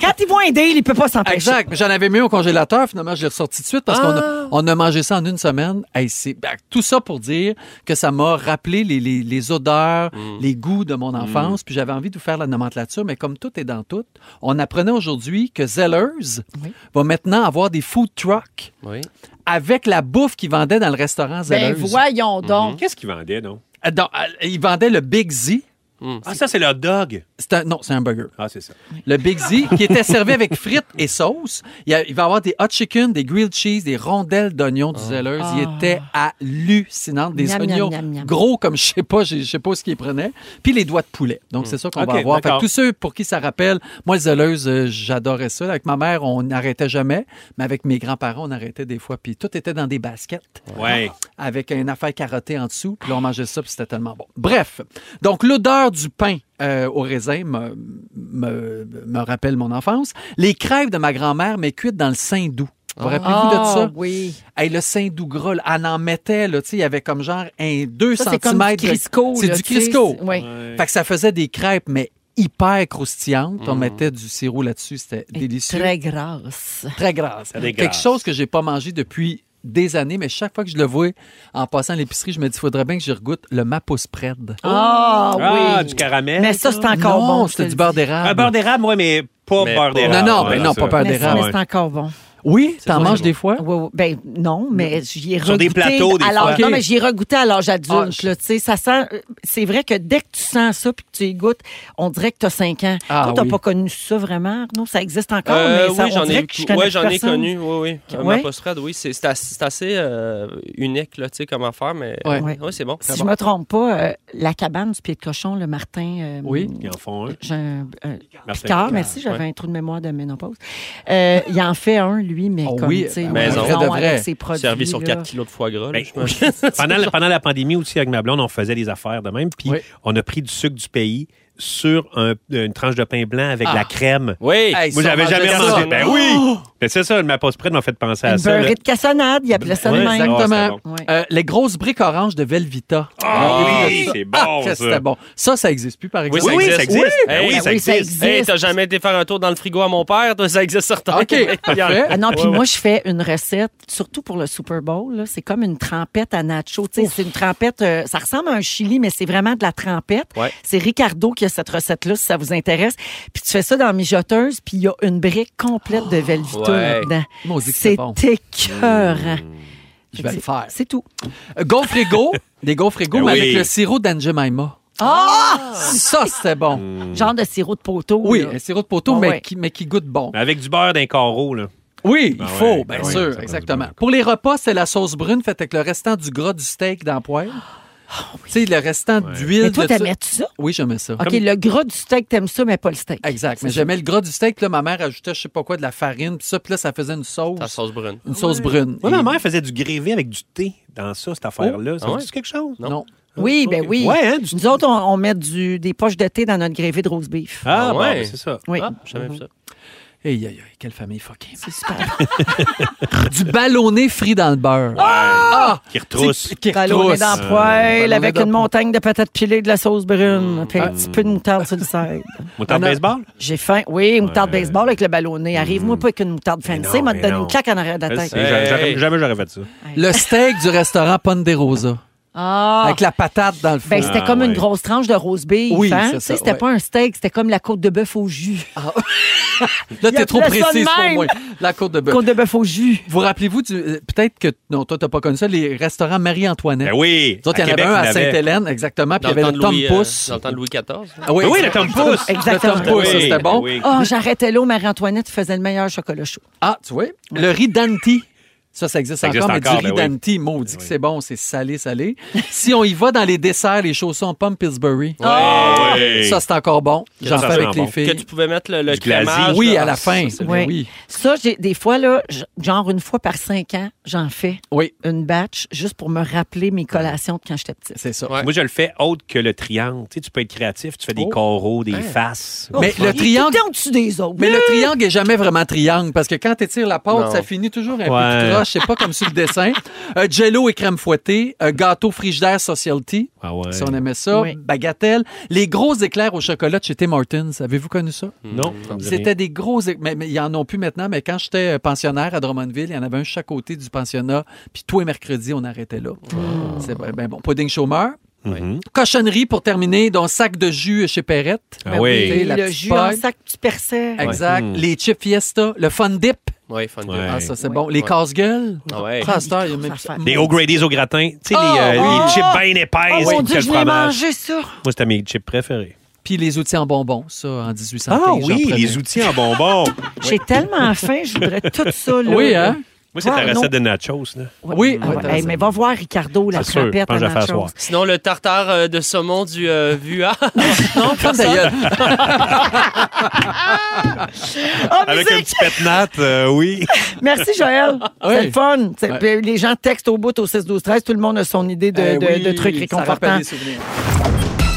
Speaker 1: Quand il voit un deal, il peut pas s'empêcher.
Speaker 4: Exact. Mais j'en avais mis au congélateur. Finalement, je l'ai ressorti tout de suite parce qu'on a, on a mangé ça en une semaine. Hey, c'est, ben, tout ça pour dire que ça m'a rappelé les, les- les odeurs, les goûts de mon enfance. Puis j'avais envie de vous faire la nomenclature, mais comme tout est dans tout, on apprenait aujourd'hui que Zellers va maintenant avoir des food trucks
Speaker 3: Oui.
Speaker 4: avec la bouffe qu'ils vendaient dans le restaurant
Speaker 1: Ben
Speaker 4: Zellers.
Speaker 1: voyons donc.
Speaker 2: Qu'est-ce qu'il vendait, non?
Speaker 4: Euh, donc, euh, ils vendaient le Big Z.
Speaker 2: Ah, ça, c'est le dog.
Speaker 4: C'est un- non, c'est un burger.
Speaker 2: Ah, c'est ça.
Speaker 4: Le Big Z, qui était servi avec frites et sauce. Il, y a- il va y avoir des hot chicken, des grilled cheese, des rondelles d'oignons du Zellers. Il était hallucinant. Des
Speaker 1: Ah. Miam, miam,
Speaker 4: oignons
Speaker 1: miam, miam.
Speaker 4: gros comme je sais pas, je je sais pas ce qu'ils prenaient. Puis les doigts de poulet. Donc, c'est ça qu'on
Speaker 2: Ok,
Speaker 4: va avoir. Fait que
Speaker 2: d'accord.
Speaker 4: tous ceux pour qui ça rappelle, moi, le Zellers, euh, j'adorais ça. Avec ma mère, on n'arrêtait jamais. Mais avec mes grands-parents, on arrêtait des fois. Puis tout était dans des baskets
Speaker 2: Ouais.
Speaker 4: avec une affaire carottée en dessous. Puis là, on mangeait ça, puis c'était tellement bon. Bref, donc l'odeur du pain euh, au raisin m'a- me, me rappellent mon enfance. Les crêpes de ma grand-mère, mais cuites dans le sein doux. Vous vous rappelez-vous de ça?
Speaker 1: Ah, oui.
Speaker 4: Hey, le sein doux gras, là, elle en mettait, là, tu sais, il y avait comme genre un 2
Speaker 1: Ça, c'est
Speaker 4: cm.
Speaker 1: comme du Crisco.
Speaker 4: C'est
Speaker 1: là,
Speaker 4: du
Speaker 1: tu sais,
Speaker 4: Crisco.
Speaker 1: c'est- Oui.
Speaker 4: Fait que ça faisait des crêpes, mais hyper croustillantes. On mettait du sirop là-dessus, c'était
Speaker 1: Et
Speaker 4: délicieux. Oh!
Speaker 1: Très grasse.
Speaker 4: très grasse.
Speaker 2: Très
Speaker 4: Quelque
Speaker 2: grasse.
Speaker 4: chose que j'ai pas mangé depuis des années, mais chaque fois que je le vois en passant à l'épicerie, je me dis, faudrait bien que je regoute le mapo spread.
Speaker 1: Ah
Speaker 2: Ah,
Speaker 1: oui.
Speaker 2: du caramel.
Speaker 1: Mais ça, c'est encore
Speaker 4: non,
Speaker 1: bon. je te
Speaker 4: c'était
Speaker 1: le
Speaker 4: du
Speaker 1: dis.
Speaker 4: beurre
Speaker 2: Un
Speaker 4: d'érable.
Speaker 2: beurre d'érable, oui, mais pas
Speaker 3: Mais
Speaker 2: beurre
Speaker 3: pas-
Speaker 2: d'érable.
Speaker 4: Non, non, ben
Speaker 2: Voilà,
Speaker 4: non,
Speaker 2: ça.
Speaker 4: pas beurre
Speaker 1: Mais ça,
Speaker 4: d'érable.
Speaker 1: mais
Speaker 2: Ouais.
Speaker 1: c'est encore bon.
Speaker 4: Oui, t'en
Speaker 3: ça,
Speaker 4: manges
Speaker 3: c'est
Speaker 4: des fois?
Speaker 1: Oui, oui. Ben non, mais j'y ai
Speaker 2: Sur des
Speaker 1: regoûté.
Speaker 2: plateaux, des
Speaker 1: alors,
Speaker 2: fois.
Speaker 1: Non, mais j'y ai regoûté à l'âge
Speaker 4: Ah,
Speaker 1: adulte.
Speaker 4: je-
Speaker 1: là, tu sais, ça sent. euh, C'est vrai que dès que tu sens ça puis que tu y goûtes, on dirait que tu as 5 ans.
Speaker 4: Ah,
Speaker 1: Toi, t'as
Speaker 4: oui.
Speaker 1: pas connu ça vraiment? Non, ça existe encore,
Speaker 3: Euh,
Speaker 1: Ah, mais ça,
Speaker 3: oui,
Speaker 1: on
Speaker 3: j'en
Speaker 1: dirait
Speaker 3: ai,
Speaker 1: que je
Speaker 3: cou-
Speaker 1: connais
Speaker 3: ouais, j'en ai
Speaker 1: personne.
Speaker 3: connu. Oui, oui. Euh,
Speaker 1: Ouais.
Speaker 3: ma post-fred, oui, c'est c'est as- c'est assez euh, unique, là, tu sais, comment faire, mais.
Speaker 4: Ouais.
Speaker 1: Ouais.
Speaker 3: Ouais, c'est bon.
Speaker 1: Si je me trompe pas, euh, la cabane du pied de cochon, le Martin. euh,
Speaker 4: Oui.
Speaker 2: Ils en font un.
Speaker 1: J'ai un- un-
Speaker 2: Martin
Speaker 1: Picard, merci, j'avais un trou de mémoire de ménopause. Euh, il en fait un, lui, mais
Speaker 4: Oh
Speaker 1: comme,
Speaker 4: oui,
Speaker 1: tu sais,
Speaker 4: ben
Speaker 3: maison.
Speaker 1: maison
Speaker 4: Vrai de vrai.
Speaker 1: avec ses produits.
Speaker 3: Servi sur
Speaker 1: là.
Speaker 3: 4 kilos de foie gras. là,
Speaker 2: Ben,
Speaker 3: je pense.
Speaker 2: pendant, la, pendant la pandémie aussi, avec ma blonde, on faisait des affaires de même. Puis
Speaker 4: Oui.
Speaker 2: on a pris du sucre du pays sur un- une tranche de pain blanc avec
Speaker 4: Ah.
Speaker 2: la crème.
Speaker 3: Oui.
Speaker 4: Hey,
Speaker 2: Moi,
Speaker 4: ça,
Speaker 2: j'avais
Speaker 4: on
Speaker 2: jamais
Speaker 4: mangeait ça.
Speaker 2: mangé. Ben oui! Mais c'est ça, ma pause près m'a fait penser à
Speaker 1: Une
Speaker 2: ça. là.
Speaker 1: beurrée de cassonade, il appelait ça de
Speaker 2: Ouais,
Speaker 1: même.
Speaker 2: exact.
Speaker 4: Exactement.
Speaker 2: Ah,
Speaker 1: c'est bon. Ouais.
Speaker 4: Euh, les grosses briques oranges de Velvita.
Speaker 2: Ah oui,
Speaker 4: ça.
Speaker 2: c'est bon,
Speaker 4: Ah, que
Speaker 2: ça.
Speaker 4: c'était bon. Ça, ça n'existe plus, par exemple.
Speaker 2: Oui, ça existe. Ben
Speaker 3: Oui,
Speaker 2: oui,
Speaker 1: ben oui, ça
Speaker 2: ça existe.
Speaker 1: existe.
Speaker 3: Hey, t'as jamais été faire un tour dans le frigo à mon père, toi, ça existe certain.
Speaker 4: OK, parfait.
Speaker 1: Ah non, puis moi, je fais une recette, surtout pour le Super Bowl. là, C'est comme une trempette à nacho. Tu sais, C'est une trempette, euh, ça ressemble à un chili, mais c'est vraiment de la trempette.
Speaker 3: Ouais.
Speaker 1: C'est Ricardo qui a cette recette-là, si ça vous intéresse. Puis tu fais ça dans la mijoteuse, puis il y a une brique complète de
Speaker 4: Ah,
Speaker 1: Velvita
Speaker 3: Ouais.
Speaker 1: là-dedans.
Speaker 4: Maudit que c'est
Speaker 1: C'est
Speaker 4: bon. Mm.
Speaker 1: écœurant.
Speaker 4: Je vais le
Speaker 1: C'est-
Speaker 4: faire.
Speaker 1: C'est tout.
Speaker 4: Euh, Gaufres égo, des gaufres égo,
Speaker 2: Ben
Speaker 4: mais
Speaker 2: oui.
Speaker 4: avec le sirop d'Angemaima. Ah! Ça, c'était
Speaker 2: Mm.
Speaker 4: bon.
Speaker 1: Genre de sirop de poteau.
Speaker 4: Mm. Oui,
Speaker 1: là.
Speaker 4: un sirop de poteau,
Speaker 1: Ah
Speaker 4: mais,
Speaker 1: ouais.
Speaker 4: Qui, mais qui goûte bon.
Speaker 2: Mais Avec du beurre d'un carreau, là.
Speaker 4: Oui, il
Speaker 2: Ah
Speaker 4: faut,
Speaker 2: ouais,
Speaker 4: bien
Speaker 2: ah ouais, ça
Speaker 4: sûr,
Speaker 2: prend du
Speaker 4: exactement.
Speaker 2: beurre.
Speaker 4: Pour les repas, c'est la sauce brune faite avec le restant du gras du steak dans la poêle. Tu sais, le restant d'huile.
Speaker 1: Ah, Mais toi,
Speaker 4: de ça.
Speaker 1: t'aimais-tu ça?
Speaker 4: Oui, j'aimais ça.
Speaker 1: OK, le gras du steak, t'aimes ça, mais pas le steak.
Speaker 4: Exact. Mais
Speaker 1: C'est ça.
Speaker 4: j'aimais le gras du steak. puis Là, ma mère ajoutait, je sais pas quoi, de la farine, puis ça, puis là, ça faisait une sauce.
Speaker 3: Ta sauce brune.
Speaker 4: Une sauce brune.
Speaker 2: Moi,
Speaker 4: Et-
Speaker 2: ma mère faisait du grévé avec du thé dans ça, cette affaire-là. ça
Speaker 3: ah
Speaker 2: vous
Speaker 3: ouais?
Speaker 2: dit quelque chose?
Speaker 3: Non.
Speaker 4: Non.
Speaker 1: Oui, ben oui.
Speaker 2: Ouais, hein, du-
Speaker 1: Nous autres, on, on met du, des poches de thé dans notre grévé de rose beef.
Speaker 2: Ah,
Speaker 3: Ah
Speaker 2: bon,
Speaker 3: ouais.
Speaker 2: ben, c'est ça.
Speaker 1: Oui,
Speaker 3: Ah, j'ai jamais vu ça.
Speaker 4: Hey, aïe, aïe, quelle famille fucking.
Speaker 1: c'est super.
Speaker 4: Du ballonné frit dans le beurre. Ah!
Speaker 2: Qui retrousse.
Speaker 4: C'est- Qui
Speaker 1: Ballonné
Speaker 4: retrousse.
Speaker 1: dans la poêle
Speaker 4: Ballonné
Speaker 1: avec
Speaker 4: dans
Speaker 1: une
Speaker 4: la
Speaker 1: montagne de patates pilées, de la sauce brune,
Speaker 4: Mm.
Speaker 1: puis
Speaker 2: Ah.
Speaker 1: un petit peu de moutarde sur le side.
Speaker 2: Moutarde
Speaker 4: Ah, non.
Speaker 2: baseball?
Speaker 1: J'ai faim. Oui, moutarde
Speaker 2: Ouais. Mm.
Speaker 1: baseball avec le ballonné. Arrive-moi pas avec une moutarde
Speaker 2: Mais
Speaker 1: fancy,
Speaker 2: non,
Speaker 1: m'a
Speaker 2: mais
Speaker 1: donné
Speaker 2: non.
Speaker 1: une claque en arrière de la
Speaker 2: Je sais,
Speaker 1: tête.
Speaker 3: Hey.
Speaker 2: j'aurais- j'aurais- Jamais j'aurais fait ça.
Speaker 4: Le steak du restaurant Ponderosa.
Speaker 1: Ah!
Speaker 4: Avec la patate dans le fond.
Speaker 1: Ben, c'était
Speaker 2: Ah,
Speaker 1: comme une
Speaker 2: ouais.
Speaker 1: grosse tranche de rose beef.
Speaker 4: Oui,
Speaker 1: hein?
Speaker 4: c'est
Speaker 1: Tu sais,
Speaker 4: ça,
Speaker 1: C'était
Speaker 4: ouais.
Speaker 1: pas un steak, c'était comme la côte de bœuf au jus.
Speaker 4: là, t'es trop
Speaker 1: appelait ça de
Speaker 4: précise pour
Speaker 1: même.
Speaker 4: moi. La côte de bœuf.
Speaker 1: Côte de bœuf au jus.
Speaker 4: Vous rappelez-vous du. euh, Peut-être que. Non, toi, t'as pas connu ça, les restaurants Marie-Antoinette.
Speaker 2: Ben oui!
Speaker 4: Nous autres,
Speaker 2: à
Speaker 4: il y en avait
Speaker 2: Québec,
Speaker 4: un
Speaker 2: il y
Speaker 4: à Sainte-Hélène, exactement, puis
Speaker 3: Dans
Speaker 4: il y
Speaker 3: le
Speaker 4: avait
Speaker 3: temps
Speaker 4: le
Speaker 3: de
Speaker 4: Tom
Speaker 3: Louis, euh,
Speaker 4: Pouce.
Speaker 3: dans le temps de Louis XIV.
Speaker 4: Ah oui,
Speaker 2: Ben oui, le Tom Pouce!
Speaker 4: Le Tom
Speaker 1: Exactement.
Speaker 4: Pouce, ça,
Speaker 2: Oui, ben
Speaker 4: c'était bon.
Speaker 2: oui.
Speaker 1: Ah, j'arrêtais là où Marie-Antoinette faisait le meilleur chocolat chaud.
Speaker 4: Ah, tu vois, le riz d'Anti. Ça, ça existe,
Speaker 2: Ça existe
Speaker 4: encore,
Speaker 2: encore,
Speaker 4: mais du riz
Speaker 2: ben oui.
Speaker 4: d'Anti, maudit que c'est bon, c'est salé, salé. si on y va dans les desserts, les chaussons pommes Pillsbury,
Speaker 2: Ah, oui.
Speaker 4: ça, c'est encore bon. J'en
Speaker 2: ça,
Speaker 4: fais
Speaker 2: ça
Speaker 4: avec
Speaker 2: sent
Speaker 4: les
Speaker 2: bon.
Speaker 3: Que
Speaker 4: filles.
Speaker 3: tu pouvais mettre le, le
Speaker 2: Du glacis.
Speaker 3: crémage.
Speaker 4: Oui,
Speaker 3: là.
Speaker 4: à la
Speaker 3: Ah,
Speaker 4: fin.
Speaker 3: ça, c'est-
Speaker 4: Ben
Speaker 1: Oui.
Speaker 4: Oui.
Speaker 1: Ça, j'ai des fois, là, j- genre une fois par cinq ans, j'en fais
Speaker 4: Oui,
Speaker 1: une batch juste pour me rappeler mes collations de quand j'étais petite.
Speaker 4: c'est ça.
Speaker 3: Ouais.
Speaker 2: Moi, je le fais autre que le triangle. Tu, sais, tu peux être créatif, tu fais des
Speaker 4: Oh.
Speaker 2: coraux, des faces.
Speaker 4: Mais
Speaker 1: Il
Speaker 4: le
Speaker 1: est
Speaker 4: triangle.
Speaker 1: tout en dessous des autres.
Speaker 4: Mais le triangle est jamais vraiment triangle parce que quand tu tires la pâte,
Speaker 3: Non.
Speaker 4: ça finit toujours un peu
Speaker 2: Ouais.
Speaker 4: tout croche. C'est pas comme sur le dessin. Euh, jello et crème fouettée, euh, gâteau frigidaire socialty.
Speaker 2: Ah ouais.
Speaker 4: Si on aimait ça,
Speaker 1: Oui.
Speaker 4: bagatelle, les gros éclairs au chocolat de chez Tim Hortons. Avez-vous connu ça?
Speaker 2: Non, ça me dit rien.
Speaker 4: C'était des gros. é- Mais, mais ils en ont plus maintenant, mais quand j'étais euh, pensionnaire à Drummondville, il y en avait un chaque côté du pensionnat. Puis tous les mercredis, on arrêtait là. C'est ben, ben bon. Pudding chômeur.
Speaker 2: Mhm.
Speaker 4: Cochonnerie pour terminer, dont sac de jus chez Perrette.
Speaker 2: Ah oui.
Speaker 4: oui.
Speaker 1: Et
Speaker 4: la
Speaker 1: Ben le
Speaker 4: petite
Speaker 1: jus en
Speaker 4: paille.
Speaker 1: sac, tu perçais.
Speaker 4: Exact.
Speaker 2: Mhm.
Speaker 4: Les chips fiesta, le fun dip.
Speaker 3: Oui, fun
Speaker 2: Ouais.
Speaker 3: de-
Speaker 4: Ah, ça, c'est
Speaker 3: Ouais.
Speaker 4: bon. Les
Speaker 3: Ouais.
Speaker 4: casse-gueules.
Speaker 3: Ah ouais.
Speaker 4: Ah, à cette heure, il y a même-
Speaker 1: Affaire.
Speaker 2: Les O'Grady's au gratin. Tu sais, les, euh,
Speaker 1: oui.
Speaker 2: les chips bien épaisses.
Speaker 1: Oh mon
Speaker 2: puis
Speaker 1: Dieu,
Speaker 2: que le
Speaker 1: je l'ai
Speaker 2: fromage.
Speaker 1: mangé ça.
Speaker 2: Moi, c'était mes chips préférés.
Speaker 4: Puis les outils en bonbons, ça, en 1800.
Speaker 2: Ah oui, les outils en bonbons.
Speaker 1: J'ai tellement faim, je voudrais tout ça. Là.
Speaker 4: Oui, hein?
Speaker 2: Moi, c'est
Speaker 1: Ah,
Speaker 2: la
Speaker 1: non.
Speaker 2: recette de nachos. Là.
Speaker 4: Oui.
Speaker 1: Ah ouais. Hey, mais va voir Ricardo, la
Speaker 2: C'est sûr, je
Speaker 1: trompette.
Speaker 2: pense que je vais faire soir.
Speaker 3: Sinon, le tartare euh, de saumon du euh, Vua.
Speaker 4: Non, ferme ta gueule.
Speaker 2: Avec un petit pet nat, euh, oui.
Speaker 1: Ah, Merci, Joël. C'est
Speaker 4: Oui.
Speaker 1: le fun. C'est-
Speaker 4: Ouais.
Speaker 1: puis Les gens textent au bout au 6-12-13. Tout le monde a son idée de,
Speaker 4: Eh
Speaker 1: de-
Speaker 4: oui,
Speaker 1: de trucs
Speaker 4: ça rappelle
Speaker 1: réconfortants.
Speaker 4: des souvenirs.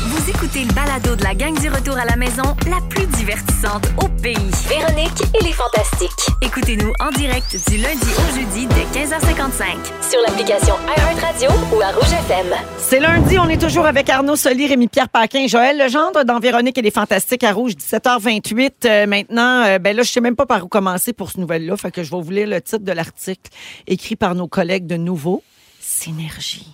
Speaker 6: Vous écoutez écoutez le balado de la gang du retour à la maison, la plus divertissante au pays.
Speaker 7: Véronique et les Fantastiques.
Speaker 6: Écoutez-nous en direct du lundi au jeudi dès 15h55.
Speaker 7: Sur l'application iHeartRadio ou à Rouge FM.
Speaker 1: C'est lundi, on est toujours avec Arnaud Soli, Rémi-Pierre Paquin, Joël Legendre dans Véronique et les Fantastiques à Rouge, 17h28. Euh, maintenant, euh, ben là, je sais même pas par où commencer pour ce nouvelle-là, fait que je vais vous lire le titre de l'article écrit par nos collègues de Nouveau, Synergie.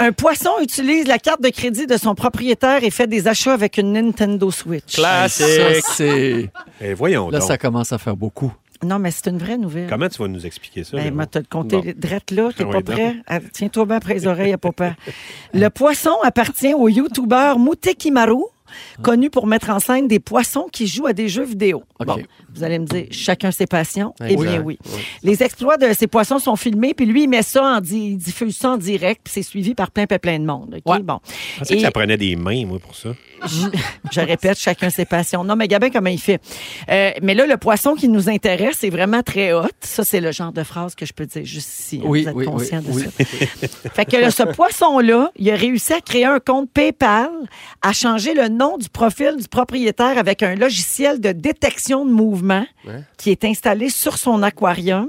Speaker 1: Un poisson utilise la carte de crédit de son propriétaire et fait des achats avec une Nintendo Switch.
Speaker 3: Ah,
Speaker 4: Ça,
Speaker 3: Classique.
Speaker 4: c'est.
Speaker 2: Eh, Ah, voyons
Speaker 4: Là,
Speaker 2: donc.
Speaker 4: ça commence à faire beaucoup.
Speaker 1: Non, mais c'est une vraie nouvelle.
Speaker 2: Comment tu vas nous expliquer ça?
Speaker 1: Ben,
Speaker 2: Véro?
Speaker 1: moi, t'as le compté
Speaker 2: Bon.
Speaker 1: drette là, t'es
Speaker 2: Ah
Speaker 1: pas
Speaker 2: oui,
Speaker 1: prêt. Ah, Tiens-toi bien après les oreilles à papa. Le poisson appartient au youtubeur Mutekimaru, connu pour mettre en scène des poissons qui jouent à des jeux vidéo.
Speaker 4: OK.
Speaker 1: Bon, vous allez me dire, chacun ses passions. Eh bien
Speaker 3: Exact.
Speaker 1: oui. Les exploits de ces poissons sont filmés, puis lui, il met ça en di- il diffuse ça en direct, puis c'est suivi par plein, plein, plein de monde. OK?
Speaker 4: Ouais.
Speaker 1: Bon.
Speaker 2: Je pensais que
Speaker 1: Et-
Speaker 2: ça prenait des mains, moi, pour ça.
Speaker 1: je, je répète, chacun ses passions. Non, mais Gabin, comment il fait? Euh, mais là, le poisson qui nous intéresse est vraiment très hot. Ça, c'est le genre de phrase que je peux dire juste ici. hein.
Speaker 4: Oui,
Speaker 1: Vous êtes
Speaker 4: oui,
Speaker 1: conscient de
Speaker 4: oui,
Speaker 1: ça? Fait que là, ce poisson-là, il a réussi à créer un compte PayPal, à changer le nom du profil du propriétaire avec un logiciel de détection de mouvement qui est installé sur son aquarium.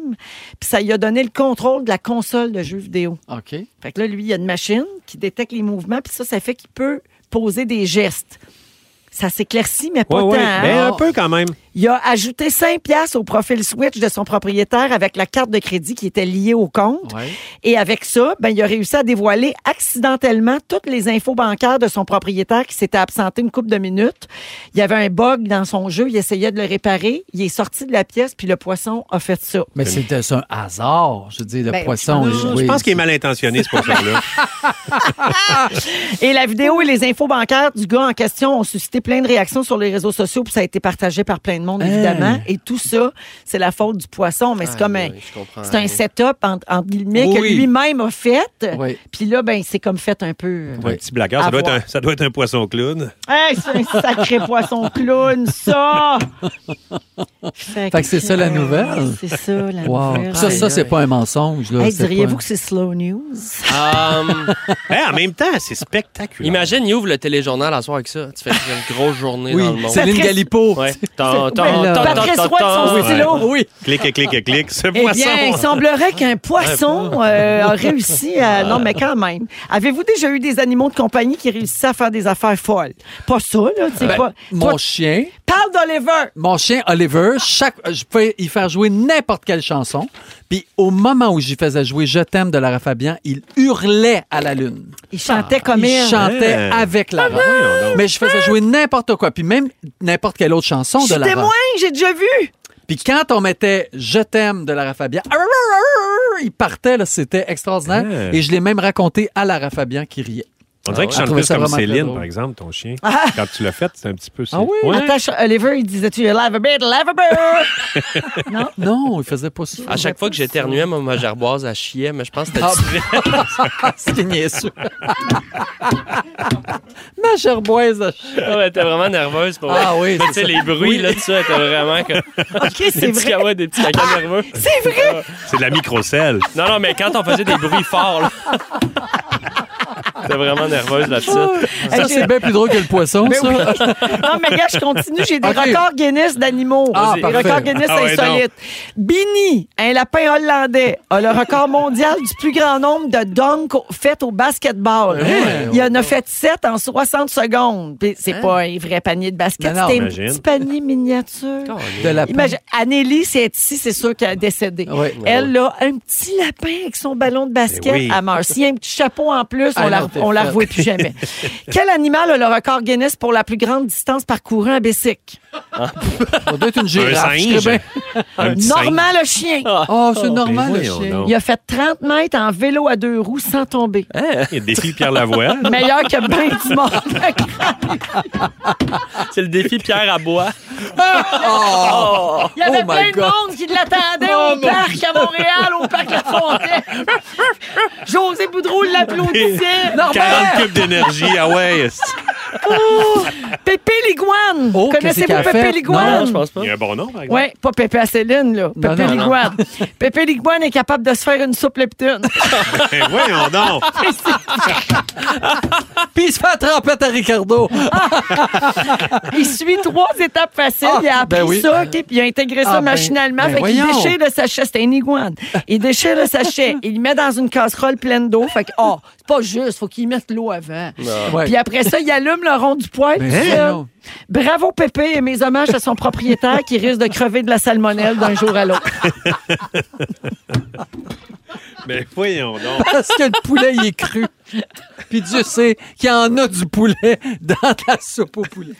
Speaker 1: Puis ça lui a donné le contrôle de la console de jeux vidéo.
Speaker 4: OK.
Speaker 1: Fait que là, lui, il y a une machine qui détecte les mouvements, puis ça, ça fait qu'il peut poser des gestes. Ça s'éclaircit, mais pas
Speaker 2: Ouais,
Speaker 1: tant.
Speaker 2: ouais.
Speaker 1: hein?
Speaker 2: Ben, un peu quand même.
Speaker 1: Il a ajouté 5 piastres au profil Switch de son propriétaire avec la carte de crédit qui était liée au compte.
Speaker 4: Ouais.
Speaker 1: Et avec ça, ben, il a réussi à dévoiler accidentellement toutes les infos bancaires de son propriétaire qui s'était absenté une couple de minutes. Il y avait un bug dans son jeu, il essayait de le réparer, il est sorti de la pièce, puis le poisson a fait ça.
Speaker 4: Mais c'est de- c'est un hasard. Je veux dire, le
Speaker 1: Ben,
Speaker 4: poisson.
Speaker 2: Je pense qu'il est mal intentionné, ce poisson-là.
Speaker 1: Et la vidéo et les infos bancaires du gars en question ont suscité plein de réactions sur les réseaux sociaux, puis ça a été partagé par plein de monde,
Speaker 4: Hein?
Speaker 1: évidemment. Et tout ça, c'est la faute du poisson, mais c'est
Speaker 3: Aïe,
Speaker 1: comme un,
Speaker 3: aïe, je comprends
Speaker 1: c'est un
Speaker 3: rien.
Speaker 1: setup, entre, entre guillemets, que
Speaker 4: Oui.
Speaker 1: lui-même a fait.
Speaker 4: Oui.
Speaker 1: Puis là, ben, c'est comme fait un peu... euh,
Speaker 2: Un petit blagueur, ça
Speaker 1: À
Speaker 2: doit, être
Speaker 1: voir.
Speaker 2: un, ça doit être un poisson clown.
Speaker 1: Hey, c'est un sacré poisson clown, ça! Fait
Speaker 4: Fait que c'est ça la nouvelle?
Speaker 1: C'est ça la
Speaker 4: Wow.
Speaker 1: nouvelle.
Speaker 4: Ça, ça, c'est pas un mensonge. Là.
Speaker 1: Hey,
Speaker 4: C'est
Speaker 1: diriez-vous
Speaker 4: pas-
Speaker 1: que c'est slow news?
Speaker 3: Um,
Speaker 2: Eh, en même temps, c'est spectaculaire.
Speaker 3: imagine, il ouvre le téléjournal à soir avec ça. Tu fais une grosse journée dans le
Speaker 4: Oui,
Speaker 3: monde.
Speaker 4: Céline
Speaker 1: Patrice-
Speaker 4: Galipo.
Speaker 3: Ouais. Tant,
Speaker 1: Ben là. Patrice Roy de son stylo.
Speaker 4: Oui.
Speaker 2: Clique, clique, clique, ce
Speaker 1: Eh
Speaker 2: poisson.
Speaker 1: bien, il semblerait qu'un poisson euh, a réussi
Speaker 4: Ah.
Speaker 1: à... Non, mais quand même. Avez-vous déjà eu des animaux de compagnie qui réussissaient à faire des affaires folles? Pas ça, là. tu sais, pas...
Speaker 4: Ben, Mon
Speaker 1: Toi,
Speaker 4: chien,
Speaker 1: parle d'Oliver!
Speaker 4: mon chien Oliver, chaque, je pouvais y faire jouer n'importe quelle chanson. Puis au moment où j'y faisais jouer Je t'aime de Lara Fabian, il hurlait à la lune.
Speaker 1: Il chantait comme
Speaker 4: Ah, il
Speaker 1: elle.
Speaker 4: chantait
Speaker 2: Hey.
Speaker 3: Hein?
Speaker 4: avec
Speaker 3: Ah ben
Speaker 4: Lara.
Speaker 2: voyons donc.
Speaker 4: Mais je faisais jouer n'importe quoi. Puis même n'importe quelle autre chanson
Speaker 1: Je
Speaker 4: de
Speaker 1: suis
Speaker 4: Lara.
Speaker 1: témoin, j'ai déjà vu!
Speaker 4: Puis quand on mettait Je t'aime de Lara Fabian, il partait, là, c'était extraordinaire.
Speaker 3: Hein?
Speaker 2: Hey.
Speaker 4: Et je l'ai même raconté à Lara Fabian qui riait.
Speaker 2: On dirait qu'il
Speaker 4: Ah
Speaker 2: chante
Speaker 4: ouais. Je trouvais
Speaker 2: plus
Speaker 4: ça
Speaker 2: comme
Speaker 4: vraiment très
Speaker 2: Céline,
Speaker 4: drôle.
Speaker 2: par exemple, ton chien. Quand tu l'as fait, c'est un petit peu...
Speaker 4: Ah oui?
Speaker 2: Ouais.
Speaker 1: Attache Oliver, il disait-tu « Lave a bit, lave a bit! Ah.
Speaker 4: Non, il faisait pas ça.
Speaker 3: À chaque fois que j'éternuais, moi, ma gerboise, elle chiait, mais je pense que c'était
Speaker 4: Ah, C'est niaiseux. Ma gerboise. à ch-
Speaker 3: Ah, mais Elle était vraiment nerveuse pour
Speaker 4: Ah oui,
Speaker 3: Mais
Speaker 4: c'est
Speaker 3: tu sais,
Speaker 4: ça.
Speaker 3: les bruits,
Speaker 4: Oui.
Speaker 3: là, tout ça, était vraiment comme.
Speaker 1: OK, c'est
Speaker 3: Des petits
Speaker 1: vrai.
Speaker 3: cahouets, des petits cacas nerveux.
Speaker 1: C'est vrai!
Speaker 2: C'est de la microcelle.
Speaker 3: Non, non, mais quand on faisait des bruits forts, là. C'était vraiment nerveuse, la
Speaker 1: Oh.
Speaker 3: petite.
Speaker 4: Ça, c'est bien plus drôle que le poisson,
Speaker 1: Ben
Speaker 4: ça.
Speaker 1: Non, Ah, mais gars, je continue. J'ai des
Speaker 4: OK.
Speaker 1: records Guinness d'animaux.
Speaker 4: Ah,
Speaker 1: des
Speaker 4: parfait.
Speaker 1: records Guinness
Speaker 2: Ah ouais,
Speaker 1: insolites. Bini, un lapin hollandais, a le record mondial du plus grand nombre de dunks faits au basketball.
Speaker 4: Ouais. Hein?
Speaker 1: Il en a fait 7 en 60 secondes. Puis C'est pas un vrai panier de basket,
Speaker 4: Non, non,
Speaker 1: c'était un
Speaker 2: imagine.
Speaker 1: petit panier miniature.
Speaker 4: De la
Speaker 1: Imagine, Anneli, si elle est ici, c'est sûr qu'elle est décédée.
Speaker 4: Ouais.
Speaker 1: Elle a un petit lapin avec son ballon de basket
Speaker 2: Eh oui.
Speaker 1: à mort. S'il y a un petit chapeau en plus, on
Speaker 4: Ben Ah
Speaker 1: la,
Speaker 4: non, t'es
Speaker 1: on la
Speaker 4: faite.
Speaker 1: revoit plus jamais. Quel animal a le record Guinness pour la plus grande distance parcourue en bicycle?
Speaker 4: Ça doit être une
Speaker 2: Un
Speaker 4: girafe. je
Speaker 2: singe.
Speaker 4: serais bien-
Speaker 2: Un petit singe.
Speaker 1: Normal, le chien.
Speaker 4: Oh, c'est normal,
Speaker 2: Mais Ben
Speaker 4: le
Speaker 2: voyons
Speaker 4: chien.
Speaker 2: donc.
Speaker 1: Il a fait 30 mètres en vélo à deux roues sans tomber.
Speaker 4: Hein?
Speaker 2: Il y a des filles Pierre Lavoie.
Speaker 1: Meilleur que ben du monde.
Speaker 3: C'est le défi Pierre à bois.
Speaker 1: Oh. Il y avait
Speaker 4: Oh
Speaker 1: plein
Speaker 4: my
Speaker 1: de
Speaker 4: God. Oh
Speaker 1: monde qui l'attendait au parc à Montréal, au parc La Fontaine. José Boudreau l'applaudissait.
Speaker 2: 40 cubes d'énergie. Ah ouais.
Speaker 1: Pépé Liguane.
Speaker 4: Oh, qu'est-ce
Speaker 1: Connaissez-vous
Speaker 4: qu'elle a
Speaker 1: Pépé
Speaker 4: fait?
Speaker 1: Liguane?
Speaker 3: Non, je pense pas.
Speaker 2: Il y a un bon nom, par exemple.
Speaker 1: Oui, pas Pépé à Céline, là. Pépé
Speaker 4: non, non.
Speaker 1: Liguane. Pépé Liguane est capable de se faire une soupe leptune.
Speaker 2: Eh, voyons donc.
Speaker 4: Puis il se fait la trompette à Ricardo.
Speaker 1: Il suit trois étapes faciles.
Speaker 4: Ah,
Speaker 1: il a appris
Speaker 4: ben oui.
Speaker 1: ça, OK, puis il a intégré ça
Speaker 4: Ah, ben,
Speaker 1: machinalement.
Speaker 4: ben
Speaker 1: fait qu'il
Speaker 4: voyons.
Speaker 1: déchire le sachet. C'était une iguane. Il déchire le sachet. il le met dans une casserole pleine d'eau. Fait que, oh, c'est pas juste. Faut qu'il mette l'eau avant.
Speaker 4: Ouais.
Speaker 1: Puis après ça, il allume le rond du poêle.
Speaker 4: Mais
Speaker 1: Puis,
Speaker 4: hein,
Speaker 1: euh,
Speaker 4: non.
Speaker 1: Bravo Pépé et mes hommages à son propriétaire qui risque de crever de la salmonelle d'un jour à l'autre.
Speaker 2: Mais Ben, voyons donc.
Speaker 4: Parce que le poulet, il est cru. Puis Dieu sait qu'il y en a du poulet dans de la soupe au poulet.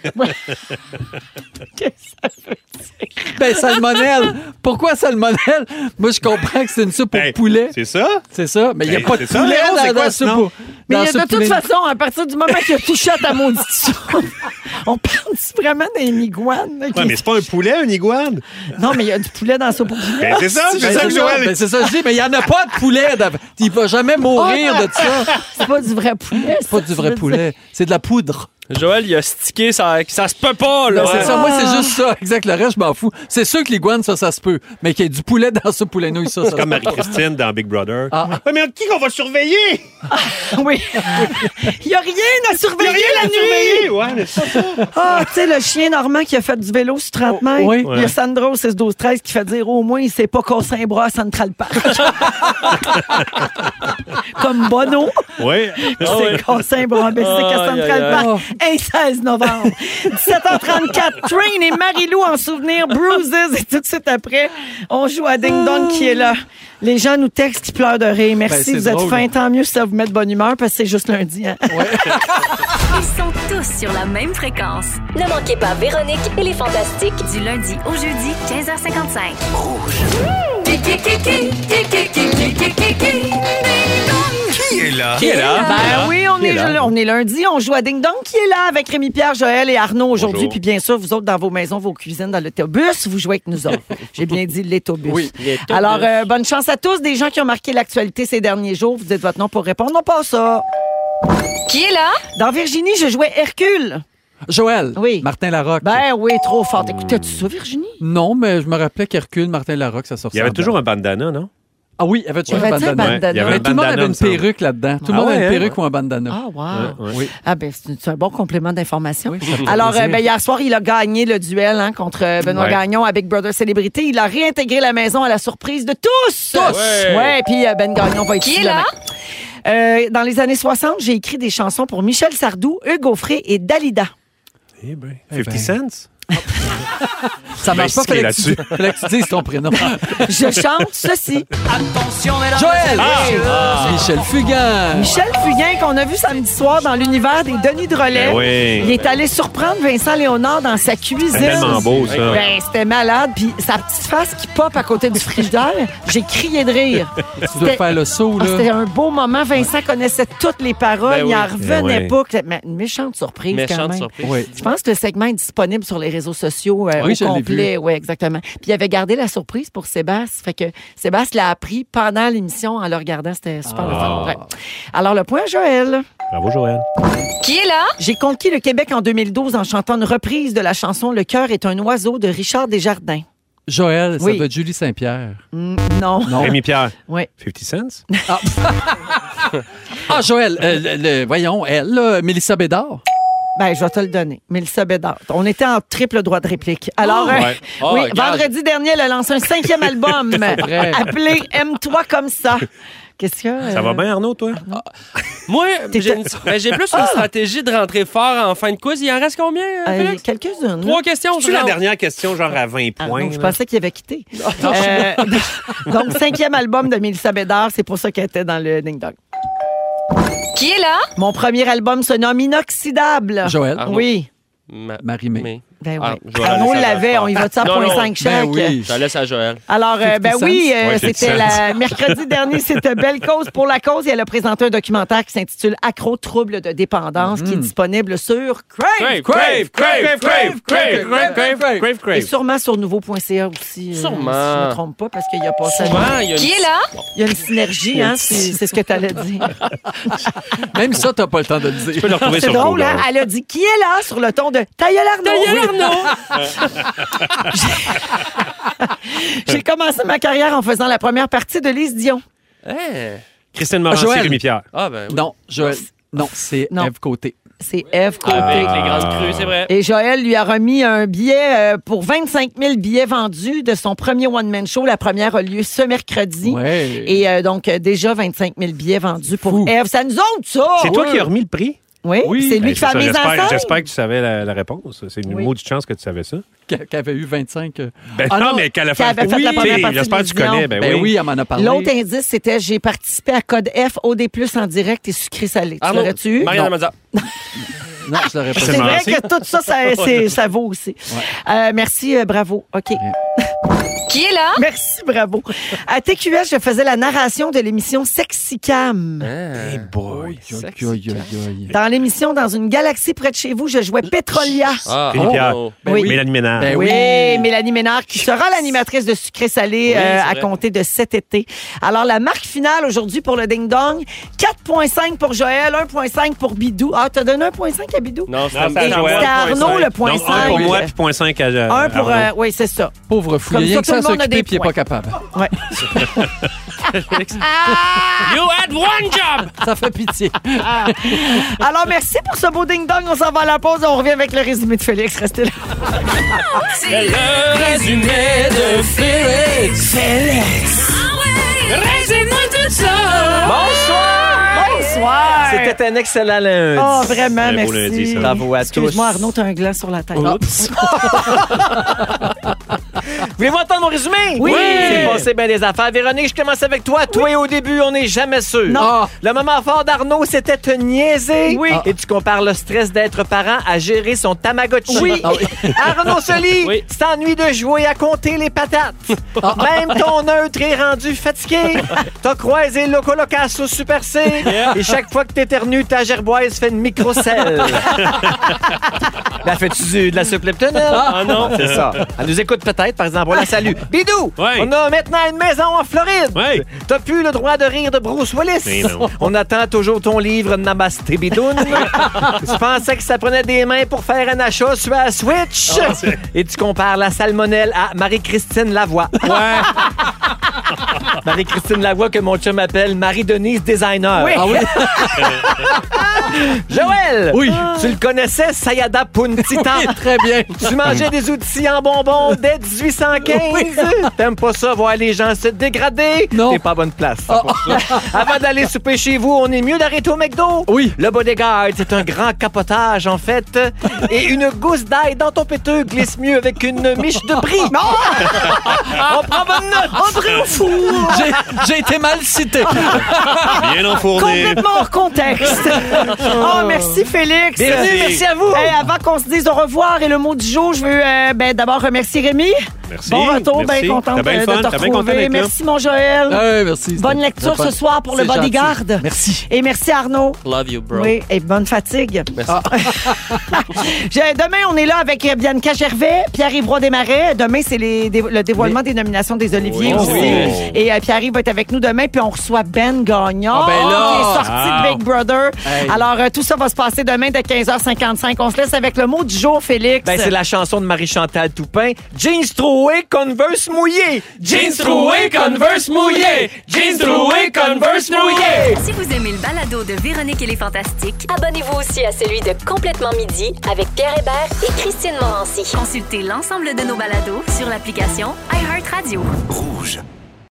Speaker 1: Qu'est-ce que ça fait?
Speaker 4: Ben, salmonelle. Pourquoi salmonelle? Moi, je comprends que c'est une soupe
Speaker 2: Hey,
Speaker 4: au poulet.
Speaker 2: Ben, C'est ça?
Speaker 4: C'est ça, mais il n'y a
Speaker 2: Hey,
Speaker 4: pas de
Speaker 2: c'est ça,
Speaker 4: poulet
Speaker 2: Léon,
Speaker 4: dans,
Speaker 2: c'est
Speaker 4: dans
Speaker 2: quoi
Speaker 4: la
Speaker 2: ce
Speaker 4: soupe
Speaker 2: nom?
Speaker 4: au-
Speaker 1: Mais il y
Speaker 4: dans la
Speaker 1: a- de
Speaker 4: soupe
Speaker 1: toute
Speaker 4: poulet.
Speaker 1: façon, à partir du moment qu'il a touché à ta maudite soupe, on parle vraiment d'un iguane. là, qui-
Speaker 2: Ouais, mais c'est pas un poulet, une iguane.
Speaker 1: Non, mais il y a du poulet dans la soupe au poulet.
Speaker 2: Ben, c'est ça, c'est
Speaker 4: Ben,
Speaker 2: ça que Joël.
Speaker 4: ben, c'est ça, je dis, mais il n'y en a pas de poulet. dans- Il va jamais mourir
Speaker 1: Oh, non.
Speaker 4: de
Speaker 2: Ben,
Speaker 4: ça.
Speaker 1: C'est pas du vrai poulet.
Speaker 4: C'est pas du vrai poulet. C'est de la poudre.
Speaker 3: Joël, il a stické, ça, ça se peut pas, là.
Speaker 4: Ben, C'est ça, moi, c'est juste ça. Exact, le reste, je m'en fous. C'est sûr que l'iguane, ça, ça se peut. Mais qu'il y ait du poulet dans ce poulet nouille, ça, ça. se
Speaker 2: Comme
Speaker 4: peut.
Speaker 2: Marie-Christine dans Big Brother.
Speaker 4: Ah.
Speaker 2: Ouais, mais qui qu'on va surveiller?
Speaker 1: Oui. Il n'y a rien à
Speaker 2: Il y a
Speaker 1: surveiller
Speaker 2: rien à
Speaker 1: la nuit.
Speaker 2: surveiller. Ouais, mais c'est ça.
Speaker 1: Ah, tu sais, le chien normand qui a fait du vélo sur
Speaker 2: Oh,
Speaker 1: 30 mètres.
Speaker 4: oui.
Speaker 1: Il y a Sandro, 16-12-13, qui fait dire au moins, il sait pas qu'on un bras à Central Park. Comme Bono.
Speaker 2: Ouais.
Speaker 1: C'est Cassin Brambessic à Central
Speaker 3: Aïe, aïe,
Speaker 1: Park, un 16 novembre. 17h34, Train et Marilou en souvenir, Bruises, et tout de suite après, on joue à Ding Dong qui est là. Les gens nous textent, qui pleurent de rire. Merci,
Speaker 4: Ben, c'est
Speaker 1: vous êtes
Speaker 4: drôle.
Speaker 1: fins. Tant mieux si ça vous met de bonne humeur, parce que c'est juste lundi. hein.
Speaker 6: Ils sont tous sur la même fréquence.
Speaker 7: Ne manquez pas Véronique et les Fantastiques.
Speaker 6: Du lundi au jeudi, 15h55.
Speaker 3: Qui est là?
Speaker 1: Ben oui, on
Speaker 3: Ah, Qui
Speaker 1: est,
Speaker 3: est là?
Speaker 1: là- on est lundi, on joue à Ding Dong qui est là avec Rémi Pierre, Joël et Arnaud aujourd'hui.
Speaker 2: Bonjour.
Speaker 1: Puis bien sûr, vous autres dans vos maisons, vos cuisines, dans l'autobus, vous jouez avec nous autres. J'ai bien dit l'autobus.
Speaker 4: Oui,
Speaker 3: l'autobus.
Speaker 1: Alors, euh, bonne chance à tous. Des gens qui ont marqué l'actualité ces derniers jours, vous dites votre nom pour répondre. Non, pas ça.
Speaker 7: Qui est là?
Speaker 1: Dans Virginie, je jouais Hercule.
Speaker 4: Joël.
Speaker 1: Oui.
Speaker 4: Martin Larocque.
Speaker 1: Ben oui, trop fort. Écoutez, tu ça, Virginie?
Speaker 4: Non, mais je me rappelais qu'Hercule, Martin Larocque, ça sortait.
Speaker 2: Il y avait toujours un bandana, non?
Speaker 4: Ah oui, il y avait toujours
Speaker 1: Il y
Speaker 4: un
Speaker 1: avait-tu un
Speaker 4: bandana.
Speaker 1: bandana?
Speaker 2: Ouais, il y avait
Speaker 4: Mais
Speaker 2: un
Speaker 4: tout le monde
Speaker 2: bandana,
Speaker 4: avait
Speaker 2: il me
Speaker 4: une
Speaker 2: semble.
Speaker 4: perruque là-dedans. Tout le
Speaker 2: Ah
Speaker 4: monde avait
Speaker 2: ouais,
Speaker 4: une perruque ou un bandana.
Speaker 1: Ah, wow.
Speaker 2: Ouais, ouais.
Speaker 4: Oui.
Speaker 1: Ah, ben, c'est c'est un bon complément d'information.
Speaker 4: Oui, ça fait
Speaker 1: Alors,
Speaker 4: plaisir.
Speaker 1: euh, ben, hier soir, il a gagné le duel hein, contre euh, Benoît
Speaker 2: Ouais.
Speaker 1: Gagnon à Big Brother Célébrité. Il a réintégré la maison à la surprise de tous. Tous!
Speaker 3: Ouais.
Speaker 1: Ouais, puis euh, Ben Gagnon va être
Speaker 7: Qui
Speaker 1: ici
Speaker 7: est là?
Speaker 1: demain. Euh, dans les années 60, j'ai écrit des chansons pour Michel Sardou, Hugues Offray et Dalida.
Speaker 2: Eh ben,
Speaker 4: Eh
Speaker 2: 50 cents?
Speaker 4: Ça marche pas,
Speaker 2: Ben,
Speaker 4: fallait que,
Speaker 2: inscrit
Speaker 4: tu, fallait que tu dises ton prénom.
Speaker 1: Je chante ceci.
Speaker 4: Joël!
Speaker 2: Ah!
Speaker 1: Ah!
Speaker 4: Michel Fugain!
Speaker 1: Michel Fugain, qu'on a vu samedi soir dans l'univers des Denis de Relais.
Speaker 2: Ben
Speaker 1: Il
Speaker 2: oui.
Speaker 1: est allé surprendre Vincent Léonard dans sa cuisine.
Speaker 2: C'est tellement beau, ça.
Speaker 1: Ben, c'était malade. Puis sa petite face qui pop à côté du frigidaire, j'ai crié de rire.
Speaker 4: Tu dois
Speaker 1: C'était-
Speaker 4: faire le saut,
Speaker 1: Ah, C'était
Speaker 4: là.
Speaker 1: un beau moment. Vincent connaissait toutes les paroles.
Speaker 3: Ben
Speaker 1: Il
Speaker 3: oui.
Speaker 1: en revenait
Speaker 2: Ben oui.
Speaker 1: pas. que- mais Une méchante surprise, quand
Speaker 3: Méchante
Speaker 1: même.
Speaker 3: surprise.
Speaker 4: Oui.
Speaker 1: Je pense que le segment est disponible sur les réseaux sociaux euh,
Speaker 4: Oui,
Speaker 1: au
Speaker 4: je l'ai
Speaker 1: complet. Oui, exactement. Puis il avait gardé la surprise pour Sébastien. Fait que Sébastien l'a appris pendant l'émission en le regardant. C'était super le fun. Ouais. Alors, le point, Joël.
Speaker 2: Bravo, Joël.
Speaker 7: Qui est là?
Speaker 1: J'ai conquis le Québec en 2012 en chantant une reprise de la chanson Le cœur est un oiseau de Richard Desjardins.
Speaker 4: Joël, ça
Speaker 1: Oui.
Speaker 4: veut Julie Saint-Pierre.
Speaker 1: Mm, non.
Speaker 4: Non.
Speaker 2: Rémi Pierre.
Speaker 1: Ouais.
Speaker 2: 50 cents?
Speaker 4: Ah, Joël, euh, le- le- voyons, elle, là, Mélissa Bédard.
Speaker 1: Ben, je vais te le donner. Mélissa Bédard. On était en triple droit de réplique. Alors, euh,
Speaker 3: Ouais. Ah,
Speaker 1: oui,
Speaker 3: regarde.
Speaker 1: vendredi dernier, elle a lancé un cinquième album
Speaker 4: vrai.
Speaker 1: appelé Aime-toi comme ça. Qu'est-ce que.
Speaker 2: Ça va bien, Arnaud, toi?
Speaker 1: Ah,
Speaker 3: Moi,
Speaker 1: T'es-
Speaker 3: j'ai une- ben, j'ai plus une stratégie de rentrer fort en fin de quiz. Il en reste combien, euh, Félix?
Speaker 1: Quelques-unes.
Speaker 3: Trois
Speaker 1: là.
Speaker 3: questions, je
Speaker 2: C'est la
Speaker 3: rentre.
Speaker 2: dernière question, genre à 20
Speaker 1: Ah,
Speaker 2: points.
Speaker 1: non, je
Speaker 2: là?
Speaker 1: pensais qu'il avait quitté. Euh, donc, cinquième album de Mélissa Bédard. C'est pour ça qu'elle était dans le Ding Dong.
Speaker 7: Qui est là?
Speaker 1: Mon premier album se nomme Inoxydable.
Speaker 4: Joël.
Speaker 3: Ah.
Speaker 1: Oui.
Speaker 3: Ma-
Speaker 4: Marie-Mé.
Speaker 3: Mais-
Speaker 1: Ben
Speaker 3: Ah,
Speaker 1: oui.
Speaker 3: je vais
Speaker 1: Arnaud
Speaker 3: aller, ça
Speaker 1: l'avait,
Speaker 3: va.
Speaker 1: on y va-tu à
Speaker 3: Non, non.
Speaker 1: 0.5 chèque?
Speaker 4: Ben oui.
Speaker 3: Je la laisse à Joël.
Speaker 1: Alors, euh, ben
Speaker 4: 50
Speaker 1: oui, euh,
Speaker 2: Ouais,
Speaker 1: c'était
Speaker 2: 50
Speaker 1: la mercredi dernier, c'était Belle Cause pour la cause et elle a présenté un documentaire qui s'intitule Accro trouble de dépendance qui est disponible sur Crave.
Speaker 3: crave, crave, crave, crave,
Speaker 4: crave, crave,
Speaker 3: crave,
Speaker 1: Et sûrement sur nouveau.ca aussi. euh,
Speaker 3: Sûrement.
Speaker 1: Si je ne me trompe pas, parce qu'il n'y a pas ça.
Speaker 3: Souvent, Ah, il y a
Speaker 7: Qui
Speaker 3: une...
Speaker 7: est là?
Speaker 1: Il y a une synergie, hein, c'est c'est ce que tu allais dire.
Speaker 4: Même ça, t'as pas le temps de le
Speaker 2: Tu peux
Speaker 4: dire.
Speaker 2: le retrouver
Speaker 1: C'est
Speaker 2: sur
Speaker 1: drôle,
Speaker 2: Google.
Speaker 1: hein? Elle a dit qui est là sur le ton de Tailleul Arnaud. J'ai- J'ai commencé ma carrière en faisant la première partie de Lise Dion.
Speaker 3: Hein?
Speaker 2: Christine Morancy,
Speaker 4: Joël.
Speaker 2: Rémi Pierre.
Speaker 3: Ah, ben oui.
Speaker 4: Non, Joël. Non, c'est
Speaker 1: Non.
Speaker 4: Eve Côté.
Speaker 1: C'est Eve Côté.
Speaker 3: Avec les grandes crues, c'est vrai.
Speaker 1: Et Joël lui a remis un billet euh, pour 25 000 billets vendus de son premier one-man show. La première a lieu ce mercredi.
Speaker 4: Ouais.
Speaker 1: Et euh, donc, euh, déjà 25 000 billets vendus
Speaker 4: Fou.
Speaker 1: pour Eve. Ça nous autres, ça!
Speaker 2: C'est toi
Speaker 1: Oui.
Speaker 2: qui as remis le prix?
Speaker 1: Oui, Ah, c'est lui
Speaker 2: Ben,
Speaker 1: qui fait la
Speaker 2: ça,
Speaker 1: mise en
Speaker 2: j'espère,
Speaker 1: scène.
Speaker 2: j'espère que tu savais la, la réponse. C'est une
Speaker 1: Oui.
Speaker 2: maudite chance que tu savais ça.
Speaker 4: Qu'a- Qu'avait eu 25. euh,
Speaker 2: Ben
Speaker 4: Ah
Speaker 2: non,
Speaker 4: non,
Speaker 2: mais qu'elle a
Speaker 1: qu'elle avait
Speaker 2: fait,
Speaker 1: fait la
Speaker 2: Oui,
Speaker 1: première
Speaker 2: t'sais,
Speaker 1: partie
Speaker 2: J'espère
Speaker 1: de
Speaker 2: que tu
Speaker 1: Vision.
Speaker 2: connais. Ben,
Speaker 4: Ben oui,
Speaker 2: oui.
Speaker 4: elle m'en a parlé.
Speaker 1: L'autre indice, c'était j'ai participé à Code F au D+, en direct et sucré-salé. Tu
Speaker 3: Arnaud,
Speaker 1: l'aurais-tu eu?
Speaker 3: Marianne Mazza.
Speaker 4: Non, je l'aurais pas
Speaker 2: C'est
Speaker 1: C'est
Speaker 4: dit.
Speaker 1: vrai
Speaker 2: Merci.
Speaker 1: que tout ça, ça, c'est- ça vaut aussi. Euh, merci, euh, bravo. OK.
Speaker 7: Qui est là?
Speaker 1: Merci, bravo. À TQS, je faisais la narration de l'émission Sexy Cam.
Speaker 2: Hey boy.
Speaker 4: Aïe, aïe, aïe, aïe.
Speaker 1: Dans l'émission Dans une galaxie près de chez vous, je jouais Petrolia.
Speaker 3: Ah,
Speaker 2: Rémi Pierre.
Speaker 3: oh.
Speaker 4: Ben
Speaker 1: Oui.
Speaker 2: Mélanie Ménard.
Speaker 4: Ben
Speaker 1: oui.
Speaker 4: oui.
Speaker 1: Mélanie Ménard, qui sera l'animatrice de Sucré Salé
Speaker 3: Oui,
Speaker 1: euh,
Speaker 3: c'est
Speaker 1: à
Speaker 3: vrai.
Speaker 1: compter de cet été. Alors, la marque finale aujourd'hui pour le Ding Dong, 4,5 pour Joël, 1,5 pour Bidou. Ah, t'as donné 1,5 à Bidou?
Speaker 3: Non,
Speaker 2: Non,
Speaker 3: c'est à
Speaker 2: c'est
Speaker 1: Et
Speaker 3: Joël.
Speaker 1: c'était à Arnaud, le point
Speaker 2: Donc, un pour
Speaker 1: 5.
Speaker 2: moi, puis point 5 à Jean- Ah
Speaker 1: Un pour... euh,
Speaker 2: Arnaud.
Speaker 1: oui, c'est ça.
Speaker 4: Pauvre fou, il y
Speaker 1: Comme
Speaker 4: a rien
Speaker 1: ça,
Speaker 4: que
Speaker 1: tout
Speaker 4: ça
Speaker 1: le monde a
Speaker 4: s'occuper
Speaker 1: des
Speaker 4: puis il n'est
Speaker 1: points.
Speaker 4: pas capable.
Speaker 1: Ouais. Ah!
Speaker 3: You had one job!
Speaker 4: Ça fait pitié.
Speaker 1: Alors, merci pour ce beau Ding Dong. On s'en va à la pause. On revient avec le résumé de Félix. Restez là.
Speaker 6: C'est
Speaker 3: Le résumé de Félix. Ah
Speaker 1: Bonsoir.
Speaker 8: C'était un excellent lundi.
Speaker 1: Oh, vraiment,
Speaker 2: Un beau
Speaker 1: merci.
Speaker 2: lundi, ça.
Speaker 8: Bravo à tous.
Speaker 1: Excuse-moi, Arnaud, t'as un gland sur la tête.
Speaker 4: Oups.
Speaker 8: Voulez-vous entendre mon résumé?
Speaker 1: Oui.
Speaker 8: C'est passé bien des affaires. Véronique, je commence avec toi. Toi, au début, on n'est jamais sûr.
Speaker 1: Non.
Speaker 4: Ah.
Speaker 8: Le moment fort d'Arnaud, c'était te niaiser. Ah.
Speaker 1: Oui.
Speaker 8: Et tu compares le stress d'être parent à gérer son Tamagotchi.
Speaker 1: Oui.
Speaker 4: Ah oui.
Speaker 8: Arnaud Soli,
Speaker 3: Oui.
Speaker 8: tu t'ennuies de jouer à compter les patates. Même ton neutre est rendu fatigué. T'as croisé le colocasse au Super C. Et chaque fois que t'éternues, ta gerboise fait une micro-selle. La fais-tu du- de la soupe Lipton, elle?
Speaker 3: Ah non.
Speaker 8: C'est ça. Elle nous écoute peut-être, par exemple. On la salue. Bidou!
Speaker 2: Ouais.
Speaker 8: On a maintenant une maison en Floride.
Speaker 2: Ouais.
Speaker 8: T'as plus le droit de rire de Bruce
Speaker 2: Mais
Speaker 8: Willis.
Speaker 2: non.
Speaker 8: On attend toujours ton livre Namaste Bidoun. tu pensais que ça prenait des mains pour faire un achat sur la Switch.
Speaker 4: Ah,
Speaker 8: Et tu compares la salmonelle à Marie-Christine Lavoie.
Speaker 2: Ouais.
Speaker 8: Marie-Christine Lavoie que mon chum appelle Marie-Denise Designer.
Speaker 4: Ah oui?
Speaker 8: Joël!
Speaker 4: Oui.
Speaker 8: Tu le connaissais, Sayada Puntita?
Speaker 4: Oui, Très bien.
Speaker 8: Tu mangeais des outils en bonbons dès 1815. T'aimes pas ça, voir les gens se dégrader?
Speaker 4: Non.
Speaker 8: T'es pas à bonne place. ça, pour ça. Avant d'aller souper chez vous, on est mieux d'arrêter au McDo?
Speaker 4: Oui.
Speaker 8: Le bodyguard, c'est un grand capotage, en fait. Et une gousse d'ail dans ton péteux glisse mieux avec une miche de brie. Non! on prend bonne note. On prend au four.
Speaker 4: J'ai- J'ai été mal cité. Ah
Speaker 2: Bien enfourné.
Speaker 1: Ah, Complètement hors contexte. oh, merci, Félix.
Speaker 8: Ah, Bienvenue, merci à vous.
Speaker 1: Hey, avant qu'on se dise au revoir et le mot du jour, je veux euh, ben, d'abord remercier Rémi.
Speaker 2: Merci.
Speaker 1: Bon retour,
Speaker 2: merci.
Speaker 1: bien contente
Speaker 2: T'as bien
Speaker 1: euh,
Speaker 2: le
Speaker 1: de
Speaker 2: fun,
Speaker 1: te
Speaker 2: t'as bien content
Speaker 1: retrouver.
Speaker 2: d'être là. Euh,
Speaker 1: Merci, mon Joël.
Speaker 4: Ouais, merci.
Speaker 1: bonne
Speaker 4: c'était
Speaker 1: lecture
Speaker 4: très
Speaker 1: ce
Speaker 4: fun.
Speaker 1: soir pour le
Speaker 4: C'est gentil.
Speaker 1: bodyguard.
Speaker 4: Merci. Oh,
Speaker 1: Et merci, Arnaud.
Speaker 3: Love you, bro.
Speaker 1: Oui, et bonne fatigue. Ah. Je- Demain, on est là avec euh, Bianca Gervais, Pierre-Yves Roy Desmarais. Demain, c'est les dé- le dévoilement des nominations des Oliviers
Speaker 3: Oui.
Speaker 4: Oh,
Speaker 1: aussi.
Speaker 3: Oui.
Speaker 1: Et euh, Pierre-Yves va être avec nous demain. Puis on reçoit Ben Gagnon,
Speaker 4: Ah, ben là!
Speaker 1: qui est sorti
Speaker 2: Ah.
Speaker 1: de Big Brother.
Speaker 4: Hey.
Speaker 1: Alors, euh, tout ça va se passer demain dès 15h55. On se laisse avec le mot du jour, Félix.
Speaker 8: Ben, c'est la chanson de Marie-Chantal Toupin. Jeans troués, Converse mouillés. Jeans troués, Converse mouillés. Jeans troués, Converse mouillés.
Speaker 6: Si vous aimez le balado de Véronique et les Fantastiques,
Speaker 7: Abonnez-vous aussi à celui de Complètement Midi avec Pierre Hébert et Christine Morancy.
Speaker 6: consultez l'ensemble de nos balados sur l'application iHeartRadio.
Speaker 9: Rouge.